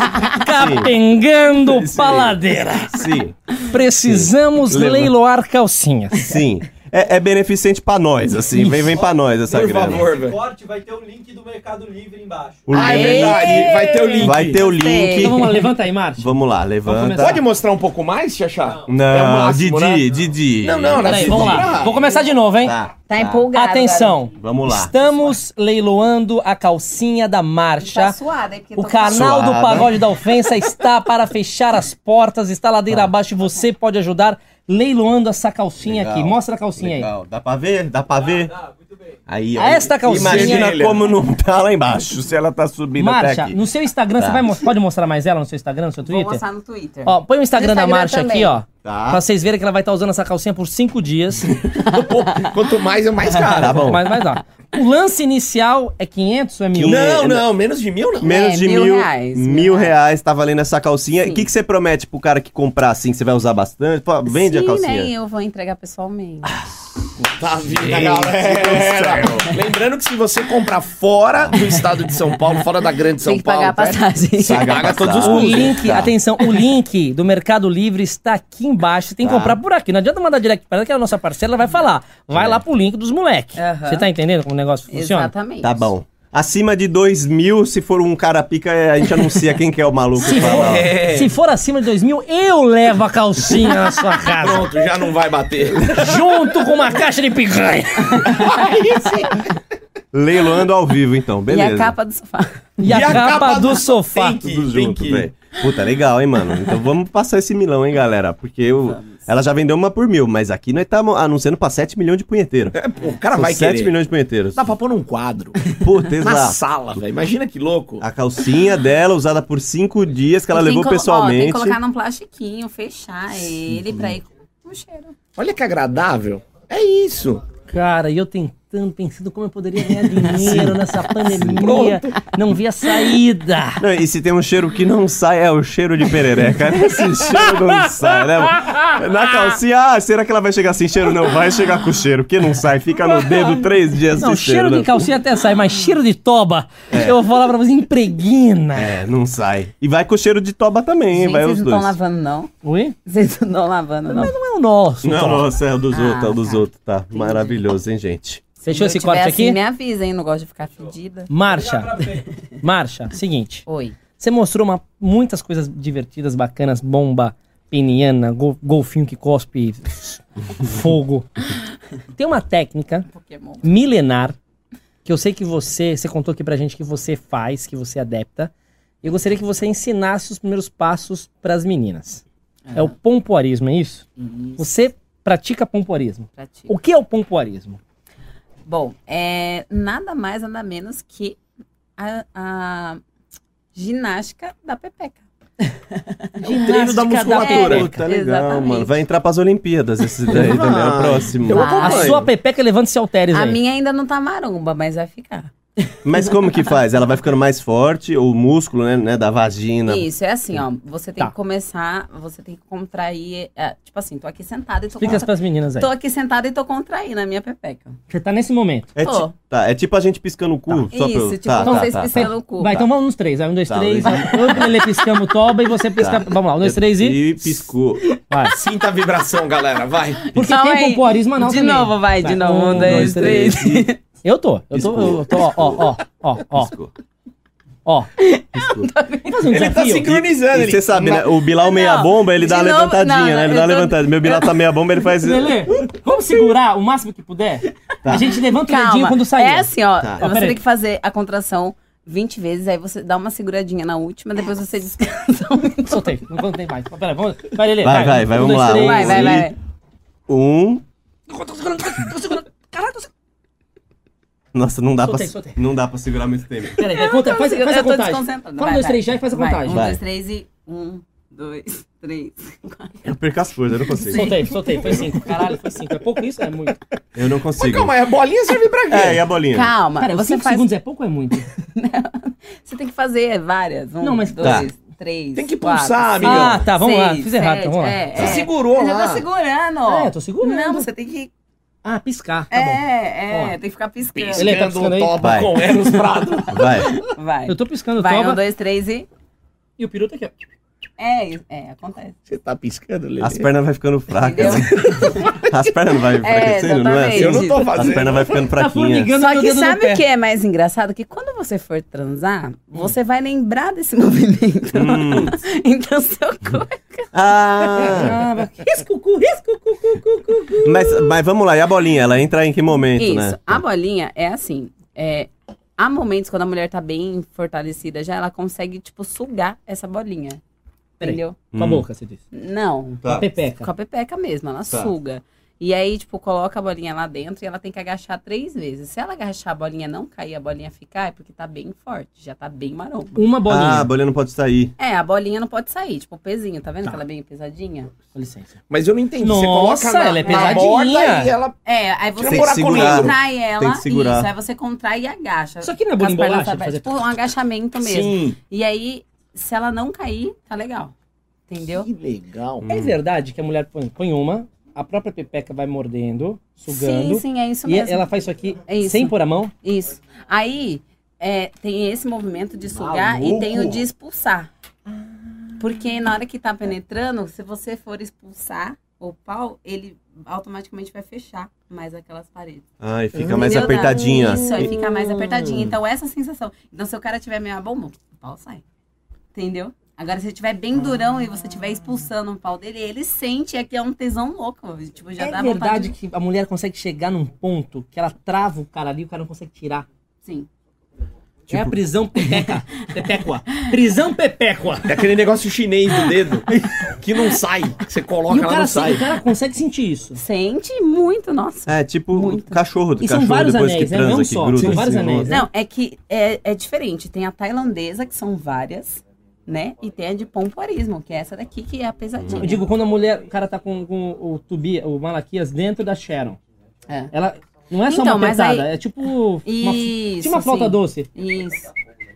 [SPEAKER 1] capengando
[SPEAKER 2] Sim.
[SPEAKER 1] paladeira.
[SPEAKER 2] Sim,
[SPEAKER 1] Precisamos
[SPEAKER 2] Sim. Leva-
[SPEAKER 1] leiloar calcinhas.
[SPEAKER 2] sim. É, é beneficente pra nós, assim. Vem, vem pra nós essa
[SPEAKER 4] Por
[SPEAKER 2] grana.
[SPEAKER 4] favor,
[SPEAKER 6] Esse
[SPEAKER 4] velho.
[SPEAKER 6] corte vai ter o link do Mercado Livre embaixo.
[SPEAKER 2] O
[SPEAKER 4] Ah, é
[SPEAKER 2] link-
[SPEAKER 4] verdade. Vai ter o link.
[SPEAKER 2] Vai ter o link.
[SPEAKER 3] Gostei.
[SPEAKER 1] Então vamos lá, levanta aí, Márcio.
[SPEAKER 2] Vamos lá,
[SPEAKER 1] Vamos
[SPEAKER 2] levanta.
[SPEAKER 1] começar?
[SPEAKER 4] Pode mostrar um pouco mais, Xaxá?
[SPEAKER 2] Não,
[SPEAKER 4] É o máximo,
[SPEAKER 2] Didi,
[SPEAKER 4] né?
[SPEAKER 2] Didi.
[SPEAKER 4] Não, não, né?
[SPEAKER 1] Peraí, vamos lá. Vou começar de novo, hein?
[SPEAKER 2] Tá,
[SPEAKER 3] Tá
[SPEAKER 2] tá.
[SPEAKER 3] empolgado.
[SPEAKER 1] Atenção.
[SPEAKER 2] Vamos lá.
[SPEAKER 1] Estamos leiloando a calcinha da marcha.
[SPEAKER 3] Tá suada, é porque
[SPEAKER 1] O
[SPEAKER 3] tô com-
[SPEAKER 1] canal do
[SPEAKER 2] Suada.
[SPEAKER 1] Pagode da Ofensa está para fechar as portas, está ladeira
[SPEAKER 2] Tá.
[SPEAKER 1] abaixo e você pode ajudar leiloando essa calcinha
[SPEAKER 2] Legal.
[SPEAKER 1] aqui. Mostra a calcinha
[SPEAKER 2] Legal. Dá pra ver? Dá pra ver? Aí, ó.
[SPEAKER 1] Ah, esta calcinha-
[SPEAKER 2] Imagina como não tá lá embaixo, se ela tá
[SPEAKER 1] aí.
[SPEAKER 2] subindo até
[SPEAKER 1] Marcha,
[SPEAKER 2] aqui.
[SPEAKER 1] no seu Instagram, você vai, mo- pode mostrar mais ela no seu Instagram, no seu
[SPEAKER 3] Vou
[SPEAKER 1] Twitter?
[SPEAKER 3] mostrar no Twitter.
[SPEAKER 1] Ó, põe o Instagram,
[SPEAKER 3] No
[SPEAKER 1] da
[SPEAKER 3] Instagram
[SPEAKER 1] Marcha aqui,
[SPEAKER 3] também.
[SPEAKER 1] ó.
[SPEAKER 2] Tá.
[SPEAKER 1] Pra vocês verem que ela vai estar usando essa calcinha por cinco dias.
[SPEAKER 4] Quanto mais, é mais
[SPEAKER 2] [laughs]
[SPEAKER 4] caro.
[SPEAKER 2] Tá bom.
[SPEAKER 1] Mas, mas, ó. O lance inicial é 500 ou é mil?
[SPEAKER 4] Não, não, menos de mil não.
[SPEAKER 2] Menos
[SPEAKER 3] É,
[SPEAKER 2] de mil,
[SPEAKER 3] mil reais,
[SPEAKER 2] mil
[SPEAKER 3] mil
[SPEAKER 2] reais. tá valendo essa calcinha. O que, que você promete pro cara que comprar assim, que você vai usar bastante? Pô, vende
[SPEAKER 3] Sim,
[SPEAKER 2] a calcinha. Ah,
[SPEAKER 3] né? Eu vou entregar pessoalmente.
[SPEAKER 4] Tá vindo, galera. Lembrando que se você comprar fora do estado de São Paulo, fora da grande São
[SPEAKER 3] Tem que pagar a
[SPEAKER 4] Paulo,
[SPEAKER 2] tá?
[SPEAKER 4] né?
[SPEAKER 3] passagem.
[SPEAKER 4] você paga todos os
[SPEAKER 1] O
[SPEAKER 4] custos.
[SPEAKER 1] link, atenção, o link do Mercado Livre está aqui embaixo. Tem que
[SPEAKER 2] Tá.
[SPEAKER 1] comprar por aqui. Não adianta mandar direct para ela, que a nossa parceira vai falar. Vai lá pro link dos moleques.
[SPEAKER 3] Aham.
[SPEAKER 1] Você tá entendendo como o negócio funciona?
[SPEAKER 3] Exatamente.
[SPEAKER 2] Tá bom. Acima de dois mil, se for um cara pica, a gente anuncia quem que é o maluco. e fala, ó.
[SPEAKER 1] Se for acima de 2 mil, eu levo a calcinha na
[SPEAKER 2] [laughs]
[SPEAKER 1] sua casa.
[SPEAKER 4] Pronto, já não vai bater.
[SPEAKER 1] junto com uma caixa de picanha.
[SPEAKER 2] Leiloando ao vivo, então.
[SPEAKER 3] E
[SPEAKER 2] Beleza.
[SPEAKER 3] a capa do sofá.
[SPEAKER 1] E, a, capa, do, sofá.
[SPEAKER 4] Tem que,
[SPEAKER 2] Tudo
[SPEAKER 4] tem
[SPEAKER 2] junto,
[SPEAKER 4] que.
[SPEAKER 2] velho. Puta, legal, hein, mano? Então vamos passar esse milão, hein, galera? Porque eu, ela já vendeu uma por mil, mas aqui nós estamos anunciando pra 7 milhões de punheteiros.
[SPEAKER 4] É, pô, o cara
[SPEAKER 2] São
[SPEAKER 4] vai
[SPEAKER 2] 7
[SPEAKER 4] querer.
[SPEAKER 2] milhões de punheteiros.
[SPEAKER 4] Dá pra pôr num quadro.
[SPEAKER 2] Puta, [laughs]
[SPEAKER 4] na
[SPEAKER 2] exato.
[SPEAKER 4] sala, velho. Imagina que louco.
[SPEAKER 2] A calcinha dela, usada por cinco dias, que ela
[SPEAKER 3] E tem
[SPEAKER 2] levou
[SPEAKER 3] que colo- ó, tem
[SPEAKER 2] pessoalmente.
[SPEAKER 3] que colocar num plastiquinho, fechar ele pra ir com o cheiro.
[SPEAKER 4] Olha que agradável. É isso.
[SPEAKER 1] Cara, e eu tentando, pensando como eu poderia [laughs] ganhar dinheiro nessa pandemia. Não via saída.
[SPEAKER 2] Não, e se tem um cheiro que não sai, é o cheiro de perereca. [laughs] Esse cheiro não sai, né? mano? Na calcinha, ah, será que ela vai chegar sem cheiro? Não, vai chegar com cheiro, porque não sai. Fica no dedo três dias
[SPEAKER 1] Não,
[SPEAKER 2] sem
[SPEAKER 1] cheiro
[SPEAKER 2] cheiro. né?
[SPEAKER 1] de calcinha até sai, mas cheiro de toba, eu vou falar pra você, impregna.
[SPEAKER 2] É, não sai. E vai com cheiro de toba também, hein?
[SPEAKER 3] Gente,
[SPEAKER 2] vai
[SPEAKER 3] vocês
[SPEAKER 2] os
[SPEAKER 3] não estão
[SPEAKER 2] dois.
[SPEAKER 3] lavando, não?
[SPEAKER 1] Oi?
[SPEAKER 3] Vocês não estão lavando, não?
[SPEAKER 1] Mas não é o nosso.
[SPEAKER 2] Não, nossa, é o dos
[SPEAKER 3] Ah,
[SPEAKER 2] outros, é o dos
[SPEAKER 3] tá.
[SPEAKER 2] outros, tá. Maravilhoso, hein, gente?
[SPEAKER 1] Fechou esse
[SPEAKER 3] Se eu tiver
[SPEAKER 1] corte
[SPEAKER 3] assim,
[SPEAKER 1] aqui?
[SPEAKER 3] Me avisa, hein? Não gosto de ficar fedida.
[SPEAKER 1] Marcha, marcha, seguinte.
[SPEAKER 3] Oi.
[SPEAKER 1] Você mostrou uma- muitas coisas divertidas, bacanas, bomba, peniana, go- golfinho que cospe fogo. Tem uma técnica
[SPEAKER 3] Pokémon.
[SPEAKER 1] milenar que eu sei que você, você contou aqui pra gente que você faz, que você é adepta. Eu gostaria que você ensinasse os primeiros passos pras meninas. É o pompoarismo, é isso?
[SPEAKER 3] Isso,
[SPEAKER 1] Você pratica pompoarismo.
[SPEAKER 3] pratico.
[SPEAKER 1] O que é o pompoarismo?
[SPEAKER 3] Bom, é nada mais, nada menos que a, a ginástica da pepeca.
[SPEAKER 2] O treino da musculatura. Pô, tá legal,
[SPEAKER 3] Exatamente.
[SPEAKER 2] mano. Vai entrar pras Olimpíadas esse daí também, é o próximo.
[SPEAKER 4] Eu
[SPEAKER 1] A
[SPEAKER 4] acompanho.
[SPEAKER 1] sua pepeca levanta esse halteres
[SPEAKER 3] A
[SPEAKER 1] aí.
[SPEAKER 3] minha ainda não tá maromba, mas vai ficar.
[SPEAKER 2] Mas como que faz? Ela vai ficando mais forte, o músculo, né, né, da vagina.
[SPEAKER 3] Isso, é assim, ó. Você tem
[SPEAKER 1] Tá.
[SPEAKER 3] que começar, você tem que contrair. é, tipo assim, tô aqui sentada e tô
[SPEAKER 1] Explica
[SPEAKER 3] contra...
[SPEAKER 1] pras meninas aí.
[SPEAKER 3] Tô aqui sentada e tô contraindo a minha pepeca.
[SPEAKER 1] Você tá nesse momento.
[SPEAKER 2] É, ti-
[SPEAKER 3] Tô.
[SPEAKER 2] tá, é tipo a gente piscando o cu. Só pra
[SPEAKER 3] Isso,
[SPEAKER 2] eu-
[SPEAKER 3] tipo,
[SPEAKER 2] tá, tá,
[SPEAKER 3] vocês
[SPEAKER 2] tá, tá.
[SPEAKER 3] piscando o cu.
[SPEAKER 1] Vai, então vamos nos três. Aí, um, dois,
[SPEAKER 2] Tá,
[SPEAKER 1] três.
[SPEAKER 2] dois. Tá.
[SPEAKER 1] Eu, ele piscamos toba e você pisca. Vamos lá, um, dois, três e.
[SPEAKER 2] E piscou.
[SPEAKER 1] Vai.
[SPEAKER 4] Sinta a vibração, galera, vai.
[SPEAKER 1] Porque
[SPEAKER 3] Calma
[SPEAKER 1] tem
[SPEAKER 3] aí.
[SPEAKER 1] pompoarismo anal
[SPEAKER 3] De
[SPEAKER 1] também.
[SPEAKER 3] novo, vai,
[SPEAKER 1] Tá.
[SPEAKER 3] de novo. Um, dois,
[SPEAKER 1] Eu tô, eu tô, eu tô, ó, ó, ó, ó, ó,
[SPEAKER 2] Piscou.
[SPEAKER 1] ó. Vamos fazer um
[SPEAKER 4] Ele tá
[SPEAKER 1] desafio.
[SPEAKER 4] sincronizando.
[SPEAKER 2] E você sabe, né? O Bilal meia bomba, ele dá
[SPEAKER 3] de
[SPEAKER 2] uma
[SPEAKER 3] novo-
[SPEAKER 2] levantadinha,
[SPEAKER 3] não,
[SPEAKER 2] né? Ele
[SPEAKER 3] eu
[SPEAKER 2] dá uma
[SPEAKER 3] tô-
[SPEAKER 2] levantada. Meu Bilal tá meia bomba, ele faz.
[SPEAKER 1] Lelê, vamos segurar o máximo que puder? A gente levanta o dedinho
[SPEAKER 3] Calma.
[SPEAKER 1] quando sair.
[SPEAKER 3] É assim, ó.
[SPEAKER 2] Tá.
[SPEAKER 1] Ó,
[SPEAKER 3] Você
[SPEAKER 1] peraí.
[SPEAKER 3] tem que fazer a contração 20 vezes, aí você dá uma seguradinha na última, depois você descansa. um-
[SPEAKER 1] Soltei, não contei mais. Pera, vamos. Vai, Lelê.
[SPEAKER 2] Vai, vai, vai,
[SPEAKER 1] um,
[SPEAKER 2] vamos
[SPEAKER 1] dois,
[SPEAKER 2] lá.
[SPEAKER 1] três.
[SPEAKER 3] Vai, vai, vai. vai.
[SPEAKER 2] Um. Nossa, não dá,
[SPEAKER 1] Soltei,
[SPEAKER 2] pra,
[SPEAKER 1] soltei.
[SPEAKER 2] não dá pra segurar muito tempo.
[SPEAKER 1] Peraí, vai, conta, faz,
[SPEAKER 3] Eu
[SPEAKER 1] faz a
[SPEAKER 3] tô
[SPEAKER 1] contagem.
[SPEAKER 3] desconcentrada.
[SPEAKER 1] Fala um,
[SPEAKER 3] Vai,
[SPEAKER 1] dois,
[SPEAKER 3] vai.
[SPEAKER 1] três já e faz a
[SPEAKER 3] Vai,
[SPEAKER 1] contagem.
[SPEAKER 3] Um,
[SPEAKER 2] Vai.
[SPEAKER 3] dois, três e. Um, dois, três.
[SPEAKER 2] Eu perco as forças, eu não consigo.
[SPEAKER 1] Soltei, soltei, foi cinco. Caralho, foi cinco. É pouco isso? É muito.
[SPEAKER 2] Eu não
[SPEAKER 4] Mas
[SPEAKER 2] consigo.
[SPEAKER 4] calma, a bolinha serve pra quê?
[SPEAKER 2] É, e a bolinha?
[SPEAKER 3] Calma,
[SPEAKER 1] Pera,
[SPEAKER 3] você
[SPEAKER 1] cinco
[SPEAKER 3] faz. Ah,
[SPEAKER 1] segundos é pouco ou é muito?
[SPEAKER 3] Você tem que fazer várias. Um,
[SPEAKER 1] Não, mas-
[SPEAKER 3] dois,
[SPEAKER 2] Tá.
[SPEAKER 3] três.
[SPEAKER 4] Tem que
[SPEAKER 3] quatro,
[SPEAKER 4] pulsar,
[SPEAKER 3] cinco,
[SPEAKER 1] amigão. Ah, tá, vamos lá.
[SPEAKER 3] seis,
[SPEAKER 1] Fiz errado,
[SPEAKER 3] sete,
[SPEAKER 1] então, vamos lá.
[SPEAKER 3] É,
[SPEAKER 4] Você
[SPEAKER 3] é.
[SPEAKER 4] segurando.
[SPEAKER 3] Você tá segurando.
[SPEAKER 1] É, eu tô segurando.
[SPEAKER 3] Não, você tem que.
[SPEAKER 1] Ah, piscar, tá bom.
[SPEAKER 3] É,
[SPEAKER 1] Ó.
[SPEAKER 3] é, tem que ficar piscando.
[SPEAKER 1] Ele tá piscando aí?
[SPEAKER 4] toba
[SPEAKER 2] Vai.
[SPEAKER 4] com Eros Prado.
[SPEAKER 2] Vai.
[SPEAKER 3] Vai.
[SPEAKER 1] Eu tô piscando
[SPEAKER 3] Vai,
[SPEAKER 1] toba
[SPEAKER 3] um, dois, três e.
[SPEAKER 1] e o peru tá aqui, ó.
[SPEAKER 3] É, é, acontece.
[SPEAKER 4] Você tá piscando, Lelê?
[SPEAKER 2] As pernas vai ficando fracas.
[SPEAKER 3] Entendeu?
[SPEAKER 2] As pernas não vai enfraquecendo, não é assim?
[SPEAKER 3] exatamente.
[SPEAKER 4] Eu não tô
[SPEAKER 2] As
[SPEAKER 4] fazendo.
[SPEAKER 2] pernas vai ficando
[SPEAKER 1] Tá
[SPEAKER 2] fraquinhas.
[SPEAKER 1] formigando
[SPEAKER 3] Só
[SPEAKER 1] meu
[SPEAKER 3] que
[SPEAKER 1] dedo no
[SPEAKER 3] sabe
[SPEAKER 1] pé.
[SPEAKER 3] o que é mais engraçado? Que quando você for transar, você vai lembrar desse [laughs] movimento.
[SPEAKER 2] Hum.
[SPEAKER 3] então, socorro.
[SPEAKER 2] Ah!
[SPEAKER 1] Ah, vai- risco, cu, risco, cu, cu, cu, cu, cu.
[SPEAKER 2] Mas, mas vamos lá, e a bolinha? Ela entra em que momento,
[SPEAKER 3] Isso.
[SPEAKER 2] né?
[SPEAKER 3] A bolinha é assim. é, há momentos quando a mulher tá bem fortalecida já, ela consegue, tipo, sugar essa bolinha.
[SPEAKER 1] Peraí.
[SPEAKER 3] Entendeu?
[SPEAKER 1] Com a
[SPEAKER 2] Hum. Ah.
[SPEAKER 1] boca, você disse.
[SPEAKER 3] Não.
[SPEAKER 4] Tá.
[SPEAKER 1] Com a
[SPEAKER 3] Com
[SPEAKER 1] pepeca.
[SPEAKER 3] a pepeca mesmo, ela
[SPEAKER 2] Tá.
[SPEAKER 3] suga. E aí, tipo, coloca a bolinha lá dentro e ela tem que agachar três vezes. Se ela agachar a bolinha e não cair, a bolinha ficar, é porque tá bem forte, já tá bem maromba.
[SPEAKER 1] Uma bolinha.
[SPEAKER 2] Ah, a bolinha não pode sair.
[SPEAKER 3] É, a bolinha não pode sair, tipo, o pezinho, tá vendo
[SPEAKER 1] Tá.
[SPEAKER 3] que ela é bem pesadinha?
[SPEAKER 1] Com licença.
[SPEAKER 4] Mas eu não entendi. você
[SPEAKER 1] Nossa,
[SPEAKER 4] coloca na,
[SPEAKER 1] ela é
[SPEAKER 4] na
[SPEAKER 1] pesadinha.
[SPEAKER 4] borda e ela...
[SPEAKER 3] É, aí
[SPEAKER 4] Tem
[SPEAKER 3] você
[SPEAKER 4] que
[SPEAKER 2] segurar.
[SPEAKER 4] né?
[SPEAKER 3] contrai ela,
[SPEAKER 2] Tem que segurar.
[SPEAKER 3] isso, aí você contrai e agacha.
[SPEAKER 1] Só que não é
[SPEAKER 3] Com as
[SPEAKER 1] bolinha bolacha?
[SPEAKER 3] pernas
[SPEAKER 1] de
[SPEAKER 3] abertas,
[SPEAKER 1] fazer-
[SPEAKER 3] tipo um agachamento mesmo.
[SPEAKER 4] Sim.
[SPEAKER 3] E aí, se ela não cair, tá legal. Entendeu?
[SPEAKER 4] Que legal.
[SPEAKER 2] Hum.
[SPEAKER 1] É verdade que a mulher põe, põe uma, a própria pepeca vai mordendo, sugando.
[SPEAKER 3] Sim, sim, é isso
[SPEAKER 1] E
[SPEAKER 3] mesmo.
[SPEAKER 1] ela faz isso aqui
[SPEAKER 3] É isso.
[SPEAKER 1] sem pôr a mão.
[SPEAKER 3] Isso. Aí é, tem esse movimento de sugar e tem o de expulsar.
[SPEAKER 1] Ah.
[SPEAKER 3] Porque na hora que tá penetrando, se você for expulsar o pau, ele automaticamente vai fechar mais aquelas paredes.
[SPEAKER 2] Ai, fica mais
[SPEAKER 3] Entendeu?
[SPEAKER 2] apertadinha.
[SPEAKER 3] Isso, aí fica mais
[SPEAKER 1] Hum.
[SPEAKER 3] apertadinha. Então, essa sensação. Então, se o cara tiver meia bomba, o pau sai. Entendeu? Agora, se ele tiver bem durão e você tiver expulsando o pau dele, ele sente, é que é um tesão louco. Tipo, já
[SPEAKER 1] é
[SPEAKER 3] dá vontade.
[SPEAKER 1] verdade
[SPEAKER 3] de-
[SPEAKER 1] que a mulher consegue chegar num ponto que ela trava o cara ali e o cara não consegue tirar.
[SPEAKER 3] Sim.
[SPEAKER 1] É a
[SPEAKER 2] Tipo- [laughs]
[SPEAKER 1] prisão pepeca. Pepecua. Prisão pepecua.
[SPEAKER 4] É aquele negócio chinês do dedo que não sai. Que você coloca,
[SPEAKER 1] E o
[SPEAKER 4] ela
[SPEAKER 1] cara,
[SPEAKER 4] não
[SPEAKER 1] sente-
[SPEAKER 4] sai.
[SPEAKER 1] o cara consegue sentir isso.
[SPEAKER 3] Sente muito, nossa.
[SPEAKER 2] É tipo cachorro do
[SPEAKER 1] E são
[SPEAKER 2] cachorro
[SPEAKER 1] vários
[SPEAKER 2] depois
[SPEAKER 1] anéis,
[SPEAKER 2] que
[SPEAKER 1] né?
[SPEAKER 2] transa,
[SPEAKER 1] Não
[SPEAKER 2] que
[SPEAKER 1] só,
[SPEAKER 2] gruda.
[SPEAKER 1] são vários
[SPEAKER 2] assim, no
[SPEAKER 1] anéis, né?
[SPEAKER 2] outro.
[SPEAKER 3] Não, é que é, é diferente. Tem a tailandesa, que são várias, né? E tem a de pompoarismo, que é essa daqui, que é a pesadinha.
[SPEAKER 1] Eu digo, quando a mulher, o cara tá com, com o Tubia, o Malaquias dentro da Sharon.
[SPEAKER 3] É.
[SPEAKER 1] Ela não é só
[SPEAKER 3] Então,
[SPEAKER 1] uma
[SPEAKER 3] mas
[SPEAKER 1] apertada,
[SPEAKER 3] aí-
[SPEAKER 1] é tipo. Uma,
[SPEAKER 3] Isso.
[SPEAKER 1] tipo uma flauta
[SPEAKER 3] sim.
[SPEAKER 1] doce.
[SPEAKER 3] Isso.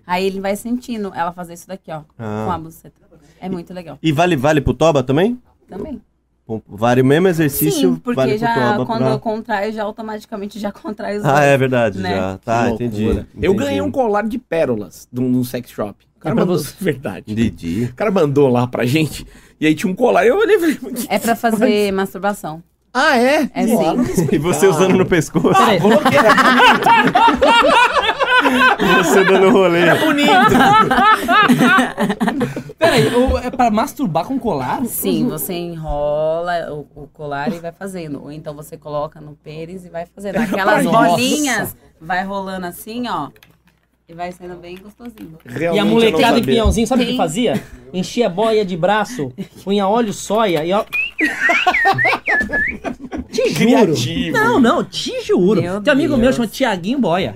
[SPEAKER 3] Aí ele vai sentindo ela fazer isso daqui, ó. Com a
[SPEAKER 2] Ah.
[SPEAKER 3] buceta. É muito legal.
[SPEAKER 2] E vale, vale pro toba também?
[SPEAKER 3] Também.
[SPEAKER 2] Bom, Vale o mesmo exercício,
[SPEAKER 3] Sim, porque
[SPEAKER 2] vale pro
[SPEAKER 3] já
[SPEAKER 2] toba.
[SPEAKER 3] quando
[SPEAKER 2] pra-
[SPEAKER 3] eu contraio, já automaticamente já contrai os
[SPEAKER 2] Ah,
[SPEAKER 3] dois.
[SPEAKER 2] é verdade,
[SPEAKER 3] né?
[SPEAKER 2] já. Tá,
[SPEAKER 4] Que
[SPEAKER 2] entendi,
[SPEAKER 4] loucura. Eu
[SPEAKER 2] entendi.
[SPEAKER 4] ganhei um colar de pérolas de um de um sex shop. O cara
[SPEAKER 1] pra
[SPEAKER 4] mandou,
[SPEAKER 1] você.
[SPEAKER 4] [laughs] verdade. [laughs]
[SPEAKER 2] Entendi.
[SPEAKER 4] O cara mandou lá pra gente. E aí tinha um colar. Eu olhei e falei, "Mas que-
[SPEAKER 3] É pra
[SPEAKER 2] [laughs]
[SPEAKER 3] fazer masturbação.
[SPEAKER 4] ah, é?
[SPEAKER 3] É
[SPEAKER 4] Colar,
[SPEAKER 3] sim.
[SPEAKER 4] não me
[SPEAKER 2] E você usando no pescoço,
[SPEAKER 1] Peraí,
[SPEAKER 4] [laughs]
[SPEAKER 2] você dando rolê.
[SPEAKER 4] Tá
[SPEAKER 1] peraí, eu- é pra masturbar com colar?
[SPEAKER 3] Sim, você enrola o, o colar e vai fazendo. Ou então você coloca no pênis e vai
[SPEAKER 2] [laughs]
[SPEAKER 3] fazendo. Aquelas
[SPEAKER 1] Nossa.
[SPEAKER 3] bolinhas, vai rolando assim, ó. E vai sendo bem gostosinho.
[SPEAKER 1] E
[SPEAKER 4] Realmente
[SPEAKER 1] a
[SPEAKER 4] eu não
[SPEAKER 1] molecada em
[SPEAKER 4] sabia.
[SPEAKER 1] pinhãozinho, sabe o que
[SPEAKER 3] Sim.
[SPEAKER 1] fazia? Enchia a boia de braço, punha óleo, soia e ó. [laughs] Te juro.
[SPEAKER 4] Criativo.
[SPEAKER 1] Não, não, te juro.
[SPEAKER 3] Meu
[SPEAKER 1] Tem um amigo meu
[SPEAKER 3] Deus.
[SPEAKER 1] chama Tiaguinho [laughs] Boia.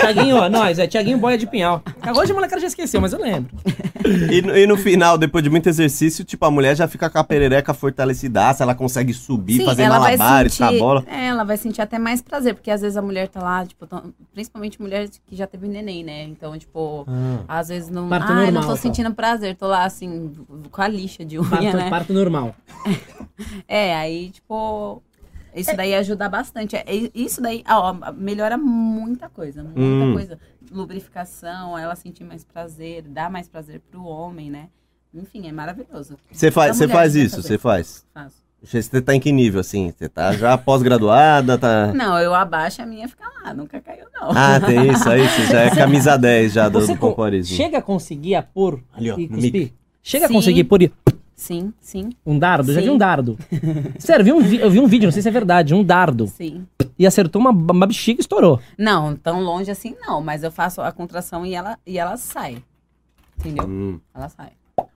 [SPEAKER 1] Tiaguinho, ó, nós, é Tiaguinho Boia de Pinhal. Agora de molecada já esqueceu, mas eu lembro.
[SPEAKER 2] E, no- e no final, depois de muito exercício, tipo, a mulher já fica com a perereca fortalecidaça, ela consegue subir, fazer malabares, tá bola.
[SPEAKER 3] é, ela vai sentir até mais prazer, porque às vezes a mulher tá lá, tipo, tão- principalmente mulher que já teve neném, né? Então, tipo, às vezes não.
[SPEAKER 10] Parto
[SPEAKER 3] ah, eu não
[SPEAKER 10] normal,
[SPEAKER 3] tô
[SPEAKER 10] tá.
[SPEAKER 3] sentindo prazer, tô lá assim, com a lixa de unha,
[SPEAKER 10] Parto,
[SPEAKER 3] né?
[SPEAKER 10] parto normal.
[SPEAKER 3] É, aí, tipo. Isso daí ajuda bastante. É, e- Isso daí, ó, melhora muita coisa, muita
[SPEAKER 2] Hum.
[SPEAKER 3] coisa. Lubrificação, ela sentir mais prazer, dá mais prazer pro homem, né? Enfim, é maravilhoso.
[SPEAKER 2] Você
[SPEAKER 3] A
[SPEAKER 2] faz, você
[SPEAKER 3] mulher
[SPEAKER 2] faz
[SPEAKER 3] vai
[SPEAKER 2] isso,
[SPEAKER 3] fazer.
[SPEAKER 2] você faz.
[SPEAKER 3] Faço.
[SPEAKER 2] Você tá em que nível, assim? Você tá já pós-graduada, tá...
[SPEAKER 3] Não, eu abaixo a minha fica lá, nunca caiu, não.
[SPEAKER 2] Ah, tem isso aí, você já é camisa 10 já do, do
[SPEAKER 1] con-
[SPEAKER 2] pompoarismo.
[SPEAKER 1] chega a conseguir apor
[SPEAKER 2] Ali, ó,
[SPEAKER 1] e
[SPEAKER 2] no
[SPEAKER 1] cuspir? Chega
[SPEAKER 3] Sim.
[SPEAKER 1] a conseguir pôr e-
[SPEAKER 3] Sim, sim,
[SPEAKER 1] um dardo? Eu Já vi
[SPEAKER 3] Sim.
[SPEAKER 1] um dardo. Sério, eu vi um, vi- eu vi um vídeo, não sei se é verdade, um dardo.
[SPEAKER 3] sim.
[SPEAKER 1] E acertou uma, uma bexiga e estourou.
[SPEAKER 3] Não, tão longe assim não, mas eu faço a contração e ela, e ela sai. Entendeu?
[SPEAKER 2] Hum.
[SPEAKER 3] Ela sai.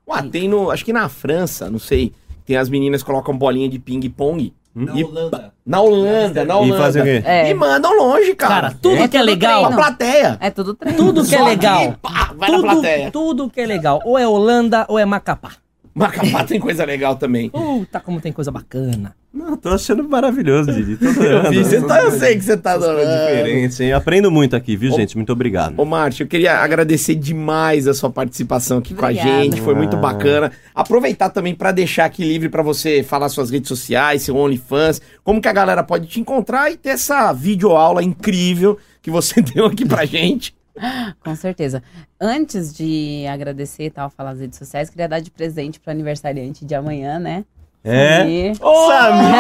[SPEAKER 4] Ué, tem no. Acho que na França, não sei. Tem as meninas que colocam bolinha de ping-pong.
[SPEAKER 6] Na
[SPEAKER 4] E-
[SPEAKER 6] Holanda.
[SPEAKER 4] Na Holanda, na
[SPEAKER 2] E
[SPEAKER 4] Holanda.
[SPEAKER 2] fazer o quê?
[SPEAKER 3] É.
[SPEAKER 4] E mandam longe, cara.
[SPEAKER 1] Cara, tudo
[SPEAKER 3] É
[SPEAKER 1] que é
[SPEAKER 3] tudo
[SPEAKER 1] legal.
[SPEAKER 4] Uma plateia.
[SPEAKER 3] É tudo treino.
[SPEAKER 1] Tudo que é
[SPEAKER 4] Só
[SPEAKER 1] legal.
[SPEAKER 4] que, pá, vai na
[SPEAKER 1] Tudo,
[SPEAKER 4] plateia.
[SPEAKER 1] tudo que é legal. Ou é Holanda ou é Macapá.
[SPEAKER 4] Macapá tem coisa legal também.
[SPEAKER 1] Puta, como tem coisa bacana.
[SPEAKER 2] Não, tô achando maravilhoso, Didi.
[SPEAKER 4] [laughs]
[SPEAKER 2] Tô adorando.
[SPEAKER 4] Eu, vi, você tá- eu sei que você tá
[SPEAKER 2] Essas coisas
[SPEAKER 4] adorando.
[SPEAKER 2] diferentes, hein? Eu aprendo muito aqui, viu,
[SPEAKER 4] Ô-
[SPEAKER 2] gente? Muito obrigado.
[SPEAKER 4] Ô, Márcio, eu queria agradecer demais a sua participação aqui com a
[SPEAKER 3] Obrigada.
[SPEAKER 4] gente, foi muito
[SPEAKER 2] Ah.
[SPEAKER 4] bacana. Aproveitar também pra deixar aqui livre pra você falar suas redes sociais, seu OnlyFans, como que a galera pode te encontrar e ter essa videoaula incrível que você [laughs] deu aqui pra gente.
[SPEAKER 3] Com certeza. Antes de agradecer e tal, falar as redes sociais, queria dar de presente pro aniversariante de amanhã, né?
[SPEAKER 2] É?
[SPEAKER 3] E-
[SPEAKER 2] Samir!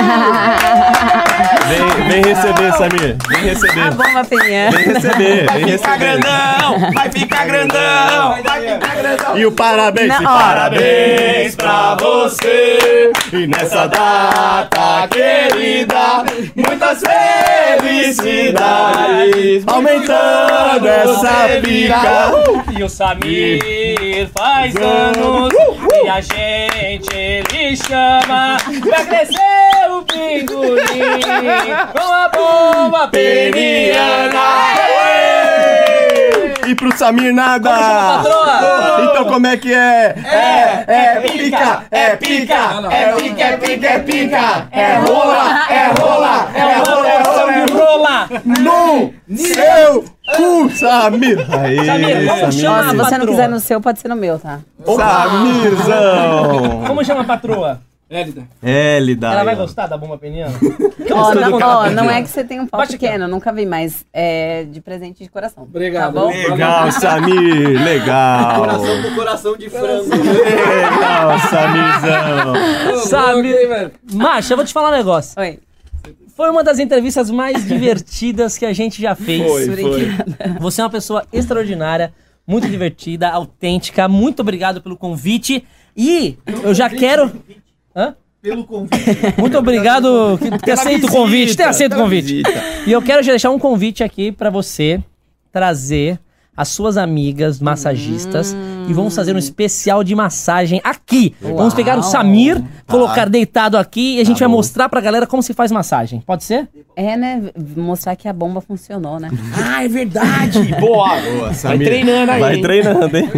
[SPEAKER 2] Vem, vem receber, Samir. Vem
[SPEAKER 3] A
[SPEAKER 2] receber.
[SPEAKER 3] bomba penhã.
[SPEAKER 2] Vem receber, vem
[SPEAKER 4] Fica
[SPEAKER 2] receber.
[SPEAKER 4] tá grandão! Vai ficar grandão! Vai ficar grandão!
[SPEAKER 2] E o parabéns,
[SPEAKER 3] Não,
[SPEAKER 2] e
[SPEAKER 3] ó.
[SPEAKER 2] parabéns pra você. E nessa data querida, muitas felicidades. Aumentando essa bica.
[SPEAKER 8] E o Samir faz anos e a gente ele chama pra crescer o pinguim com a bomba
[SPEAKER 2] Peniana. E pro Samir nada. então como é que é? É, é pica, é pica, é pica, é pica, é pica, é rola, é rola, é rola, é rola, é rola.
[SPEAKER 8] Rola!
[SPEAKER 2] No seu cu, Samir. Aí,
[SPEAKER 1] Samir, vamos chamar
[SPEAKER 3] Ó, se
[SPEAKER 1] Patroa.
[SPEAKER 3] você não quiser no seu, pode ser no meu, tá?
[SPEAKER 2] Samirzão.
[SPEAKER 1] Como chama a patroa?
[SPEAKER 6] Hélida.
[SPEAKER 2] É, Lida.
[SPEAKER 1] Ela vai gostar da bomba peniana?
[SPEAKER 3] Ó,
[SPEAKER 1] tudo
[SPEAKER 3] não,
[SPEAKER 1] que ela
[SPEAKER 3] ó, não
[SPEAKER 1] pediu.
[SPEAKER 3] é que você tem um pau
[SPEAKER 1] Bate aqui, ó.
[SPEAKER 3] pequeno, nunca vi, mas é de presente de coração.
[SPEAKER 6] Obrigado.
[SPEAKER 3] Tá bom?
[SPEAKER 2] Legal, Samir, legal.
[SPEAKER 6] Coração do coração de frango. né?
[SPEAKER 2] Legal, Samirzão.
[SPEAKER 1] Sabe? Macha, eu vou te falar um negócio.
[SPEAKER 3] Oi.
[SPEAKER 1] Foi uma das entrevistas mais divertidas que a gente já fez. Você é uma pessoa extraordinária, muito divertida, autêntica. Muito obrigado pelo convite. E eu já quero. Hã?
[SPEAKER 6] Pelo convite.
[SPEAKER 1] Muito obrigado que ter aceito o convite. Ter aceito o convite. E eu quero já deixar um convite aqui pra você trazer as suas amigas massagistas e vamos fazer um especial de massagem aqui. Vamos pegar o Samir, colocar deitado aqui e a gente vai
[SPEAKER 2] bom.
[SPEAKER 1] mostrar pra galera como se faz massagem. Pode ser?
[SPEAKER 3] É, né? Mostrar que a bomba funcionou,
[SPEAKER 1] [laughs]
[SPEAKER 3] né?
[SPEAKER 4] Ah, é verdade! Boa! Vai treinando aí.
[SPEAKER 2] Vai
[SPEAKER 4] hein?
[SPEAKER 2] treinando, hein?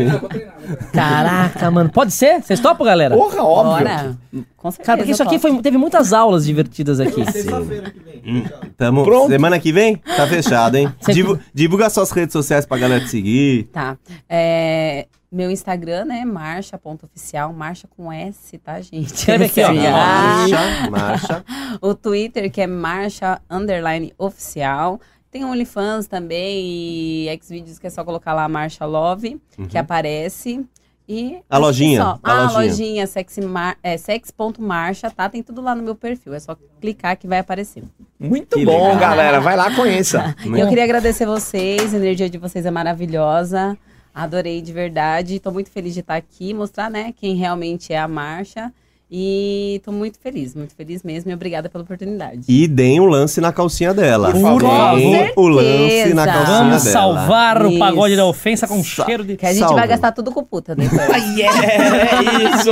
[SPEAKER 3] Tá,
[SPEAKER 1] Caraca, mano. Pode ser? Vocês topam, galera?
[SPEAKER 4] Porra, óbvio.
[SPEAKER 3] Bora. Com certeza.
[SPEAKER 1] Cara, porque isso
[SPEAKER 3] eu
[SPEAKER 1] aqui
[SPEAKER 3] topo.
[SPEAKER 1] foi- teve muitas aulas divertidas aqui.
[SPEAKER 6] Sexta-feira que vem.
[SPEAKER 2] Hum, Tamo,
[SPEAKER 4] Pronto.
[SPEAKER 2] Semana que vem? Tá fechado, hein?
[SPEAKER 1] Sempre.
[SPEAKER 2] Divu- divulga suas redes sociais pra galera te seguir.
[SPEAKER 3] Tá. É, meu Instagram, né? Marcha.oficial. Marcha com S, tá, gente?
[SPEAKER 1] Escreve aqui, ó.
[SPEAKER 3] Ah.
[SPEAKER 2] Marcha, marcha.
[SPEAKER 3] O Twitter, que é marcha underline oficial. Tem OnlyFans também e Xvideos, que é só colocar lá a marcha love, que aparece. E acho que
[SPEAKER 2] lojinha,
[SPEAKER 3] Só.
[SPEAKER 2] Uhum. a
[SPEAKER 3] Ah, a
[SPEAKER 2] lojinha.
[SPEAKER 3] lojinha, sexy mar- é, sex.marcha, tá? Tem tudo lá no meu perfil. É só clicar que vai aparecer.
[SPEAKER 4] Muito
[SPEAKER 2] Que
[SPEAKER 4] bom,
[SPEAKER 2] legal.
[SPEAKER 4] galera. Vai lá, [laughs] conheça.
[SPEAKER 3] E eu queria agradecer vocês, a energia de vocês é maravilhosa. Adorei de verdade. Tô muito feliz de estar aqui, mostrar, né, quem realmente é a marcha. E tô muito feliz, muito feliz mesmo. E obrigada pela oportunidade.
[SPEAKER 2] E deem um lance na calcinha dela.
[SPEAKER 1] Por favor.
[SPEAKER 2] Deem o lance na calcinha dela.
[SPEAKER 1] Vamos salvar o
[SPEAKER 3] Isso.
[SPEAKER 1] pagode da ofensa com um cheiro de.
[SPEAKER 3] Que a gente
[SPEAKER 2] Salvo.
[SPEAKER 3] vai gastar tudo com puta né? depois.
[SPEAKER 4] É isso!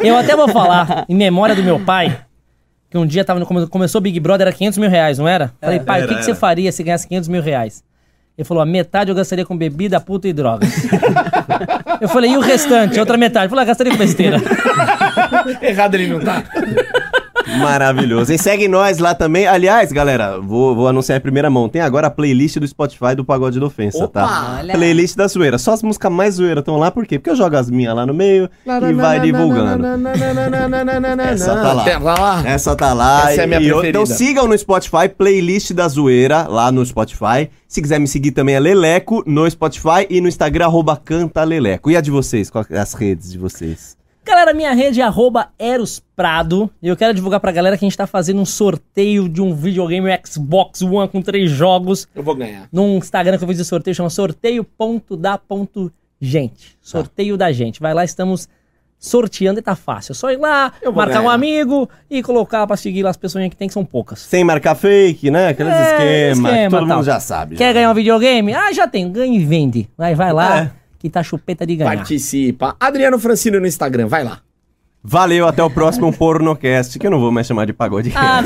[SPEAKER 1] Eu até vou falar, em memória do meu pai, que um dia tava no, come- começou o Big Brother, era 500 mil reais, não era? Falei, pai, o
[SPEAKER 2] Era,
[SPEAKER 1] que, que você
[SPEAKER 2] era.
[SPEAKER 1] faria se ganhasse 500 mil reais? Ele falou, a metade eu gastaria com bebida, puta e drogas. eu falei, e o restante? A outra metade. Eu falei, ah, gastaria com besteira.
[SPEAKER 4] [laughs] Errado ele não tá.
[SPEAKER 2] Maravilhoso. E segue nós lá também. Aliás, galera, vou, vou anunciar em primeira mão. Tem agora a playlist do Spotify do Pagode da Ofensa, tá?
[SPEAKER 3] olha.
[SPEAKER 2] Playlist da zoeira. Só as músicas mais zoeiras estão lá, por quê? Porque eu jogo as minhas lá no meio e vai divulgando. Essa tá lá.
[SPEAKER 4] Tem- vai lá.
[SPEAKER 2] Essa tá lá.
[SPEAKER 4] Essa é a minha
[SPEAKER 2] E eu-
[SPEAKER 4] preferida.
[SPEAKER 2] Então sigam no Spotify, playlist da zoeira, lá no Spotify. Se quiser me seguir também é Leleco no Spotify e no Instagram, arroba canta Leleco. E a de vocês? Qual- é as redes de vocês?
[SPEAKER 1] Galera, minha rede é arroba Eros Prado. E eu quero divulgar pra galera que a gente tá fazendo um sorteio de um videogame Xbox One com três jogos.
[SPEAKER 4] Eu vou ganhar.
[SPEAKER 1] Num Instagram que eu fiz o sorteio, chama sorteio.da.gente. Sorteio da gente. Vai lá, estamos sorteando e tá fácil. É só ir lá,
[SPEAKER 4] Eu vou
[SPEAKER 1] marcar um
[SPEAKER 4] ganhar.
[SPEAKER 1] amigo e colocar pra seguir lá as pessoas que tem, que são poucas.
[SPEAKER 2] Sem marcar fake, né? Aqueles
[SPEAKER 1] É,
[SPEAKER 2] esquemas. que
[SPEAKER 1] esquema,
[SPEAKER 2] todo
[SPEAKER 1] tal.
[SPEAKER 2] mundo já sabe.
[SPEAKER 1] Quer ganhar um videogame? Ah, já tem. Ganha e vende. Vai, vai lá,
[SPEAKER 2] É.
[SPEAKER 1] que tá chupeta de ganhar.
[SPEAKER 4] Participa. Adriano Francino no Instagram, vai lá.
[SPEAKER 2] Valeu, até o próximo [laughs] Pornocast, que eu não vou mais
[SPEAKER 4] Ah.
[SPEAKER 2] chamar de pagode.
[SPEAKER 3] Ah,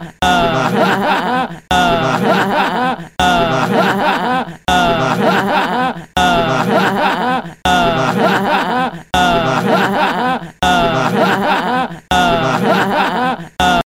[SPEAKER 3] não.
[SPEAKER 2] Pornocast.